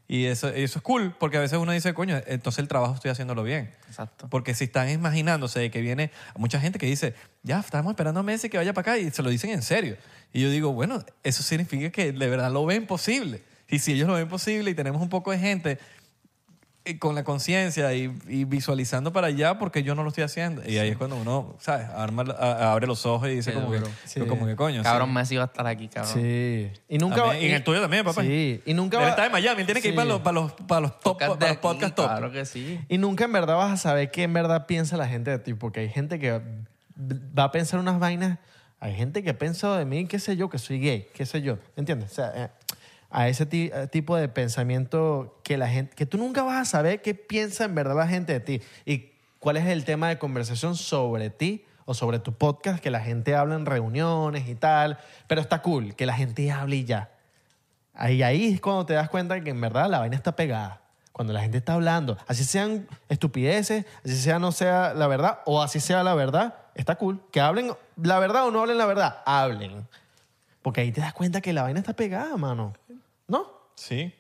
Speaker 1: Y eso, y eso es cool, porque a veces uno dice, coño, entonces el trabajo estoy haciéndolo bien.
Speaker 3: Exacto.
Speaker 1: Porque si están imaginándose de que viene mucha gente que dice, ya, estamos esperando a Messi que vaya para acá y se lo dicen en serio. Y yo digo, bueno, eso significa que de verdad lo ven posible. Y si ellos lo ven posible y tenemos un poco de gente eh, con la conciencia y, y visualizando para allá, porque yo no lo estoy haciendo. Y ahí es cuando uno, ¿sabes? Arma, la- a- abre los ojos y dice
Speaker 3: Qué
Speaker 1: como, que,
Speaker 3: duro.
Speaker 2: Sí.
Speaker 1: como que coño.
Speaker 3: Cabrón,
Speaker 1: sí.
Speaker 3: Messi va a estar aquí, cabrón.
Speaker 2: Sí. Y nunca...
Speaker 1: También, y en el tuyo también, papá.
Speaker 2: Sí. Y nunca...
Speaker 1: Él
Speaker 2: va-
Speaker 1: está en Miami, él tiene que ir
Speaker 2: Sí.
Speaker 1: para los, para los, para los, top,
Speaker 3: Podcast
Speaker 1: para
Speaker 3: de
Speaker 1: los podcast
Speaker 3: aquí,
Speaker 1: top.
Speaker 3: Claro que sí.
Speaker 2: Y nunca en verdad vas a saber qué en verdad piensa la gente de ti, porque hay gente que va a pensar unas vainas. Hay gente que ha pensado de mí, qué sé yo, que soy gay, qué sé yo. ¿Entiendes? O sea, eh, a ese ti- eh, tipo de pensamiento que la gente, que tú nunca vas a saber qué piensa en verdad la gente de ti y cuál es el tema de conversación sobre ti o sobre tu podcast que la gente habla en reuniones y tal, pero está cool que la gente hable y ya. Ahí, ahí es cuando te das cuenta que en verdad la vaina está pegada. Cuando la gente está hablando, así sean estupideces, así sea no sea la verdad o así sea la verdad, está cool. Que hablen la verdad o no hablen la verdad, hablen. Porque ahí te das cuenta que la vaina está pegada, mano. ¿No?
Speaker 1: Sí.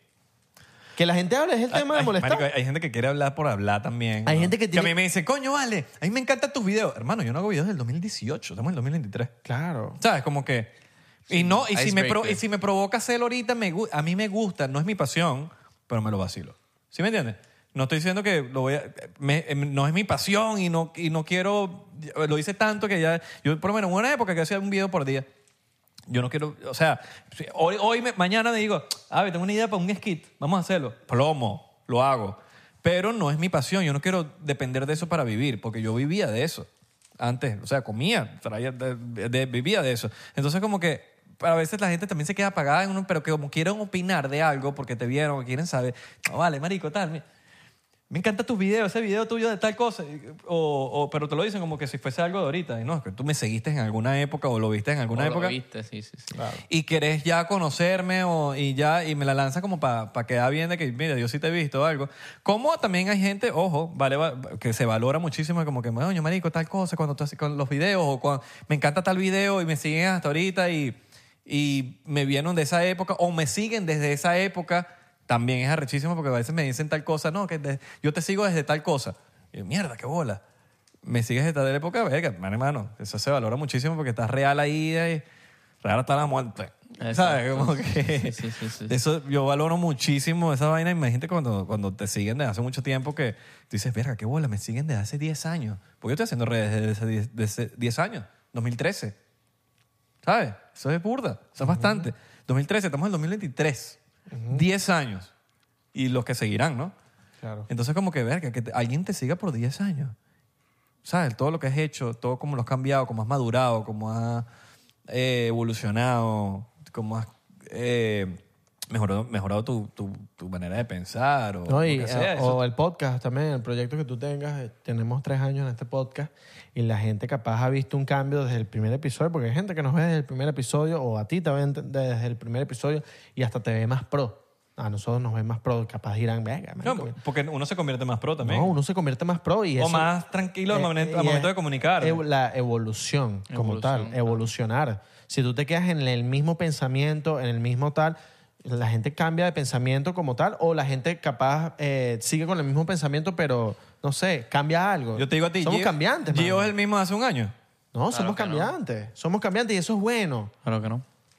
Speaker 2: Que la gente hable es el
Speaker 1: Ay,
Speaker 2: tema de
Speaker 1: ay,
Speaker 2: molestar.
Speaker 1: marico, hay, hay gente que quiere hablar por hablar también.
Speaker 2: Hay
Speaker 1: ¿no?
Speaker 2: gente que tiene-
Speaker 1: a mí me dice, coño, vale, a mí me encantan tus videos. Hermano, yo no hago videos del 2018, estamos en el 2023.
Speaker 2: Claro.
Speaker 1: ¿Sabes? Como que... Y no, y si, me pro-
Speaker 3: icebreaker.
Speaker 1: y si me provoca celo ahorita, me gu- a mí me gusta, no es mi pasión, pero me lo vacilo. ¿Sí me entiendes? No estoy diciendo que lo voy a- me- em, no es mi pasión y no, y no quiero... Lo hice tanto que ya... Yo, por lo menos, en una época que hacía un video por día. Yo no quiero, o sea, si hoy, hoy me- mañana me digo, a ver, tengo una idea para un skit, vamos a hacerlo. Plomo, lo hago. Pero no es mi pasión, yo no quiero depender de eso para vivir, porque yo vivía de eso antes, o sea, comía, traía, de- de- vivía de eso. Entonces como que a veces la gente también se queda apagada, en uno, pero que como quieren opinar de algo porque te vieron, quieren saber, "No, vale, marico, tal. mi-". me encanta tus videos, ese video tuyo de tal cosa. Y- O, o- pero te lo dicen como que si fuese algo de ahorita. Y no, es que tú me seguiste en alguna época o lo viste en alguna
Speaker 3: O lo
Speaker 1: época.
Speaker 3: viste, sí, sí, sí.
Speaker 1: Y querés ya conocerme o, y ya y me la lanza como para quedar bien de que, mira, yo sí te he visto o algo. Como también hay gente, ojo, vale, va- que se valora muchísimo como que, coño, marico, tal cosa, cuando tú haces con los videos o cuando me encanta tal video y me siguen hasta ahorita y, y me vieron de esa época o me siguen desde esa época, también es arrechísimo porque a veces me dicen tal cosa, no, que de- yo te sigo desde tal cosa. Y yo, mierda, qué bola. Me sigues desde tal época, verga, hermano, hermano, eso se valora muchísimo porque estás real ahí. y- Rara hasta la muerte.
Speaker 3: Exacto.
Speaker 1: ¿Sabes? Como que.
Speaker 3: Sí, sí, sí, sí.
Speaker 1: Eso yo valoro muchísimo esa vaina. Imagínate cuando, cuando te siguen desde hace mucho tiempo que tú dices, verga, qué bola, me siguen desde hace 10 años. Porque yo estoy haciendo redes desde hace 10, desde 10 años, 2013. ¿Sabes? Eso es burda, eso es bastante. 2013, estamos en 2023. 10 años. Y los que seguirán, ¿no?
Speaker 2: Claro.
Speaker 1: Entonces, como que verga, que te- alguien te siga por 10 años. ¿Sabes? Todo lo que has hecho, todo como lo has cambiado, cómo has madurado, cómo has eh, evolucionado, cómo has eh, mejorado, mejorado tu, tu, tu manera de pensar o
Speaker 2: No, y,
Speaker 1: lo que sea.
Speaker 2: eh,
Speaker 1: Eso-
Speaker 2: o el podcast también, el proyecto que tú tengas. eh, Tenemos tres años en este podcast y la gente capaz ha visto un cambio desde el primer episodio, porque hay gente que nos ve desde el primer episodio o a ti te ven desde el primer episodio y hasta te ve más pro. A nosotros nos ven más pro, capaz dirán, venga,
Speaker 1: No,
Speaker 2: marico".
Speaker 1: porque uno se convierte más pro también.
Speaker 2: no, uno se convierte más pro y
Speaker 1: o
Speaker 2: eso-
Speaker 1: más tranquilo al
Speaker 2: Eh,
Speaker 1: momento,
Speaker 2: eh,
Speaker 1: al momento
Speaker 2: eh,
Speaker 1: de comunicar.
Speaker 2: ev- La evolución como
Speaker 3: Evolución,
Speaker 2: tal,
Speaker 3: claro.
Speaker 2: evolucionar. Si tú te quedas en el mismo pensamiento, en el mismo tal, la gente cambia de pensamiento como tal o la gente capaz eh, sigue con el mismo pensamiento pero, no sé, cambia algo.
Speaker 1: Yo te digo a ti,
Speaker 2: Somos
Speaker 1: Gio-
Speaker 2: cambiantes,
Speaker 1: Gio
Speaker 2: mano.
Speaker 1: es el mismo de hace un año.
Speaker 2: No, somos cambiantes. Somos cambiantes y eso es bueno.
Speaker 3: Claro que no.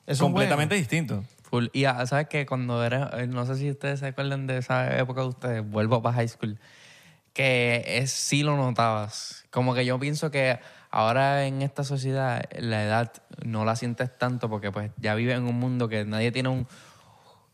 Speaker 2: Eso es
Speaker 1: completamente distinto.
Speaker 3: Full. Y ah, sabes que cuando era, eh, no sé si ustedes se acuerdan de esa época de ustedes, vuelvo para high school, que es, sí lo notabas. Como que yo pienso que ahora en esta sociedad la edad no la sientes tanto porque pues ya vives en un mundo que nadie tiene un,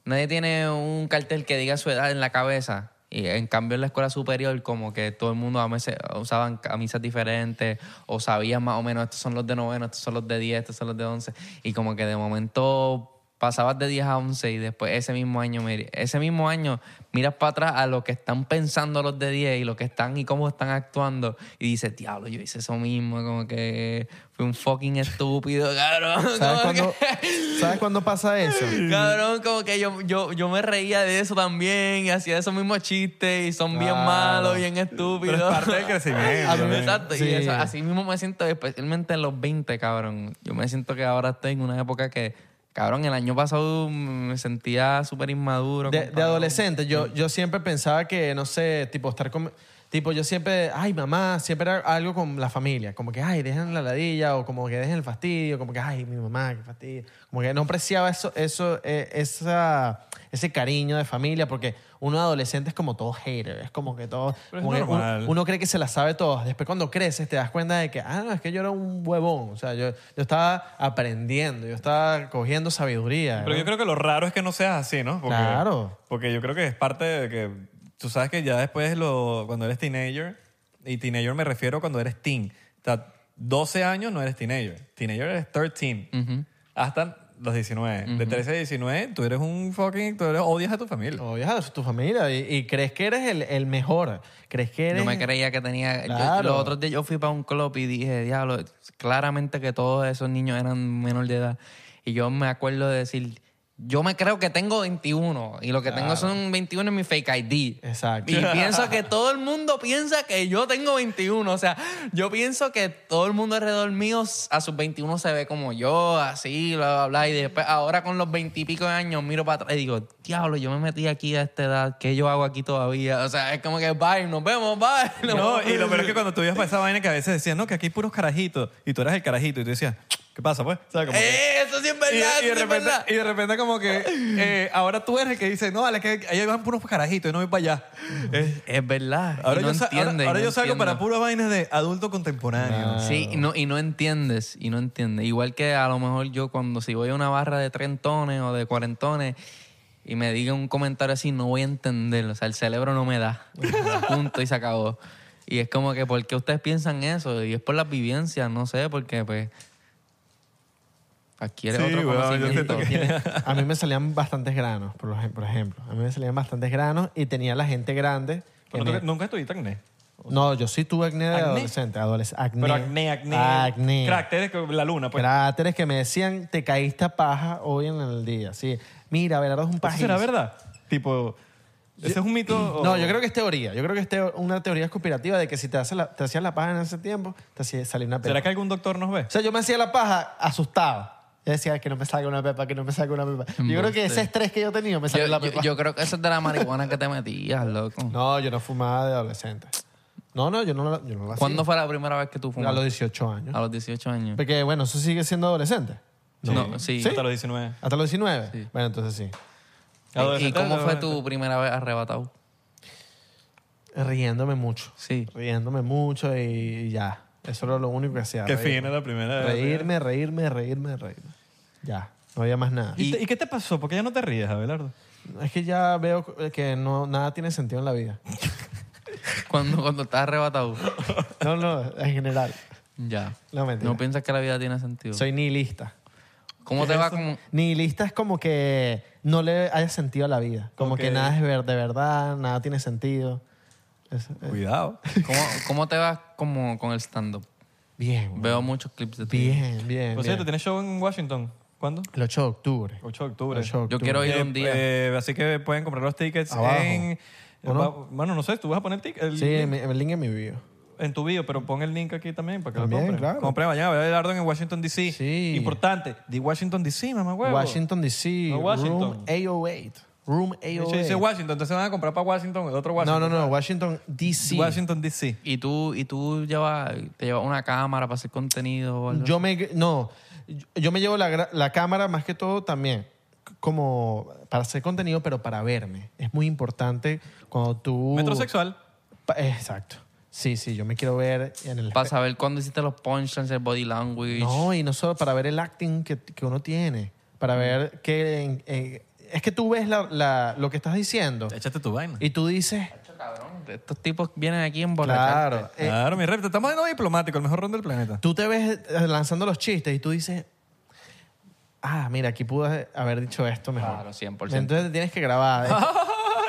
Speaker 3: nadie tiene un cartel que diga su edad en la cabeza. Y en cambio en la escuela superior como que todo el mundo a veces usaban camisas diferentes o sabían más o menos estos son los de noveno, estos son los de 10, estos son los de 11 y como que de momento pasabas de 10 a 11 y después ese mismo año miri- ese mismo año miras para atrás a lo que están pensando los de 10 y lo que están y cómo están actuando y dices, "Diablo, yo hice eso mismo, como que fui un fucking estúpido, cabrón."
Speaker 2: ¿Sabes
Speaker 3: como
Speaker 2: cuándo,
Speaker 3: que-
Speaker 2: ¿Sabes cuándo pasa eso?
Speaker 3: Cabrón, como que yo, yo, yo me reía de eso también y hacía esos mismos chistes y son bien
Speaker 2: Claro.
Speaker 3: malos, bien estúpidos.
Speaker 1: Pero es parte del crecimiento,
Speaker 3: A mí me-
Speaker 1: man.
Speaker 3: Exacto,
Speaker 2: Sí.
Speaker 3: y eso, así mismo me siento, especialmente en los 20, cabrón. Yo me siento que ahora estoy en una época que, cabrón, el año pasado me sentía súper inmaduro.
Speaker 2: De, de
Speaker 3: comparado.
Speaker 2: adolescente, yo, yo siempre pensaba que, no sé, tipo, estar con... Tipo, yo siempre, ay, mamá, siempre era algo con la familia. Como que, ay, dejen la ladilla o como que dejen el fastidio. Como que, ay, mi mamá, qué fastidio. Como que no apreciaba eso, eso, eh, esa, ese cariño de familia porque uno adolescente es como todo hater. Es como que todo...
Speaker 1: Pero es
Speaker 2: como que uno-
Speaker 1: normal.
Speaker 2: uno cree que se la sabe todas. Después cuando creces te das cuenta de que, ah, no, es que yo era un huevón. O sea, yo, yo estaba aprendiendo, yo estaba cogiendo sabiduría. ¿no?
Speaker 1: Pero yo creo que lo raro es que no seas así, ¿no? Porque-
Speaker 2: Claro.
Speaker 1: Porque yo creo que es parte de que tú sabes que ya después lo, cuando eres teenager, y teenager me refiero cuando eres teen, o sea, 12 años no eres teenager, teenager eres 13, hasta los 19. De 13 a 19 tú eres un fucking, tú eres- odias a tu familia.
Speaker 2: Obvias a tu familia y, y crees que eres el, el mejor. Crees que eres.
Speaker 3: Yo me creía que tenía. yo-
Speaker 2: Claro.
Speaker 3: los otros días yo fui para un club y dije, diablo, claramente que todos esos niños eran menor de edad. Y yo me acuerdo de decir, yo me creo que tengo 21 y lo que tengo son 21 en mi fake ID.
Speaker 2: Exacto.
Speaker 3: Y pienso que todo el mundo piensa que yo tengo 21. O sea, yo pienso que todo el mundo alrededor mío a sus 21 se ve como yo, así, bla, bla, bla. Y después, ahora con los 20 y pico de años, miro para atrás y digo, diablo, yo me metí aquí a esta edad. ¿Qué yo hago aquí todavía? O sea, es como que, bye, nos vemos, bye. Nos
Speaker 1: No,
Speaker 3: vemos.
Speaker 1: y lo peor es que cuando tú ibas para esa vaina que a veces decían, no, que aquí hay puros carajitos, y tú eras el carajito, y tú decías, ¿qué pasa, pues? ¿Sabes? Como que-
Speaker 3: Eh, Eso sí es verdad,
Speaker 1: Y,
Speaker 3: eso
Speaker 1: y
Speaker 3: sí
Speaker 1: de
Speaker 3: es
Speaker 1: repente,
Speaker 3: verdad.
Speaker 1: y de repente como que eh, ahora tú eres el que dice, no, vale, que ahí van puros carajitos y no voy para allá. Eh,
Speaker 3: Es verdad. y
Speaker 1: ahora
Speaker 3: no
Speaker 1: yo, sa- ahora-
Speaker 3: entiendes, y
Speaker 1: ahora
Speaker 3: no
Speaker 1: yo salgo
Speaker 3: entiendes.
Speaker 1: para puras vainas de adulto contemporáneo.
Speaker 3: Sí, y no, y no entiendes, y no entiendes. Igual que a lo mejor yo cuando si voy a una barra de trentones o de cuarentones y me digan un comentario así, no voy a entenderlo. O sea, el cerebro no me da. Punto y se acabó. Y es como que, ¿por qué ustedes piensan eso? Y es por las vivencias, no sé, porque pues adquiere
Speaker 1: Sí,
Speaker 3: otro
Speaker 1: weón, yo
Speaker 3: conocimiento.
Speaker 1: siento que-
Speaker 2: A mí me salían bastantes granos, por, lo ejem- por ejemplo. A mí me salían bastantes granos y tenía la gente grande
Speaker 1: Pero tú que- nunca estuviste acné.
Speaker 2: No, yo sí tuve acné de
Speaker 1: ¿Acné?
Speaker 2: adolescente. adolescente acné.
Speaker 1: Pero acné, acné.
Speaker 2: Acné.
Speaker 1: Cráteres, que la luna, pues.
Speaker 2: Cráteres que me decían, te caíste a paja hoy en el día. Sí. Mira, Belardo es un
Speaker 1: ¿Eso
Speaker 2: pajín.
Speaker 1: será verdad? Tipo, ¿ese es un mito?
Speaker 2: No, yo creo que es teoría. Yo creo que es teo- una teoría conspirativa de que si te, haces la- te hacías la paja en ese tiempo, te hacía salir una pepa.
Speaker 1: ¿Será que algún doctor nos ve?
Speaker 2: O sea, yo me hacía la paja asustado. Yo decía, que no me salga una pepa, que no me salga una pepa. Yo creo que ese estrés que yo tenía me salió
Speaker 7: Yo,
Speaker 2: la
Speaker 7: yo-
Speaker 2: pepa.
Speaker 7: yo creo que eso es de la marihuana que te metías, loco.
Speaker 2: No, yo no fumaba de adolescente. No, no, yo no, la- yo no lo hacía.
Speaker 7: ¿Cuándo fue Ah, la primera vez que tú
Speaker 2: A
Speaker 7: fumaste?
Speaker 2: los 18 años.
Speaker 7: A los 18 años.
Speaker 2: Porque, bueno, eso sigue siendo adolescente.
Speaker 7: No, sí.
Speaker 1: Hasta los 19.
Speaker 2: Hasta los 19. Bueno, entonces sí.
Speaker 7: ¿Y, y
Speaker 1: Adolescente,
Speaker 7: cómo fue
Speaker 1: adolescente.
Speaker 7: tu primera vez arrebatado?
Speaker 2: Riéndome mucho.
Speaker 7: Sí.
Speaker 2: Riéndome mucho y ya. Eso era lo único que hacía.
Speaker 1: Qué
Speaker 2: reírme.
Speaker 1: fina la primera vez.
Speaker 2: Reírme, reírme, reírme, reírme. Ya. No había más nada.
Speaker 1: ¿Y, te- y qué te pasó? Porque ya no te ríes, Abelardo.
Speaker 2: Es que ya veo que no, nada tiene sentido en la vida.
Speaker 7: Cuando, cuando estás arrebatado.
Speaker 2: No, no, en general.
Speaker 7: ya.
Speaker 2: No, mentira.
Speaker 7: ¿No piensas que la vida tiene sentido?
Speaker 2: Soy nihilista.
Speaker 7: ¿Cómo te va como...?
Speaker 2: Nihilista es como que no le haya sentido a la vida. Como que
Speaker 1: Ok.
Speaker 2: nada es ver- de verdad, nada tiene sentido. Eso, eh.
Speaker 1: Cuidado.
Speaker 7: ¿Cómo, cómo te vas como con el stand-up?
Speaker 2: Bien, güey.
Speaker 7: Veo muchos clips de ti.
Speaker 2: bien, bien. bien.
Speaker 1: Por cierto, tienes show en Washington. ¿Cuándo?
Speaker 2: El 8 de octubre.
Speaker 1: 8 de octubre.
Speaker 2: El 8 de
Speaker 7: Yo
Speaker 2: octubre.
Speaker 7: quiero ir
Speaker 1: Eh,
Speaker 7: un día.
Speaker 1: eh, así que pueden comprar los tickets
Speaker 2: Abajo.
Speaker 1: en...
Speaker 2: ¿O no?
Speaker 1: Va- Bueno, no sé, tú vas a poner el ticket.
Speaker 2: Sí, el, el link en mi video.
Speaker 1: en tu bio, pero pon el link aquí también para que
Speaker 2: También,
Speaker 1: lo compren.
Speaker 2: claro.
Speaker 1: Compren mañana, ve a Abelardo en Washington DC.
Speaker 2: Sí.
Speaker 1: Importante, de Washington DC, mamá huevo.
Speaker 2: Washington DC,
Speaker 1: No, Washington.
Speaker 2: Room 808. Room
Speaker 1: De hecho,
Speaker 2: 808.
Speaker 1: dice Washington, entonces van a comprar para Washington, el otro
Speaker 2: no,
Speaker 1: Washington.
Speaker 2: no, no, Washington DC.
Speaker 1: Washington DC.
Speaker 7: ¿Y tú, y tú llevas, te llevas una cámara para hacer contenido o algo?
Speaker 2: Yo me, no, yo me llevo la, gra- la cámara más que todo también c- como para hacer contenido, pero para verme. Es muy importante cuando tú...
Speaker 1: Metrosexual.
Speaker 2: Pa- Exacto. Sí, sí, yo me quiero ver en el...
Speaker 7: Para saber cuándo hiciste los punchlines, el body language.
Speaker 2: No, y no solo para ver el acting que, que uno tiene, para ver que... en- en- es que tú ves la- la- lo que estás diciendo
Speaker 1: Échate tu vaina.
Speaker 2: y tú dices...
Speaker 7: Estos tipos vienen aquí en
Speaker 2: Claro. eh,
Speaker 1: Claro, mi rep, te estamos dando diplomático, el mejor ron del planeta.
Speaker 2: tú te ves eh, lanzando los chistes y tú dices, ah, mira, aquí pude haber dicho esto mejor.
Speaker 7: Claro, 100%.
Speaker 2: Entonces te tienes que grabar.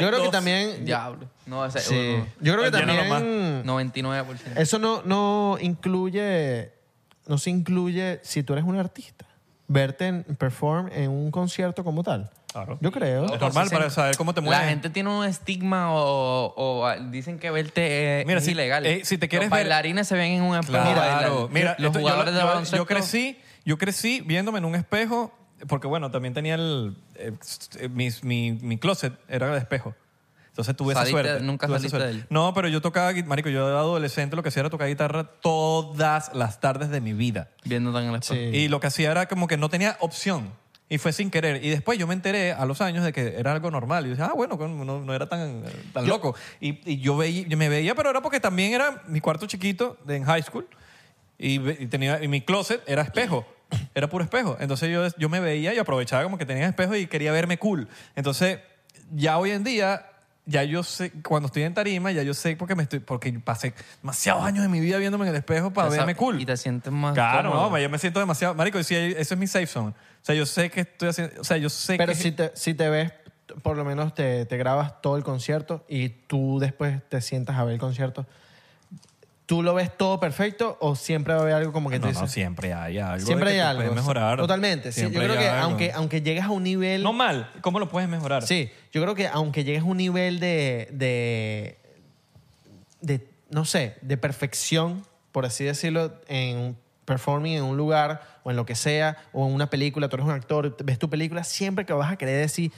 Speaker 2: Yo creo que también...
Speaker 7: Diablo. No, ese uh,
Speaker 2: Sí.
Speaker 7: uno.
Speaker 2: Yo creo que
Speaker 1: Llénalo
Speaker 2: también...
Speaker 7: 99%.
Speaker 2: Eso no, no incluye... No se incluye si tú eres un artista. Verte en, perform en un concierto como tal.
Speaker 1: Claro.
Speaker 2: Yo creo.
Speaker 1: Es normal para saber cómo te mueves.
Speaker 7: La gente tiene un estigma o, o- o dicen que verte es,
Speaker 1: Mira,
Speaker 7: es
Speaker 1: si-
Speaker 7: ilegal.
Speaker 1: eh, si te quieres
Speaker 7: los
Speaker 1: ver-
Speaker 7: bailarines se ven en un espejo.
Speaker 1: Claro,
Speaker 7: bailar.
Speaker 1: mira,
Speaker 7: los
Speaker 1: esto- yo,
Speaker 7: jugadores
Speaker 1: lo-
Speaker 7: de
Speaker 1: yo-
Speaker 7: baloncesto.
Speaker 1: yo crecí, yo crecí viéndome en un espejo, porque bueno, también tenía el eh, eh, mis- mi, mi closet era de espejo. Entonces tuve esa
Speaker 7: Saliste-
Speaker 1: suerte.
Speaker 7: nunca
Speaker 1: tuve esa
Speaker 7: saliste de él.
Speaker 1: No, pero yo tocaba, gui- marico, yo de adolescente lo que hacía era tocar guitarra todas las tardes de mi vida.
Speaker 7: Viéndote en el espejo.
Speaker 2: Sí.
Speaker 1: Y lo que hacía era como que no tenía opción. Y fue sin querer. Y después yo me enteré a los años de que era algo normal. Y yo decía, ah, bueno, coño, no, no era tan, tan loco. Y, y yo, veía, yo me veía, pero era porque también era mi cuarto chiquito de, en high school. Y, ve- y tenía, y mi closet era espejo. Era puro espejo. Entonces yo, yo me veía y aprovechaba como que tenía espejo y quería verme cool. Entonces, ya hoy en día, ya yo sé, cuando estoy en tarima, ya yo sé porque, me estoy, porque pasé demasiados años de mi vida viéndome en el espejo Pues, para
Speaker 7: Te
Speaker 1: verme
Speaker 7: sa-
Speaker 1: cool.
Speaker 7: Y te sientes más.
Speaker 1: Claro,
Speaker 7: cómodo.
Speaker 1: no, yo me siento demasiado. Marico, y sí, eso es mi safe zone. O sea, yo sé que estoy haciendo. O sea, yo sé
Speaker 2: Pero
Speaker 1: que.
Speaker 2: si te, si te ves, por lo menos te, te grabas todo el concierto y tú después te sientas a ver el concierto. ¿Tú lo ves todo perfecto o siempre va a haber algo como que
Speaker 1: no,
Speaker 2: te
Speaker 1: no,
Speaker 2: dice?
Speaker 1: siempre hay algo.
Speaker 2: siempre
Speaker 1: de
Speaker 2: hay
Speaker 1: que tú
Speaker 2: algo.
Speaker 1: Puedes mejorar.
Speaker 2: Totalmente. Sí, yo
Speaker 1: Siempre
Speaker 2: creo
Speaker 1: hay
Speaker 2: que
Speaker 1: algo.
Speaker 2: aunque, aunque llegues a un nivel.
Speaker 1: No mal, ¿cómo lo puedes mejorar?
Speaker 2: Sí, yo creo que aunque llegues a un nivel de, de, de, no sé, de perfección, por así decirlo, en performing en un lugar o en lo que sea, o en una película, tú eres un actor, ves tu película, siempre que vas a querer decir,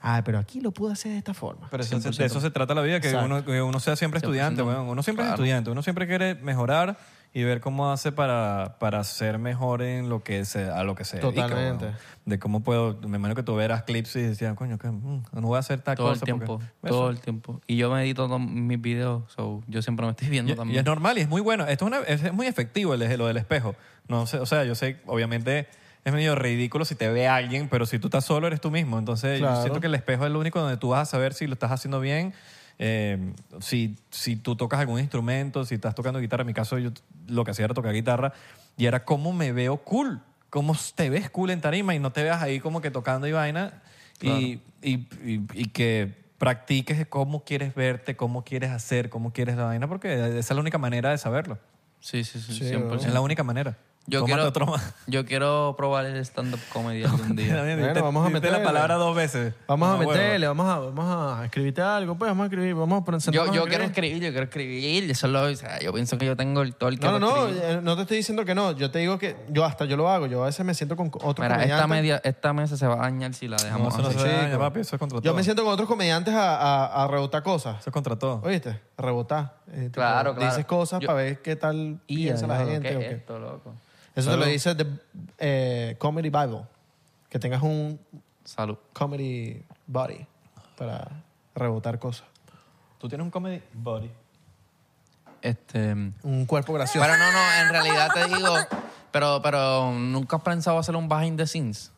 Speaker 2: ah, pero aquí lo pude hacer de esta forma.
Speaker 1: Pero eso se- de eso se trata la vida, que,
Speaker 2: Exacto.
Speaker 1: uno, que uno sea siempre estudiante, weón. Uno siempre es estudiante, uno siempre quiere mejorar y ver cómo hace para, para ser mejor en lo que se, a lo que se dedica, weón.
Speaker 2: Totalmente.
Speaker 1: De cómo puedo, me imagino que tú verás clips y decías, coño, que, mm, no voy a hacer tal
Speaker 7: Todo el
Speaker 1: cosa. porque-
Speaker 7: tiempo.
Speaker 1: Eso.
Speaker 7: Todo el tiempo. Y yo me edito todos mis videos. so, yo siempre me estoy viendo
Speaker 1: Y- Y,
Speaker 7: también.
Speaker 1: es normal y es muy bueno. Esto es, una- es- es muy efectivo el, lo del espejo. No sé, o sea, yo sé, obviamente es medio ridículo si te ve alguien, pero si tú estás solo eres tú mismo. Entonces yo
Speaker 2: Claro.
Speaker 1: siento que el espejo es lo único donde tú vas a saber si lo estás haciendo bien, eh, si, si tú tocas algún instrumento, si estás tocando guitarra. En mi caso yo t- lo que hacía era tocar guitarra y era cómo me veo cool, cómo te ves cool en tarima y no te veas ahí como que tocando y vaina. Y, y- y- y que practiques cómo quieres verte, cómo quieres hacer, cómo quieres la vaina, porque esa es la única manera de saberlo.
Speaker 3: Sí, sí, sí,
Speaker 2: Sí,
Speaker 3: 100%.
Speaker 1: Es la única manera.
Speaker 3: Yo
Speaker 1: Tómate
Speaker 3: quiero-
Speaker 1: otro más.
Speaker 3: Yo quiero probar el stand-up comedy algún día.
Speaker 2: Bueno, vamos a
Speaker 1: meter la
Speaker 2: meterle.
Speaker 1: palabra dos veces.
Speaker 2: Vamos a
Speaker 1: Ah, bueno.
Speaker 2: meterle, vamos a, vamos a escribirte algo, pues vamos a escribir, vamos a presentar.
Speaker 3: Yo, yo quiero escribir, yo quiero escribir. Eso lo, o sea, yo pienso que yo tengo el todo el que
Speaker 2: No, no,
Speaker 3: va a
Speaker 2: no,
Speaker 3: escribir.
Speaker 2: eh, no te estoy diciendo que no, yo te digo que yo hasta yo lo hago, yo a veces me siento con co- otros
Speaker 3: Mira,
Speaker 2: comediantes.
Speaker 3: esta, media, esta mesa se va a dañar si la
Speaker 1: No,
Speaker 3: dejamos
Speaker 1: eso no
Speaker 3: así.
Speaker 1: se daña,
Speaker 2: chico.
Speaker 1: papi, eso es contra
Speaker 2: yo
Speaker 1: todo.
Speaker 2: me siento con otros comediantes a, a, a rebotar cosas,
Speaker 1: Eso es contra todo.
Speaker 2: ¿oíste? A Rebotar. Eh, tipo,
Speaker 3: Claro, claro.
Speaker 2: Dices cosas
Speaker 3: Yo-
Speaker 2: para ver qué tal
Speaker 3: Y
Speaker 2: piensa la
Speaker 3: diablo,
Speaker 2: gente.
Speaker 3: ¿qué
Speaker 2: o
Speaker 3: es
Speaker 2: qué.
Speaker 3: esto, loco?
Speaker 2: Eso te lo dice The eh, Comedy Bible, que tengas un
Speaker 3: Salud.
Speaker 2: comedy body para rebotar cosas.
Speaker 1: Tú tienes un comedy body.
Speaker 3: Este,
Speaker 2: Un cuerpo gracioso.
Speaker 3: pero no, no, en realidad te digo, pero, pero nunca has pensado hacer un behind the scenes.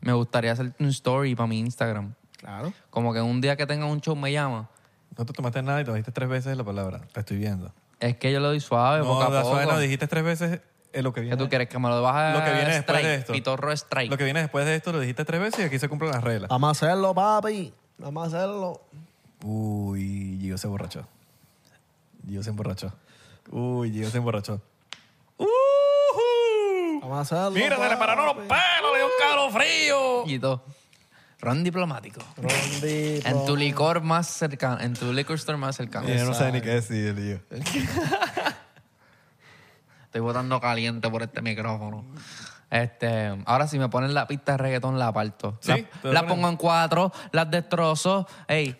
Speaker 3: Me gustaría hacer un story para mi Instagram.
Speaker 2: Claro.
Speaker 3: Como que un día que tenga un show me llama.
Speaker 1: No te tomaste nada y te dijiste tres veces la palabra. Te estoy viendo.
Speaker 3: Es que yo lo doy suave,
Speaker 1: No,
Speaker 3: poco a
Speaker 1: la
Speaker 3: poco.
Speaker 1: suave, no, dijiste tres veces eh, lo que
Speaker 3: ¿Qué
Speaker 1: viene.
Speaker 3: tú quieres? ¿Que me lo bajes
Speaker 1: Lo que viene después de esto.
Speaker 3: Pitorro strike.
Speaker 1: Lo que viene después de esto lo dijiste tres veces y aquí se cumplen las reglas.
Speaker 2: Vamos a hacerlo, papi. Vamos a hacerlo.
Speaker 1: Uy, Gio se emborrachó. Gio se emborrachó. Uy, Gio se emborrachó. ¡Ujú!
Speaker 2: Vamos a hacerlo.
Speaker 1: Mira, se le pararon los pelos, le dio un calor frío.
Speaker 3: Y todo. Ron diplomático.
Speaker 2: Rondi,
Speaker 3: En tu licor más cercano, en tu liquor store más cercano.
Speaker 1: Yo no sé ni qué decir, el Gio.
Speaker 3: Estoy botando caliente por este micrófono. Este, ahora si me ponen la pista de reggaetón, la aparto.
Speaker 1: Sí,
Speaker 3: La-
Speaker 1: te la
Speaker 3: la,
Speaker 1: ponen.
Speaker 3: pongo en cuatro, las destrozo, ey,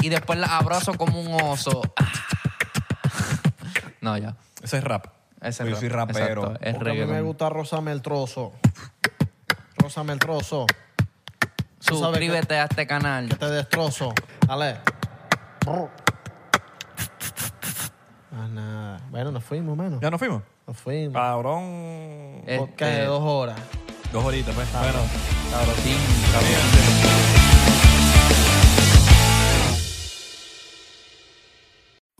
Speaker 3: y después la abrazo como un oso. Ah. No, ya.
Speaker 1: Eso es rap.
Speaker 3: Ese
Speaker 1: Yo
Speaker 3: rap,
Speaker 1: soy rapero.
Speaker 3: exacto, es
Speaker 2: Porque a mí me
Speaker 3: reggaetón.
Speaker 2: gusta Rosame el trozo. Rosame el trozo. Tú sabes que-
Speaker 3: Suscríbete a este
Speaker 2: Que
Speaker 3: canal.
Speaker 2: te destrozo. Dale. Brr. Más Ah, nada. Bueno, nos fuimos, mano.
Speaker 1: ¿Ya nos fuimos?
Speaker 2: Nos fuimos.
Speaker 1: Ah, Cabrón.
Speaker 2: Podcast
Speaker 3: Este,
Speaker 2: de dos horas.
Speaker 1: Dos horitas, pues. Bueno.
Speaker 3: cabrotín.
Speaker 1: cuídense.